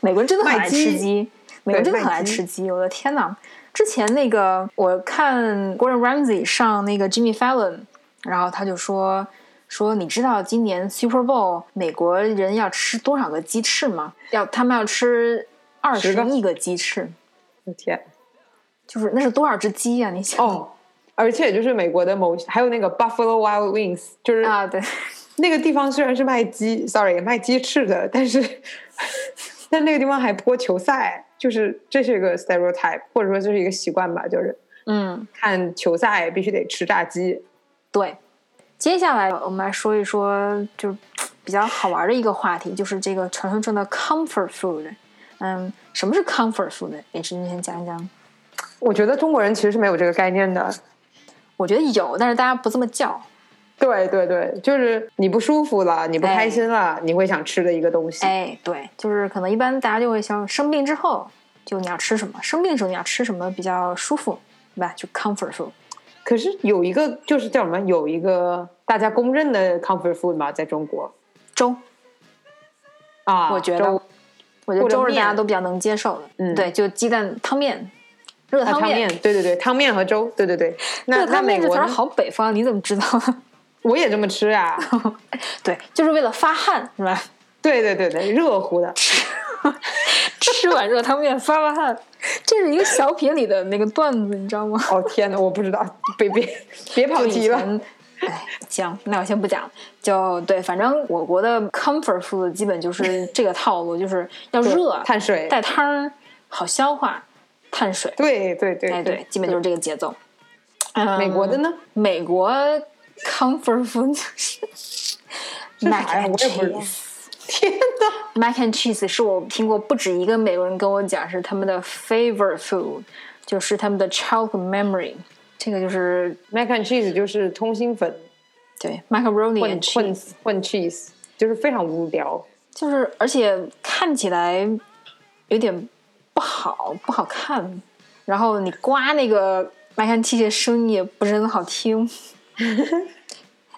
[SPEAKER 2] 美国人真的很爱
[SPEAKER 4] 卖
[SPEAKER 2] 吃
[SPEAKER 4] 鸡
[SPEAKER 2] 鸡，美国人真的很爱
[SPEAKER 4] 卖鸡
[SPEAKER 2] 吃鸡，我的天呐，之前那个我看 Gordon Ramsay 上那个 Jimmy Fallon，然后他就说说你知道今年 Super Bowl 美国人要吃多少个鸡翅吗？要他们要吃二十
[SPEAKER 4] 十个
[SPEAKER 2] 亿个鸡翅，
[SPEAKER 4] 我天
[SPEAKER 2] 就是那是多少只鸡啊呀、你想？
[SPEAKER 4] 哦。而且就是美国的某，还有那个 Buffalo Wild Wings，就是
[SPEAKER 2] 啊，对，
[SPEAKER 4] 那个地方虽然是卖鸡，sorry 卖鸡翅的，但是 但那个地方还播球赛，就是这是一个 stereotype，或者说这是一个习惯吧，就是
[SPEAKER 2] 嗯，
[SPEAKER 4] 看球赛必须得吃炸鸡。
[SPEAKER 2] 对。接下来我们来说一说，就是比较好玩的一个话题，就是这个传说中的 comfort food。嗯，什么是 comfort food？也是你先讲一讲。
[SPEAKER 4] 我觉得中国人其实是没有这个概念的。
[SPEAKER 2] 我觉得有，但是大家不这么叫。
[SPEAKER 4] 对对对，就是你不舒服了，你不开心了，你会想吃的一个东西。
[SPEAKER 2] 哎，对，就是可能一般大家就会想，生病之后就你要吃什么，生病的时候你要吃什么比较舒服，对吧？就 comfort food。
[SPEAKER 4] 可是有一个就是叫什么，有一个大家公认的 comfort food 嘛，在中国
[SPEAKER 2] 粥，
[SPEAKER 4] 啊，
[SPEAKER 2] 我觉
[SPEAKER 4] 粥
[SPEAKER 2] 得，我觉得
[SPEAKER 4] 或者
[SPEAKER 2] 粥是大家
[SPEAKER 4] 面
[SPEAKER 2] 都比较能接受的。
[SPEAKER 4] 嗯
[SPEAKER 2] 对，就鸡蛋汤面、热
[SPEAKER 4] 啊
[SPEAKER 2] 汤
[SPEAKER 4] 汤面，对对对，汤面和粥，对对对。那
[SPEAKER 2] 热
[SPEAKER 4] 那
[SPEAKER 2] 汤面
[SPEAKER 4] 美
[SPEAKER 2] 这
[SPEAKER 4] 国
[SPEAKER 2] 词儿
[SPEAKER 4] 呢
[SPEAKER 2] 好北方，你怎么知道？
[SPEAKER 4] 我也这么 吃呀、啊。
[SPEAKER 2] 对，就是为了发汗是吧？
[SPEAKER 4] 对对对对，热乎的。
[SPEAKER 2] 吃碗热汤面发发汗，这是一个小品里的那个段子，你知 道吗？
[SPEAKER 4] 哦天哪，我不知道，别别别跑
[SPEAKER 2] 就以
[SPEAKER 4] 题了。
[SPEAKER 2] 前。哎，行，那我先不讲。就对，反正我国的 comfort food 基本就是这个套路，就是要
[SPEAKER 4] 对
[SPEAKER 2] 热，
[SPEAKER 4] 碳水
[SPEAKER 2] 带汤儿，好消化，碳水。
[SPEAKER 4] 对对对
[SPEAKER 2] 哎，对，基本就是这个节奏。嗯
[SPEAKER 4] 美国的呢
[SPEAKER 2] 美国 comfort food 就是
[SPEAKER 4] 是
[SPEAKER 2] mac
[SPEAKER 4] 啥呀？
[SPEAKER 2] and
[SPEAKER 4] 我也不知道
[SPEAKER 2] cheese。。
[SPEAKER 4] 天哪！
[SPEAKER 2] Mac and cheese 是我听过不止一个美国人跟我讲是他们的 favorite food，就是他们的 childhood memory。这个就是
[SPEAKER 4] Mac and cheese 就是通心粉
[SPEAKER 2] 对 macaroni
[SPEAKER 4] 混
[SPEAKER 2] and
[SPEAKER 4] 混
[SPEAKER 2] cheese，
[SPEAKER 4] 混 cheese，就是非常无聊。
[SPEAKER 2] 就是而且看起来有点不好不好看，然后你刮那个 mac and cheese 的声音也不是很好 听。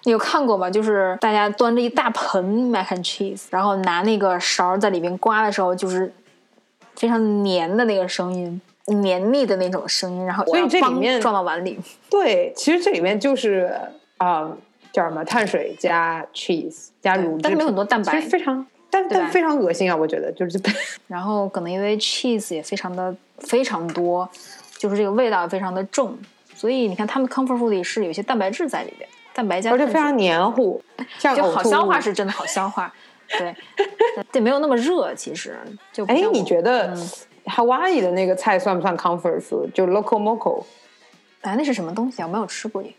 [SPEAKER 2] 你有看过吗？就是大家端着一大盆 mac and cheese，然后拿那个勺在里边刮的时候，就是非常黏的那个声音，黏腻的那种声音，然后
[SPEAKER 4] 所以
[SPEAKER 2] 要
[SPEAKER 4] 这里
[SPEAKER 2] 帮
[SPEAKER 4] 面
[SPEAKER 2] 撞到碗里。
[SPEAKER 4] 对，其实这里面就是啊、叫什么碳水加 cheese 加乳制品，
[SPEAKER 2] 但是没有很多蛋白
[SPEAKER 4] 其实非常，但
[SPEAKER 2] 对吧
[SPEAKER 4] 但非常恶心啊！我觉得就是
[SPEAKER 2] 然后可能因为 cheese 也非常的非常多，就是这个味道也非常的重，所以你看他们 comfort food 里是有一些蛋白质在里边，蛋白加
[SPEAKER 4] 而且
[SPEAKER 2] 碳
[SPEAKER 4] 非
[SPEAKER 2] 水
[SPEAKER 4] 常黏糊，像
[SPEAKER 2] 就
[SPEAKER 4] 呕
[SPEAKER 2] 好
[SPEAKER 4] 吐
[SPEAKER 2] 消化
[SPEAKER 4] 物
[SPEAKER 2] 是真的好消 化，对，对，没有那么热，其实就不
[SPEAKER 4] 哎
[SPEAKER 2] 像，
[SPEAKER 4] 你
[SPEAKER 2] 我嗯
[SPEAKER 4] 觉得 Hawaii 的那个菜算不算 comfort food？就 local moco
[SPEAKER 2] 哎那是什么东西啊？我没有吃过耶，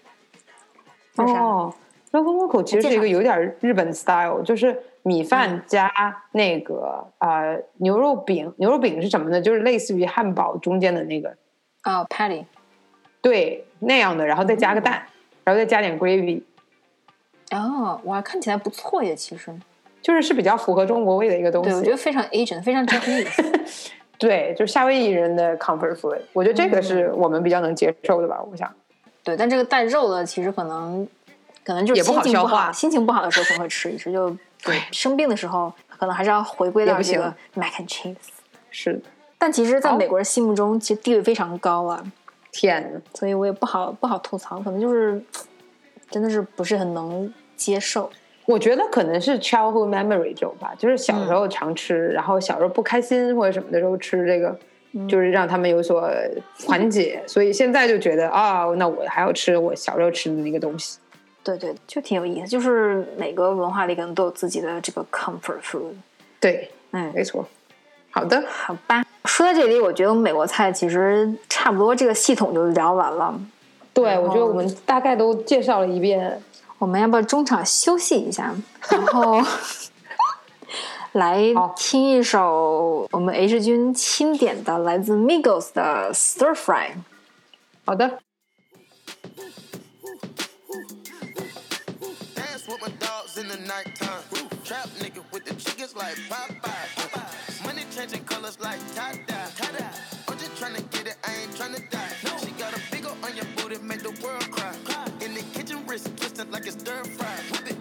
[SPEAKER 2] 那是啥？啊
[SPEAKER 4] 哦，local moco 其实是一个有点日本 style，就是米
[SPEAKER 2] 嗯
[SPEAKER 4] 饭加那个呃牛肉饼，牛肉饼是什么呢？就是类似于汉堡中间的那个
[SPEAKER 2] 哦，patty，
[SPEAKER 4] 对那样的，然后再加个蛋，然后再加点 gravy，
[SPEAKER 2] 哦，哇，看起来不错耶，其实，
[SPEAKER 4] 就是是比较符合中国味的一个东
[SPEAKER 2] 对，我觉
[SPEAKER 4] 西。
[SPEAKER 2] 得非常 Asian，非常 Japanese，
[SPEAKER 4] 对，就是夏威夷人的 comfort food，我觉得这个
[SPEAKER 2] 嗯
[SPEAKER 4] 是我们比较能接受的吧。我想，
[SPEAKER 2] 对，但这个带肉的其实可能可能就
[SPEAKER 4] 也
[SPEAKER 2] 是
[SPEAKER 4] 不
[SPEAKER 2] 心
[SPEAKER 4] 好
[SPEAKER 2] 情不
[SPEAKER 4] 消
[SPEAKER 2] 好，
[SPEAKER 4] 化
[SPEAKER 2] 心情不好的时候才会吃一吃， 就
[SPEAKER 4] 对，
[SPEAKER 2] 生病的时候，可能还是要回归
[SPEAKER 4] 也
[SPEAKER 2] 到
[SPEAKER 4] 不
[SPEAKER 2] 这个
[SPEAKER 4] 行
[SPEAKER 2] mac and cheese。
[SPEAKER 4] 是的
[SPEAKER 2] 但其实，在
[SPEAKER 4] 好
[SPEAKER 2] 美国人心目中，其实地位非常高啊，
[SPEAKER 4] 天呐，
[SPEAKER 2] 所以我也不好不好吐槽，可能就是真的是不是很能接受。
[SPEAKER 4] 我觉得可能是 childhood memory 这种吧，就是小时候常吃，然后小时候不开心或者什么的时候吃这个，就是让他们有所缓解。所以现在就觉得啊、那我还要吃我小时候吃的那个东西。
[SPEAKER 2] 对对，就挺有意思，就是每个文化里可能都有自己的这个 comfort food。
[SPEAKER 4] 对，
[SPEAKER 2] 嗯，
[SPEAKER 4] 没错。好的，
[SPEAKER 2] 好吧，说到这里，我觉得美国菜其实差不多这个系统就聊完了。
[SPEAKER 4] 对我觉得我们大概都介绍了一遍。
[SPEAKER 2] 我们要不要中场休息一下，然后来
[SPEAKER 4] 好
[SPEAKER 2] 听一首我们 H 君钦点的来自 Migos 的 Stir Fry。
[SPEAKER 4] 好的，
[SPEAKER 5] Dance with my dogs in the nighttime. Trap nigga with the chickens like Popeye. Money changing colors like tie dye. I'm just tryna get it, I ain't tryna die. She got a big ol' on your booty, make the world cry. In the kitchen, wrist twisted like a stir fry. Whip it.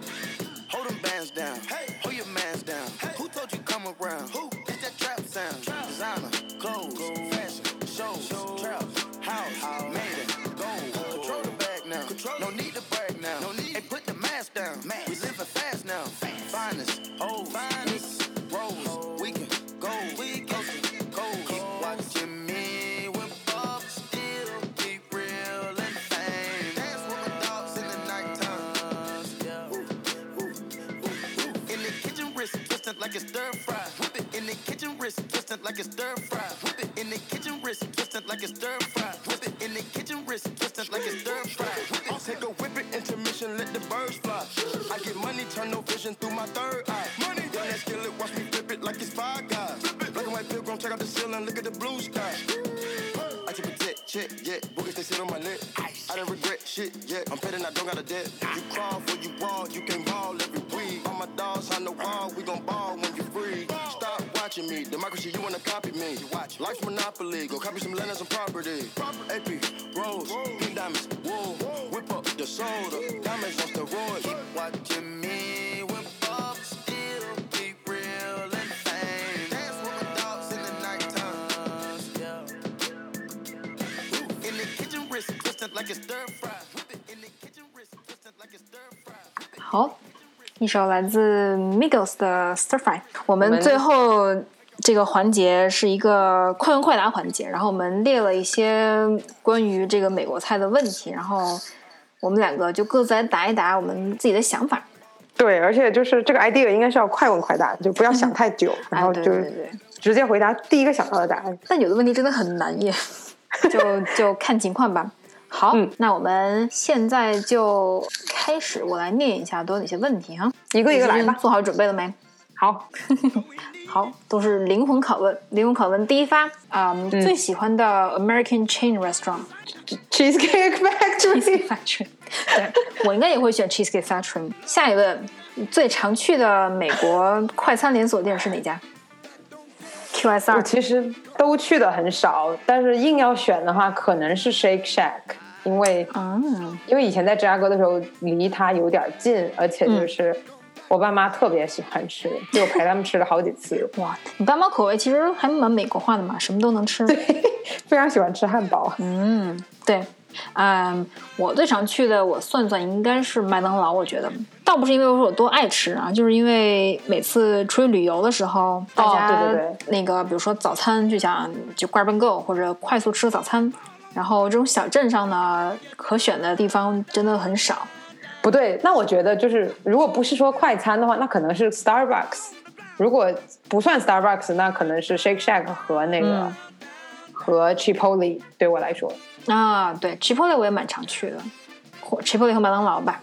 [SPEAKER 5] Hold them bands down. Hey. Hold your mans down. Who told you come around? Who? It's that trap sound. Designer, clothes, fashion, shows, trap, house, made it, gold. Control the bag now. no need to brag now. No need. And put the mask down. We living fast now. Finest, old, finest, rose, we can go. We can go. Keep watching me with Bob still keep real and fame. Dance with my dogs in the nighttime. In the kitchen, wrist twisted like a stir fry. Whip it. In the kitchen, wrist twisted like a stir fry. Whip it. In the kitchen, wrist twisted like a stir fry. Whip it. In the kitchen, wrist twisted like a stir fry. Whip it. Take a whip it, intermission, let the birds fly. I get money, turn no vision through my third eye. Money, run that skillet, watch me flip it like it's five guys. Black and white pilgrim, check out the ceiling, look at the blue sky. I tip a tit, chit, yeah, boogers they sit on my lip. I don't regret shit yet. I'm petting, I don't got a debt. You crawl for you ball, you can ball every week. All my dogs on the wall, we gon' ball when you free. Stop watching me, democracy, you wanna copy me. You watch life's monopoly, go copy some land and some property. Proper AP, rose, pink diamonds, wool. Whip up the soda, diamonds on steroids. Keep watching me, whip up, still keep real and fame. Dance with my dogs in the nighttime. Yeah. In the kitchen, wrist twisted like a stir fry. Whip it in the kitchen, wrist twisted like a stir fry.
[SPEAKER 2] 好，一首来自 Migos 的 Stir Fry。我
[SPEAKER 4] 我
[SPEAKER 2] 们
[SPEAKER 4] 们
[SPEAKER 2] 最后这个环节是一个快问快答环节，然后我们列了一些关于这个美国菜的问题，然后我们两个就各自来答一答我们自己的想法。
[SPEAKER 4] 对，而且就是这个 idea 应该是要快问快答，就不要想太久，然后
[SPEAKER 2] 哎、对
[SPEAKER 4] 就
[SPEAKER 2] 对对对，
[SPEAKER 4] 直接回答第一个想到的答案。
[SPEAKER 2] 但有的问题真的很难耶， 就就看情况吧。好，
[SPEAKER 4] 嗯
[SPEAKER 2] 那我们现在就开始，我来念一下都有哪些问题哈，
[SPEAKER 4] 一个一个来吧
[SPEAKER 2] 你做好准备了没？
[SPEAKER 4] 好，
[SPEAKER 2] 好，都是灵魂拷问，灵魂拷问第一发啊、嗯最喜欢的 American chain restaurant
[SPEAKER 4] Cheesecake
[SPEAKER 2] Cheesecake
[SPEAKER 4] Factory，
[SPEAKER 2] Factory，对我应该也会选 Cheesecake Factory。下一问，最常去的美国快餐连锁店是哪家
[SPEAKER 4] 我
[SPEAKER 2] ？QSR
[SPEAKER 4] 其实都去的很少，但是硬要选的话，可能是 Shake Shack，因为
[SPEAKER 2] 啊，
[SPEAKER 4] 因为以前在芝加哥的时候离它有点近，而且就是我爸妈特别喜欢吃，就我陪他们吃了好几次，
[SPEAKER 2] 哇，你爸妈口味其实还蛮美国化的嘛，什么都能吃。
[SPEAKER 4] 非常喜欢吃汉堡。
[SPEAKER 2] 对，嗯，我最常去的，我算算应该是麦当劳。我觉得倒不是因为我说我多爱吃啊，就是因为每次出去旅游的时候，大家、
[SPEAKER 4] 哦对对
[SPEAKER 2] 那个比如说早餐就想就 grab and go 或者快速吃个早餐，然后这种小镇上呢可选的地方真的很少。
[SPEAKER 4] 不对，那我觉得就是，如果不是说快餐的话，那可能是 Starbucks；如果不算 Starbucks，那可能是 Shake Shack 和那个、
[SPEAKER 2] 嗯
[SPEAKER 4] 和 Chipotle。对我来说，
[SPEAKER 2] 啊，对，Chipotle 我也蛮常去的或，Chipotle 和麦当劳吧，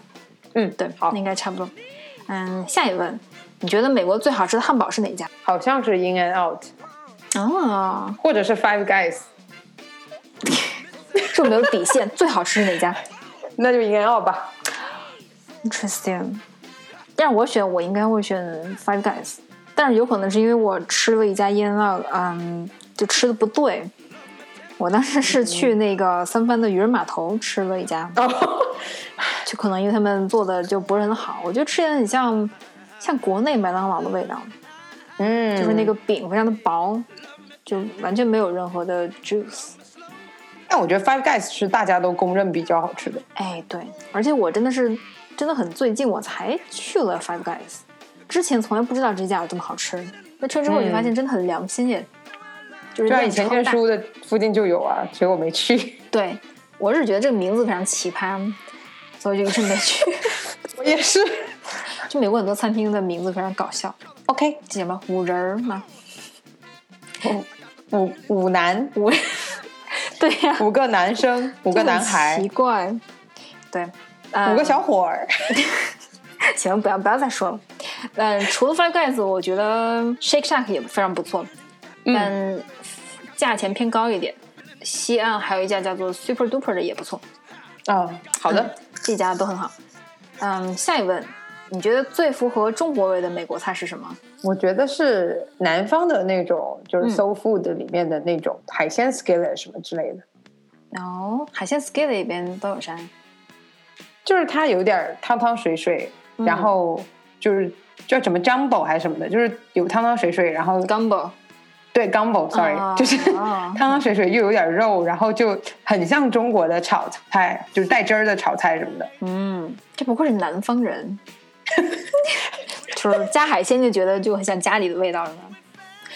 [SPEAKER 4] 嗯，
[SPEAKER 2] 对，
[SPEAKER 4] 好
[SPEAKER 2] 那应该差不多。嗯，下一问，你觉得美国最好吃的汉堡是哪家？
[SPEAKER 4] 好像是 In and Out，哦
[SPEAKER 2] 啊，
[SPEAKER 4] 或者是 Five Guys，
[SPEAKER 2] 这没有底线， 最好吃是哪家？
[SPEAKER 4] 那就 In and Out 吧。
[SPEAKER 2] Interesting。让我选，我应该会选 Five Guys，但是有可能是因为我吃了一家 In Out，嗯，就吃的不对。我当时是去那个三藩的渔人码头吃了一家，
[SPEAKER 4] 哦，
[SPEAKER 2] 就可能因为他们做的就不是很好，我觉得吃起来很像像国内麦当劳的味道，
[SPEAKER 4] 嗯，
[SPEAKER 2] 就是那个饼非常的薄，就完全没有任何的 juice。
[SPEAKER 4] 但我觉得 Five Guys 是大家都公认比较好吃的。
[SPEAKER 2] 哎，对，而且我真的是真的很最近我才去了 Five Guys，之前从来不知道这家有这么好吃。那吃之后我就发现真的很良心耶，就是
[SPEAKER 4] 嗯对啊，
[SPEAKER 2] 量
[SPEAKER 4] 以前
[SPEAKER 2] 超
[SPEAKER 4] 念
[SPEAKER 2] 大。
[SPEAKER 4] 书的附近就有啊，结果没去。
[SPEAKER 2] 对，我是觉得这个名字非常奇葩，所以就一直没 去。
[SPEAKER 4] 我也是。
[SPEAKER 2] 就美国很多餐厅的名字非常搞笑，
[SPEAKER 4] OK，
[SPEAKER 2] 这叫什么五仁儿嘛，
[SPEAKER 4] 五五男
[SPEAKER 2] 我， 对呀、
[SPEAKER 4] 五个男生，五
[SPEAKER 2] 五
[SPEAKER 4] 个男孩
[SPEAKER 2] 奇，怪，对，呃
[SPEAKER 4] 五个小伙儿。
[SPEAKER 2] 行，不要不要再说了。嗯，除了 Five Guys，我觉得 Shake Shack 也非常不错，
[SPEAKER 4] 嗯
[SPEAKER 2] 但价钱偏高一点。西岸还有一家叫做 Super Duper 的也不错，
[SPEAKER 4] 啊，好的，
[SPEAKER 2] 这家都很好。嗯，下一问，你觉得最符合中国味的美国菜是什么？
[SPEAKER 4] 我觉得是南方的那种，就是 soul food 里面的那种海鲜 skillet 什么之类的，
[SPEAKER 2] 哦，海鲜 skillet 里边都有啥？
[SPEAKER 4] 就是它有点儿汤汤水水，
[SPEAKER 2] 嗯
[SPEAKER 4] 然后就是叫什么 jumbo 还是什么的，就是有汤汤水水，然后
[SPEAKER 2] gumbo，
[SPEAKER 4] 对 gumbo，sorry，、
[SPEAKER 2] 哦
[SPEAKER 4] 就是
[SPEAKER 2] 哦
[SPEAKER 4] 汤汤水水又有点肉，然后就很像中国的炒菜，就是带汁儿的炒菜什么的。
[SPEAKER 2] 嗯，这不愧是南方人， 就是加海鲜就觉得就很像家里的味道是吧？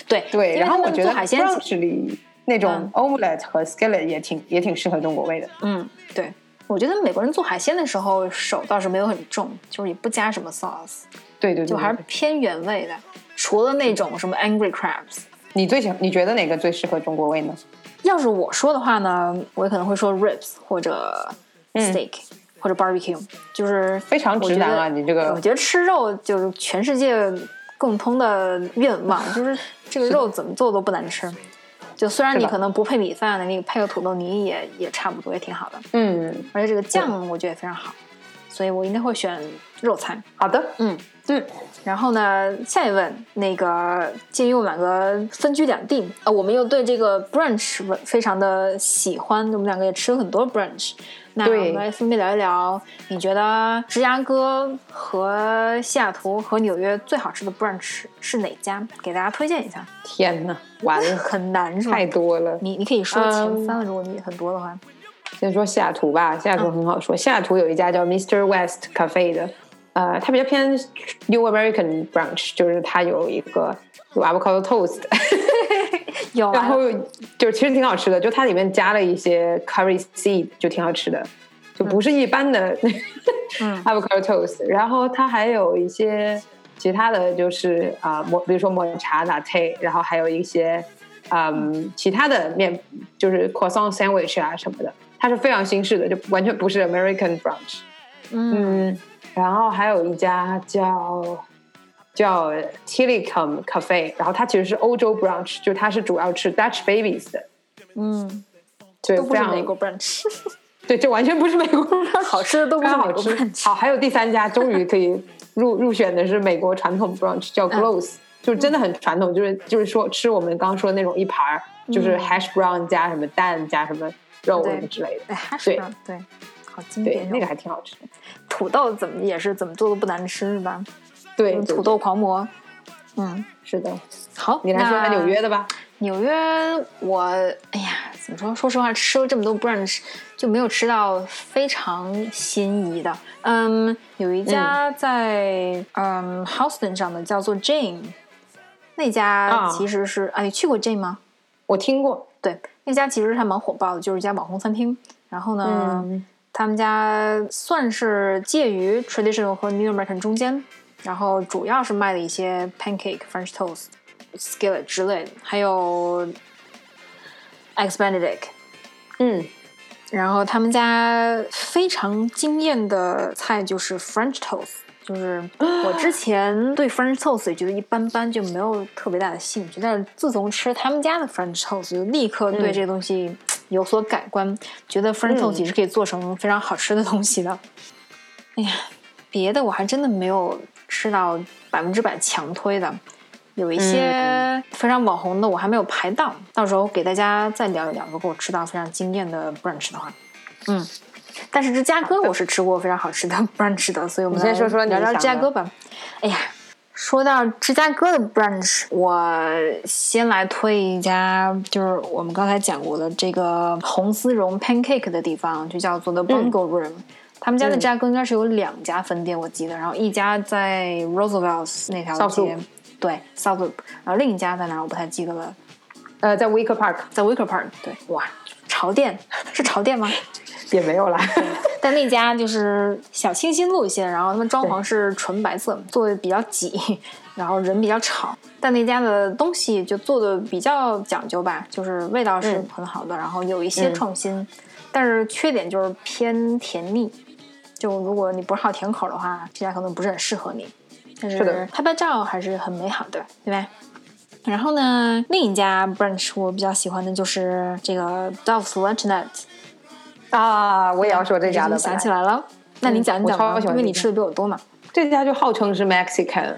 [SPEAKER 2] 对因
[SPEAKER 4] 对，
[SPEAKER 2] 为
[SPEAKER 4] 然后
[SPEAKER 2] 他
[SPEAKER 4] 我
[SPEAKER 2] 们
[SPEAKER 4] 觉得
[SPEAKER 2] 做海鲜
[SPEAKER 4] brunch 里那种 omelette 和 skillet 也挺也挺适合中国味的。
[SPEAKER 2] 嗯，对，我觉得美国人做海鲜的时候手倒是没有很重，就是也不加什么 sauce，
[SPEAKER 4] 对对对，
[SPEAKER 2] 就还是
[SPEAKER 4] 对
[SPEAKER 2] 偏原味的。除了那种什么 angry crabs，
[SPEAKER 4] 你最喜欢你觉得哪个最适合中国味呢？
[SPEAKER 2] 要是我说的话呢，我可能会说 ribs 或者 steak、或者 barbecue，就是
[SPEAKER 4] 嗯非常直男啊
[SPEAKER 2] 我觉得
[SPEAKER 4] 你这个
[SPEAKER 2] 我觉得吃肉就是全世界共通的愿望，就是这个肉怎么做都不难吃。就虽然
[SPEAKER 4] 是
[SPEAKER 2] 你
[SPEAKER 4] 的
[SPEAKER 2] 可能不配米饭的，你配个土豆泥也也差不多，也挺好的。
[SPEAKER 4] 嗯，
[SPEAKER 2] 而且这个酱我觉得也非常好，所以我应该会选肉菜。
[SPEAKER 4] 好的，
[SPEAKER 2] 嗯，
[SPEAKER 4] 嗯，
[SPEAKER 2] 然后呢，下一问，那个鉴于我们两个分居两地，呃，我们又对这个 brunch 文非常的喜欢，我们两个也吃了很多 brunch。那我
[SPEAKER 4] 对
[SPEAKER 2] 们来分别聊一聊，你觉得芝加哥和西雅图和纽约最好吃的 brunch 是哪家？给大家推荐一下。
[SPEAKER 4] 天呐，完了，
[SPEAKER 2] 很难是吧
[SPEAKER 4] 太？多了。
[SPEAKER 2] 你你可以说前
[SPEAKER 4] 嗯
[SPEAKER 2] 三了，如果你很多的话。
[SPEAKER 4] 先说西雅图吧，西雅
[SPEAKER 2] 嗯
[SPEAKER 4] 图很好说。西雅图有一家叫 Mr. West Cafe 的，呃，它比较偏 New American brunch，就是它有一个有 avocado toast，
[SPEAKER 2] 有啊，
[SPEAKER 4] 然后就其实挺好吃的，就它里面加了一些 curry seed，就挺好吃的，就不是一般的
[SPEAKER 2] 嗯
[SPEAKER 4] avocado toast。然后它还有一些其他的就是啊抹、比如说抹茶 latte，然后还有一些嗯其他的面，就是 croissant sandwich 啊什么的，它是非常新式的，就完全不是 American brunch。
[SPEAKER 2] 嗯
[SPEAKER 4] 嗯，然后还有一家叫叫 Telecom Cafe，然后它其实是欧洲 brunch，就它是主要吃 Dutch babies 的，
[SPEAKER 2] 嗯，
[SPEAKER 4] 对，
[SPEAKER 2] 都不
[SPEAKER 4] 非
[SPEAKER 2] 是
[SPEAKER 4] 常
[SPEAKER 2] 美国 brunch，
[SPEAKER 4] 对，这完全不是美国 brunch，
[SPEAKER 2] 好吃的都不
[SPEAKER 4] 非
[SPEAKER 2] 是美
[SPEAKER 4] 常好
[SPEAKER 2] 国
[SPEAKER 4] 吃。
[SPEAKER 2] brunch。
[SPEAKER 4] 好，还有第三家终于可以入入选的是美国传统 brunch，叫
[SPEAKER 2] 嗯
[SPEAKER 4] Close，、就是真的很传统，就是就是说吃我们刚说的那种一盘儿，就是 hash brown 加什么蛋加什么肉
[SPEAKER 2] 嗯对
[SPEAKER 4] 什么之类的，
[SPEAKER 2] 哎，哈士
[SPEAKER 4] 对
[SPEAKER 2] 呢？对，好经
[SPEAKER 4] 对
[SPEAKER 2] 典，哟。
[SPEAKER 4] 那个还挺好吃的。
[SPEAKER 2] 土豆怎么也是怎么做都不难吃，是吧？
[SPEAKER 4] 对，
[SPEAKER 2] 嗯
[SPEAKER 4] 对
[SPEAKER 2] 土豆狂魔。嗯，
[SPEAKER 4] 是的，
[SPEAKER 2] 好，
[SPEAKER 4] 你来说
[SPEAKER 2] 那
[SPEAKER 4] 下纽约的吧。
[SPEAKER 2] 纽约，我哎呀，怎么说？说实话，吃了这么多 brunch，就没有吃到非常心仪的。嗯，有一家在嗯 Houston 上的叫做 Jane，那家
[SPEAKER 4] 啊
[SPEAKER 2] 其实是啊，你去过 Jane 吗？
[SPEAKER 4] 我听过，
[SPEAKER 2] 对，那家其实还蛮火爆的，就是一家网红餐厅。然后呢，
[SPEAKER 4] 嗯
[SPEAKER 2] 他们家算是介于 traditional 和 New American 中间，然后主要是卖的一些 pancake、French toast、skillet 之类的，还有 eggs Benedict。
[SPEAKER 4] 嗯，
[SPEAKER 2] 然后他们家非常惊艳的菜就是 French toast，就是我 之前对 French toast 也觉得一般般，就没有特别大的兴趣。但是自从吃他们家的 French toast，就立刻对
[SPEAKER 4] 嗯
[SPEAKER 2] 这个东西有所改观，觉得 French toast
[SPEAKER 4] 嗯
[SPEAKER 2] 也是可以做成非常好吃的东西的。哎呀，别的我还真的没有吃到百分之百强推的。有一
[SPEAKER 4] 嗯
[SPEAKER 2] 些非常网红的，我还没有排到，到时候给大家再聊一聊。如果我吃到非常惊艳的 brunch 的话，嗯，但是芝加哥我是吃过非常好吃的 brunch 的，所以我们
[SPEAKER 4] 你先
[SPEAKER 2] 来
[SPEAKER 4] 说说你
[SPEAKER 2] 聊聊芝
[SPEAKER 4] 想的
[SPEAKER 2] 加哥吧。哎呀，说到芝加哥的 brunch，我先来推一家，就是我们刚才讲过的这个红丝绒 pancake 的地方，就叫做 The Bongo Room。他们家在芝加哥应该是有两家分店，我记得，然后一家在 Roosevelt 那条
[SPEAKER 4] South
[SPEAKER 2] 街
[SPEAKER 4] Loop，
[SPEAKER 2] 对 South Loop，然后另一家在哪儿我不太记得了，
[SPEAKER 4] 呃，在 Wicker Park
[SPEAKER 2] 在 Wicker Park。对，哇，潮店是潮店吗？
[SPEAKER 4] 也没有啦。
[SPEAKER 2] 但那家就是小清新路线，然后他们装潢是纯白色，做的比较挤，然后人比较吵。但那家的东西就做的比较讲究吧，就是味道是
[SPEAKER 4] 嗯
[SPEAKER 2] 很好的，然后有一些
[SPEAKER 4] 嗯
[SPEAKER 2] 创新，但是缺点就是偏甜腻。就如果你不是好甜口的话，这家可能不是很适合你。但
[SPEAKER 4] 是的
[SPEAKER 2] 是拍拍照还是很美好的，对吧？然后呢，另一家 brunch 我比较喜欢的就是这个 Dove's Luncheonette，
[SPEAKER 4] 啊，我也要说这家
[SPEAKER 2] 你
[SPEAKER 4] 的。
[SPEAKER 2] 想起来了？那你讲一
[SPEAKER 4] 我
[SPEAKER 2] 讲
[SPEAKER 4] 超
[SPEAKER 2] 吧，
[SPEAKER 4] 喜
[SPEAKER 2] 因
[SPEAKER 4] 欢
[SPEAKER 2] 为
[SPEAKER 4] 这
[SPEAKER 2] 你
[SPEAKER 4] 家
[SPEAKER 2] 吃嗯的比我多嘛。
[SPEAKER 4] 这家就号称是 Mexican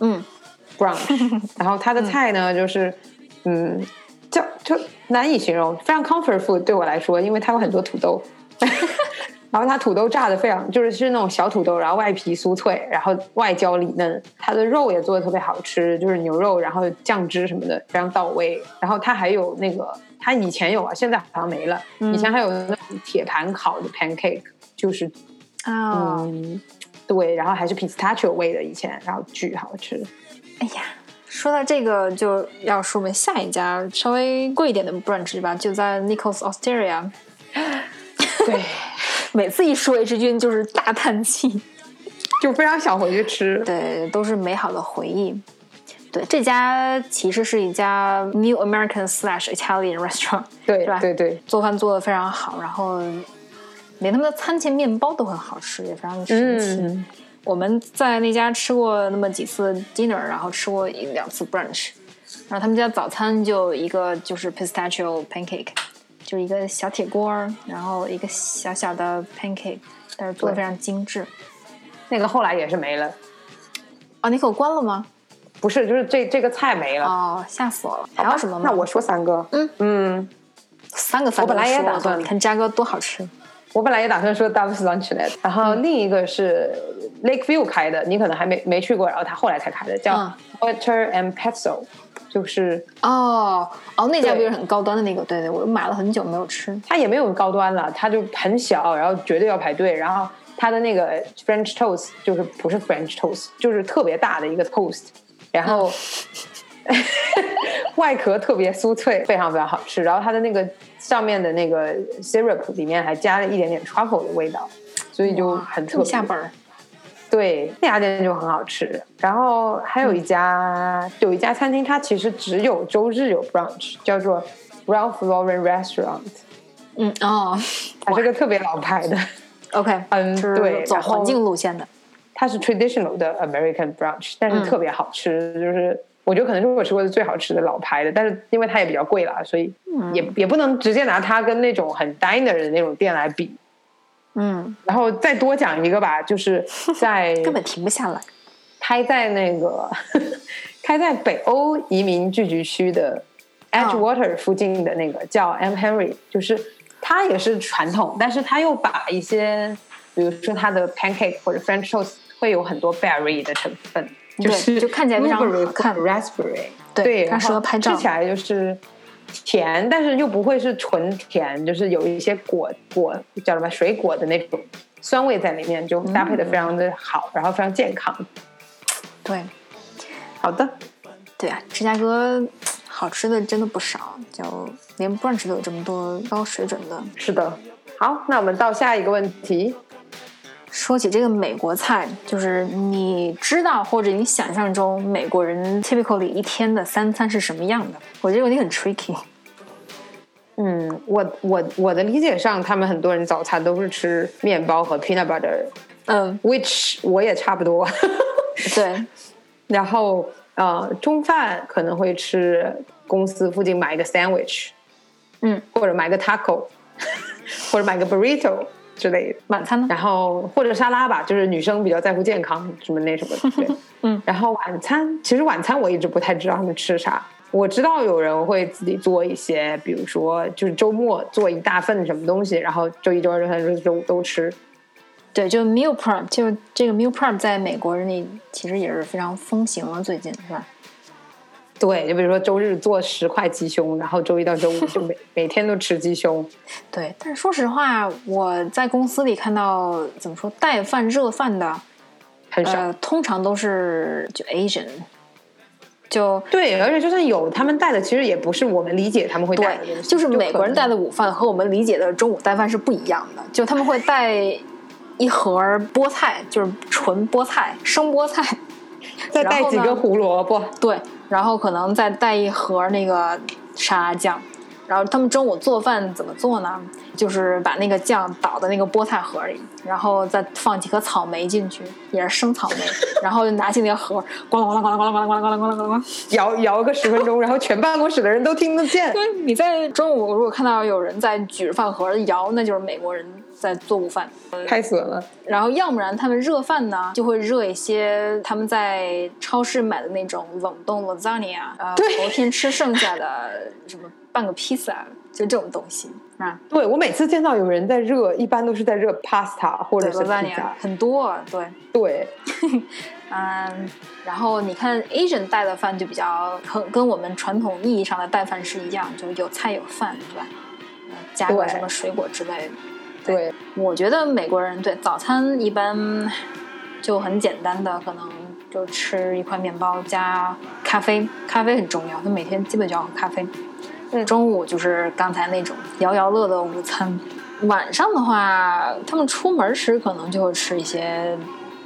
[SPEAKER 2] 嗯，
[SPEAKER 4] brunch，然后它的菜呢就是，嗯，叫就难以形容，非常 comfort food 对我来说，因为它有很多土豆， 然后它土豆炸的非常就是是那种小土豆，然后外皮酥脆，然后外焦里嫩，它的肉也做的特别好吃，就是牛肉，然后酱汁什么的非常到位，然后它还有那个它以前有啊，现在好像没了，
[SPEAKER 2] 嗯
[SPEAKER 4] 以前还有那种铁盘烤的 pancake，就是
[SPEAKER 2] 啊、
[SPEAKER 4] 嗯，对，然后还是 pistachio 味的，以前然后巨好吃。
[SPEAKER 2] 哎呀，说到这个就要说我们下一家稍微贵一点的 brunch 吧，就在 Nichols Osteria。
[SPEAKER 4] 对，
[SPEAKER 2] 每次一说 H 君就是大叹气，
[SPEAKER 4] 就非常想回去吃。
[SPEAKER 2] 对，都是美好的回忆。对，这家其实是一家 New American slash Italian restaurant，
[SPEAKER 4] 对
[SPEAKER 2] 是吧？
[SPEAKER 4] 对对，
[SPEAKER 2] 做饭做的非常好，然后连他们的餐前面包都很好吃，也非常神奇。
[SPEAKER 4] 嗯，
[SPEAKER 2] 我们在那家吃过那么几次 dinner，然后吃过一两次 brunch，然后他们家早餐就一个就是 pistachio pancake，就是一个小铁锅儿，然后一个小小的 pancake，但是做的非常精致。
[SPEAKER 4] 那个后来也是没了，
[SPEAKER 2] 哦，你给我关了吗？
[SPEAKER 4] 不是，就是这这个菜没了。
[SPEAKER 2] 哦，吓死我了！还有什么吗？
[SPEAKER 4] 那我说三个，
[SPEAKER 2] 嗯
[SPEAKER 4] 嗯，
[SPEAKER 2] 三个三个
[SPEAKER 4] 我本来也
[SPEAKER 2] 说了
[SPEAKER 4] 打算
[SPEAKER 2] 你看嘉哥多好吃。
[SPEAKER 4] 我本来也打算说 Dove's Luncheonette，然后
[SPEAKER 2] 嗯
[SPEAKER 4] 另一个是 Lakeview 开的，你可能还没没去过，然后他后来才开的，叫
[SPEAKER 2] 嗯
[SPEAKER 4] Butter and Petzl，就是
[SPEAKER 2] 哦哦，那家不
[SPEAKER 4] 对
[SPEAKER 2] 就是很高端的那个？对对，我买了很久没有吃。
[SPEAKER 4] 它也没有高端了，它就很小，然后绝对要排队，然后它的那个 French toast 就是不是 French toast，就是特别大的一个 toast，然后、 外壳特别酥脆，非常非常好吃，然后它的那个上面的那个 syrup 里面还加了一点点 truffle 的味道，所以就
[SPEAKER 2] 哇
[SPEAKER 4] 很
[SPEAKER 2] 这
[SPEAKER 4] 特
[SPEAKER 2] 么
[SPEAKER 4] 别。
[SPEAKER 2] 下本儿。
[SPEAKER 4] 对，那家店就很好吃。然后还有一家、有一家餐厅，它其实只有周日有 brunch，叫做 Ralph Lauren Restaurant。
[SPEAKER 2] 嗯哦
[SPEAKER 4] 它是个特别老牌的，
[SPEAKER 2] ，OK，
[SPEAKER 4] 嗯
[SPEAKER 2] 就是
[SPEAKER 4] 对
[SPEAKER 2] 走
[SPEAKER 4] 然后
[SPEAKER 2] 环境路线的。
[SPEAKER 4] 它是 traditional 的 American brunch，但
[SPEAKER 2] 嗯
[SPEAKER 4] 是特别好吃，就是我觉得可能是我吃过的最好吃的老牌的，但是因为它也比较贵啦，所以
[SPEAKER 2] 嗯
[SPEAKER 4] 也、也不能直接拿它跟那种很 diner 的那种店来比。
[SPEAKER 2] 嗯，
[SPEAKER 4] 然后再多讲一个吧，就是在
[SPEAKER 2] 根本停不下来。
[SPEAKER 4] 开在那个 开在北欧移民聚居区的
[SPEAKER 2] 哦
[SPEAKER 4] Edgewater 附近的那个叫 M Henry，就是它也是传统，但是它又把一些，比如说它的 pancake 或者 French toast 会有很多 berry 的成分，
[SPEAKER 2] 对
[SPEAKER 4] 是
[SPEAKER 2] 就看起来非常
[SPEAKER 4] blueberry
[SPEAKER 2] 好看
[SPEAKER 4] 或者 raspberry，
[SPEAKER 2] 对它
[SPEAKER 4] 然后
[SPEAKER 2] 适合拍照
[SPEAKER 4] 吃起来就是。甜，但是又不会是纯甜，就是有一些果果叫什么水果的那种酸味在里面，就搭配的
[SPEAKER 2] 嗯
[SPEAKER 4] 非常的好，然后非常健康。
[SPEAKER 2] 对
[SPEAKER 4] 好的，
[SPEAKER 2] 对啊，芝加哥好吃的真的不少，就连 brunch 都有这么多高水准的。
[SPEAKER 4] 是的。好，那我们到下一个问题。
[SPEAKER 2] 说起这个美国菜，就是你知道或者你想象中美国人 typically 一天的三餐是什么样的？我觉得这个问题很 tricky。
[SPEAKER 4] 嗯，我我我的理解上，他们很多人早餐都是吃面包和 peanut butter，which
[SPEAKER 2] 嗯，
[SPEAKER 4] 我也差不多。
[SPEAKER 2] 对，
[SPEAKER 4] 然后呃，中饭可能会吃公司附近买一个 sandwich，
[SPEAKER 2] 嗯，
[SPEAKER 4] 或者买个 taco，或者买个 burrito 之类的。
[SPEAKER 2] 晚餐呢？
[SPEAKER 4] 然后或者沙拉吧，就是女生比较在乎健康什么那什么 的。对
[SPEAKER 2] 嗯，
[SPEAKER 4] 然后晚餐，其实晚餐我一直不太知道他们吃啥。我知道有人会自己做一些，比如说就是周末做一大份什么东西，然后周一、周二、周三、周四周五都吃。
[SPEAKER 2] 对，就 meal prep，就这个 meal prep 在美国人里其实也是非常风行了，最近是吧？
[SPEAKER 4] 对，就比如说周日做十块鸡胸，然后周一到周五 就每每天都吃鸡胸。
[SPEAKER 2] 对，但是说实话，我在公司里看到怎么说带饭热饭的，
[SPEAKER 4] 很少，
[SPEAKER 2] 嗯呃，通常都是就 Asian，就
[SPEAKER 4] 对，而且就算有，他们带的其实也不是我们理解他们会带的
[SPEAKER 2] 对
[SPEAKER 4] 东，西，
[SPEAKER 2] 就是美国人带的
[SPEAKER 4] 的。
[SPEAKER 2] 午饭和我们理解的中午带饭是不一样的，就他们会带一盒菠菜，就是纯菠菜，生菠菜，
[SPEAKER 4] 再带几
[SPEAKER 2] 然
[SPEAKER 4] 个
[SPEAKER 2] 后呢
[SPEAKER 4] 胡萝卜，
[SPEAKER 2] 对，然后可能再带一盒那个沙拉酱。然后他们中午做饭怎么做呢？就是把那个酱倒到那个菠菜盒里，然后再放几颗草莓进去，也是生草莓，然后就拿起那个盒，咣啷咣啷咣啷咣啷咣啷咣啷咣啷咣啷。
[SPEAKER 4] 摇摇个十分钟，然后全办公室的人都听得 见
[SPEAKER 2] 因。为你在中午如果看到有人在举着饭盒摇，那就是美国人在做午饭。
[SPEAKER 4] 太损了！
[SPEAKER 2] 然后要不然他们热饭呢，就会热一些他们在超市买的那种冷冻 lasagna，呃，
[SPEAKER 4] 对
[SPEAKER 2] 昨天吃剩下的什么半个披萨，就这种东西啊，
[SPEAKER 4] 对我每次见到有人在热，一般都是在热 pasta 或
[SPEAKER 2] 对
[SPEAKER 4] 者是披
[SPEAKER 2] lasagna
[SPEAKER 4] 萨。
[SPEAKER 2] 很多，对，
[SPEAKER 4] 对，
[SPEAKER 2] 嗯，然后你看 Asian 带的饭就比较很跟我们传统意义上的带饭是一样，就有菜有饭，对吧？呃加个
[SPEAKER 4] 对
[SPEAKER 2] 什么水果之类的。
[SPEAKER 4] 对，
[SPEAKER 2] 我觉得美国人对早餐一般就很简单的，可能就吃一块面包加咖啡，咖啡很重要，他每天基本就要喝咖啡。
[SPEAKER 4] 嗯
[SPEAKER 2] 中午就是刚才那种摇摇乐的午餐，晚上的话，他们出门吃可能就会吃一些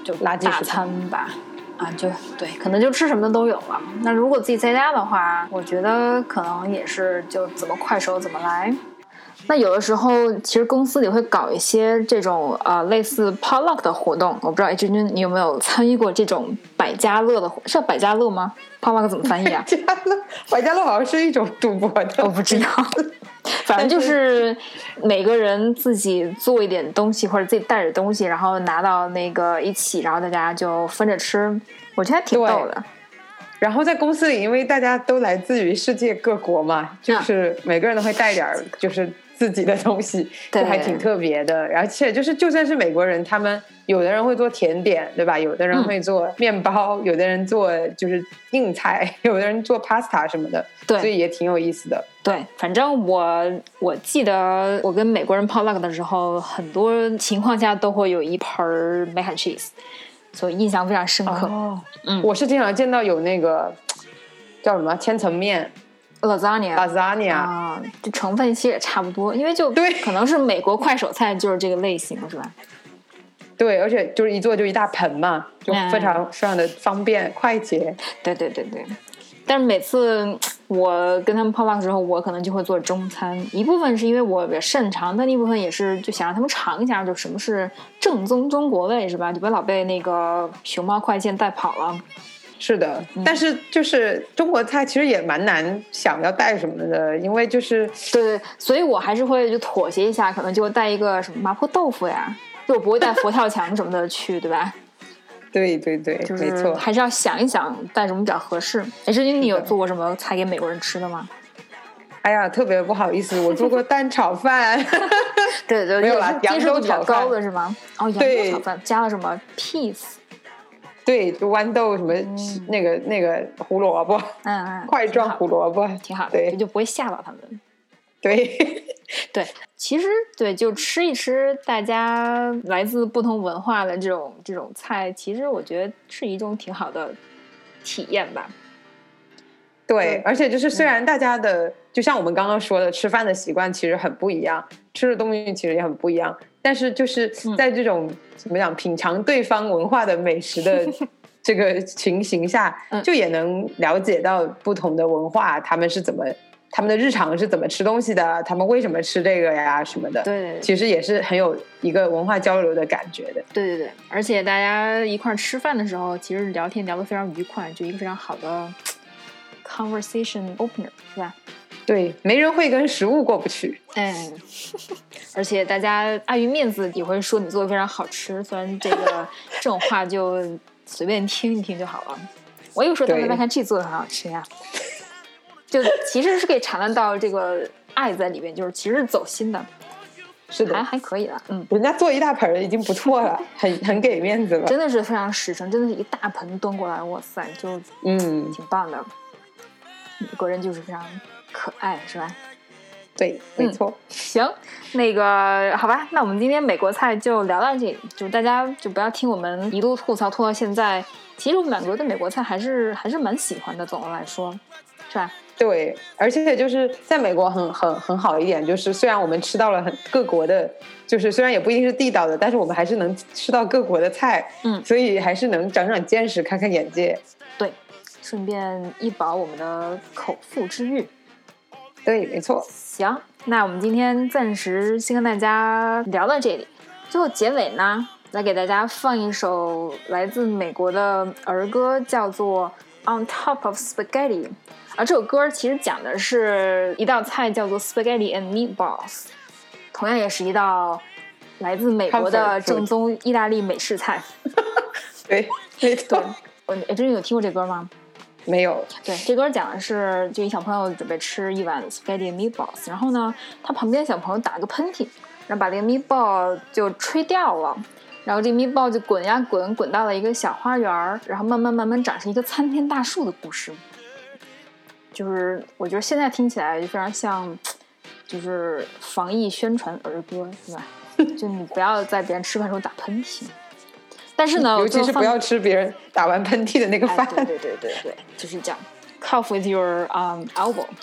[SPEAKER 2] 就
[SPEAKER 4] 垃圾食
[SPEAKER 2] 大
[SPEAKER 4] 堂？
[SPEAKER 2] 餐吧。啊，就对，可能就吃什么都有了。那如果自己在家的话，我觉得可能也是就怎么快手怎么来。那有的时候，其实公司里会搞一些这种呃类似 potluck 的活动，我不知道 H 君你有没有参与过这种百家乐的活？是叫百家乐吗？potluck 怎么翻译啊
[SPEAKER 4] 家乐，百家乐好像是一种赌博的。
[SPEAKER 2] 我不知道，反正就是每个人自己做一点东西，或者自己带着东西，然后拿到那个一起，然后大家就分着吃。我觉得还挺
[SPEAKER 4] 对
[SPEAKER 2] 逗的。
[SPEAKER 4] 然后在公司里，因为大家都来自于世界各国
[SPEAKER 2] 啊
[SPEAKER 4] 嘛，就是每个人都会带点儿就是自己的 东西，
[SPEAKER 2] 对
[SPEAKER 4] 就还挺特别的。而且就是就算是美国人，他们有的人会做甜点，对吧？有的人
[SPEAKER 2] 嗯
[SPEAKER 4] 会做面包，有的人做就是硬菜， 有的人做 pasta 什么的，
[SPEAKER 2] 对
[SPEAKER 4] 所以也挺有意思的。
[SPEAKER 2] 对，反正我我记得我跟美国人 potluck 的时候，很多情况下都会有一盆儿 mac and cheese，所以印象非常深刻。
[SPEAKER 4] 哦，
[SPEAKER 2] 嗯
[SPEAKER 4] 我是经常见到有那个叫什么千层面
[SPEAKER 2] lasagna
[SPEAKER 4] lasagna，、
[SPEAKER 2] 啊，这成分其实也差不多，因为就
[SPEAKER 4] 对
[SPEAKER 2] 可能是美国快手菜就是这个类型，是吧？
[SPEAKER 4] 对，而且就是一做就一大盆嘛，就
[SPEAKER 2] 嗯
[SPEAKER 4] 非常非常的方便快捷。
[SPEAKER 2] 对对对对，但是每次我跟他们 potluck 的时候，我可能就会做中餐，一部分是因为我比较擅长，但一部分也是就想让他们尝一下，就什么是正宗中国味，是吧？就别老被那个熊猫快线带跑了。
[SPEAKER 4] 是的，
[SPEAKER 2] 嗯
[SPEAKER 4] 但是就是中国菜其实也蛮难想要带什么的，因为就是
[SPEAKER 2] 对对，所以我还是会就妥协一下，可能就带一个什么麻婆豆腐呀，就我不会带佛跳墙什么的去，对吧？
[SPEAKER 4] 对对对，
[SPEAKER 2] 就是
[SPEAKER 4] 没错。
[SPEAKER 2] 还是要想一想带什么比较合适。哎，志军，你有做过什么菜给美国人吃的吗？
[SPEAKER 4] 哎呀，特别不好意思，我做过蛋 炒饭，
[SPEAKER 2] 对对，
[SPEAKER 4] 没有
[SPEAKER 2] 就是
[SPEAKER 4] 啦
[SPEAKER 2] 接受度
[SPEAKER 4] 扬州
[SPEAKER 2] 比较
[SPEAKER 4] 炒饭
[SPEAKER 2] 高的是吗？哦，扬州
[SPEAKER 4] 对
[SPEAKER 2] 炒饭加了什么 peas？
[SPEAKER 4] 对，就豌豆什么、那个那个胡萝卜，
[SPEAKER 2] 嗯嗯，
[SPEAKER 4] 块状胡萝卜，
[SPEAKER 2] 挺好的，这
[SPEAKER 4] 对
[SPEAKER 2] 就不会吓到他们。
[SPEAKER 4] 对
[SPEAKER 2] 对，其实对，就吃一吃大家来自不同文化的这种这种菜，其实我觉得是一种挺好的体验吧。
[SPEAKER 4] 对，而且就是虽
[SPEAKER 2] 嗯
[SPEAKER 4] 然大家的、就像我们刚刚说的，吃饭的习惯其实很不一样，吃的东西其实也很不一样，但是就是
[SPEAKER 2] 嗯
[SPEAKER 4] 在这种、怎么讲品尝对方文化的美 食的这个情形下，
[SPEAKER 2] 嗯
[SPEAKER 4] 就也能了解到不同的文化他们是怎么。他们的日常是怎么吃东西的？他们为什么吃这个呀？什么的，
[SPEAKER 2] 对对对
[SPEAKER 4] 其实也是很有一个文化交流的感觉的。
[SPEAKER 2] 对对对，而且大家一块儿吃饭的时候，其实聊天聊得非常愉快，就一个非常好的 conversation opener，是吧？
[SPEAKER 4] 对，没人会跟食物过不去。
[SPEAKER 2] 哎， 而且大家碍于面子也会说你做的非常好吃，虽然这个这种话就随便听一听就好了。我有时候他们
[SPEAKER 4] 对
[SPEAKER 2] 麦看 cheese 做的很好吃呀，就其实是可以尝得到这个爱在里边，就是其实是走心的，
[SPEAKER 4] 是的，
[SPEAKER 2] 还还可以了，嗯，
[SPEAKER 4] 人家做一大盆儿已经不错了，很很给面子了。
[SPEAKER 2] 真的是非常实诚，真的是一大盆端过来，哇塞，就
[SPEAKER 4] 嗯，
[SPEAKER 2] 挺棒的。美国人就是非常可爱，是吧？
[SPEAKER 3] 对，没
[SPEAKER 2] 嗯
[SPEAKER 3] 错。
[SPEAKER 2] 行，那个好吧，那我们今天美国菜就聊到这里，就大家就不要听我们一路吐槽吐到现在。其实我们两个对美国菜还是还是蛮喜欢的，总的来说，是吧？
[SPEAKER 3] 对，而且就是在美国很很很好一点，就是虽然我们吃到了很各国的，就是虽然也不一定是地道的，但是我们还是能吃到各国的菜，
[SPEAKER 2] 嗯
[SPEAKER 3] 所以还是能长长见识，开开眼界。
[SPEAKER 2] 对，顺便一饱我们的口腹之欲。
[SPEAKER 3] 对，没错。
[SPEAKER 2] 行，那我们今天暂时先跟大家聊到这里。最后结尾呢，来给大家放一首来自美国的儿歌，叫做《On Top of Spaghetti》。啊，这首歌其实讲的是一道菜叫做 Spaghetti and Meatballs，同样也是一道来自美国
[SPEAKER 3] Comfort
[SPEAKER 2] 的
[SPEAKER 3] food
[SPEAKER 2] 正宗意大利美式菜。
[SPEAKER 3] 对，没错。
[SPEAKER 2] 我哎，真的有听过这歌吗？
[SPEAKER 3] 没有，
[SPEAKER 2] 对，这歌讲的是就一小朋友准备吃一碗 spaghetti and meatballs，然后呢，他旁边小朋友打了个喷嚏，然后把这个 meatball 就吹掉了，然后这 meatball 就滚呀滚，滚到了一个小花园儿，然后慢慢慢慢长成一个参天大树的故事。就是我觉得现在听起来就非常像，就是防疫宣传儿歌，对吧？ 就你不要在别人吃饭的时候打喷嚏。但哦是呢，
[SPEAKER 3] 尤
[SPEAKER 2] 我最
[SPEAKER 3] 其
[SPEAKER 2] 后
[SPEAKER 3] 是
[SPEAKER 2] 放
[SPEAKER 3] 不要吃别人打完喷嚏的那个
[SPEAKER 2] 哎
[SPEAKER 3] 饭。
[SPEAKER 2] 对对对对对，就是这样。Cough with your um elbow。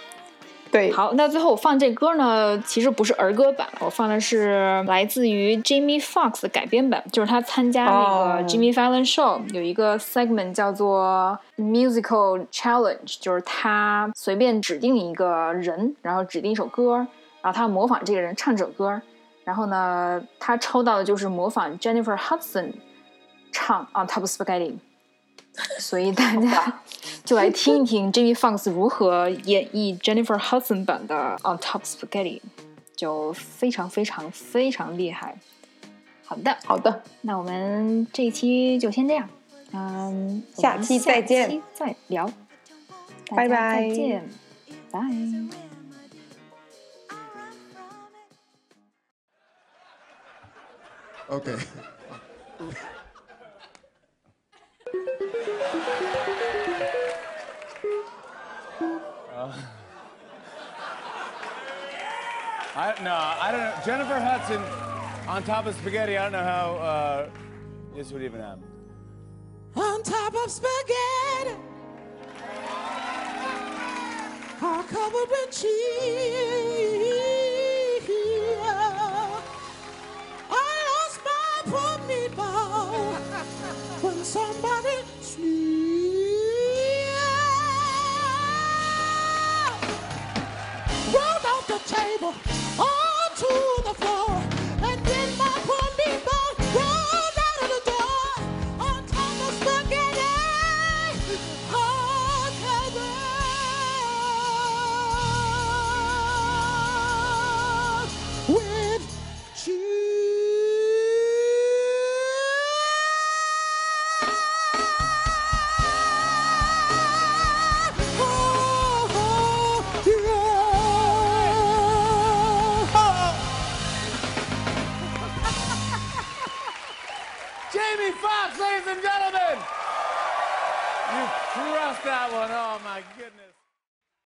[SPEAKER 3] 对
[SPEAKER 2] 好，那最后我放这歌呢，其实不是儿歌版，我放的是来自于 Jimmy Fox 的改编版，就是他参加那
[SPEAKER 3] 哦
[SPEAKER 2] 个 Jimmy Fallon Show 有一个 segment 叫做 Musical Challenge，就是他随便指定一个人，然后指定一首歌，然后他模仿这个人唱这首歌，然后呢，他抽到的就是模仿 Jennifer Hudson 唱 On Top of Spaghetti。所以大家就来听一听 Jimmy Fox 如何演绎 Jennifer Hudson 版的《On Top Spaghetti》，就非常非常非常厉害。好的，
[SPEAKER 3] 好的，
[SPEAKER 2] 那我们这一期就先这样，嗯，我
[SPEAKER 3] 下
[SPEAKER 2] 们
[SPEAKER 3] 期再见
[SPEAKER 2] 下期再聊，大
[SPEAKER 3] 拜
[SPEAKER 2] 家
[SPEAKER 3] 拜
[SPEAKER 2] 再见，拜。
[SPEAKER 6] Okay.
[SPEAKER 7] I, no, I don't know. Jennifer Hudson on top of spaghetti. I don't know how uh, this would even happen.
[SPEAKER 8] on top of spaghetti, all covered with cheese. I lost my poor meatball when somebody sneezed. Rolled off the table onto the floor, and then my poor meatball rolled out of the door on top of spaghetti, all covered with Oh, cheese. Oh, yeah.
[SPEAKER 7] Jamie Foxx, ladies and gentlemen! You crushed that one. Oh, my goodness.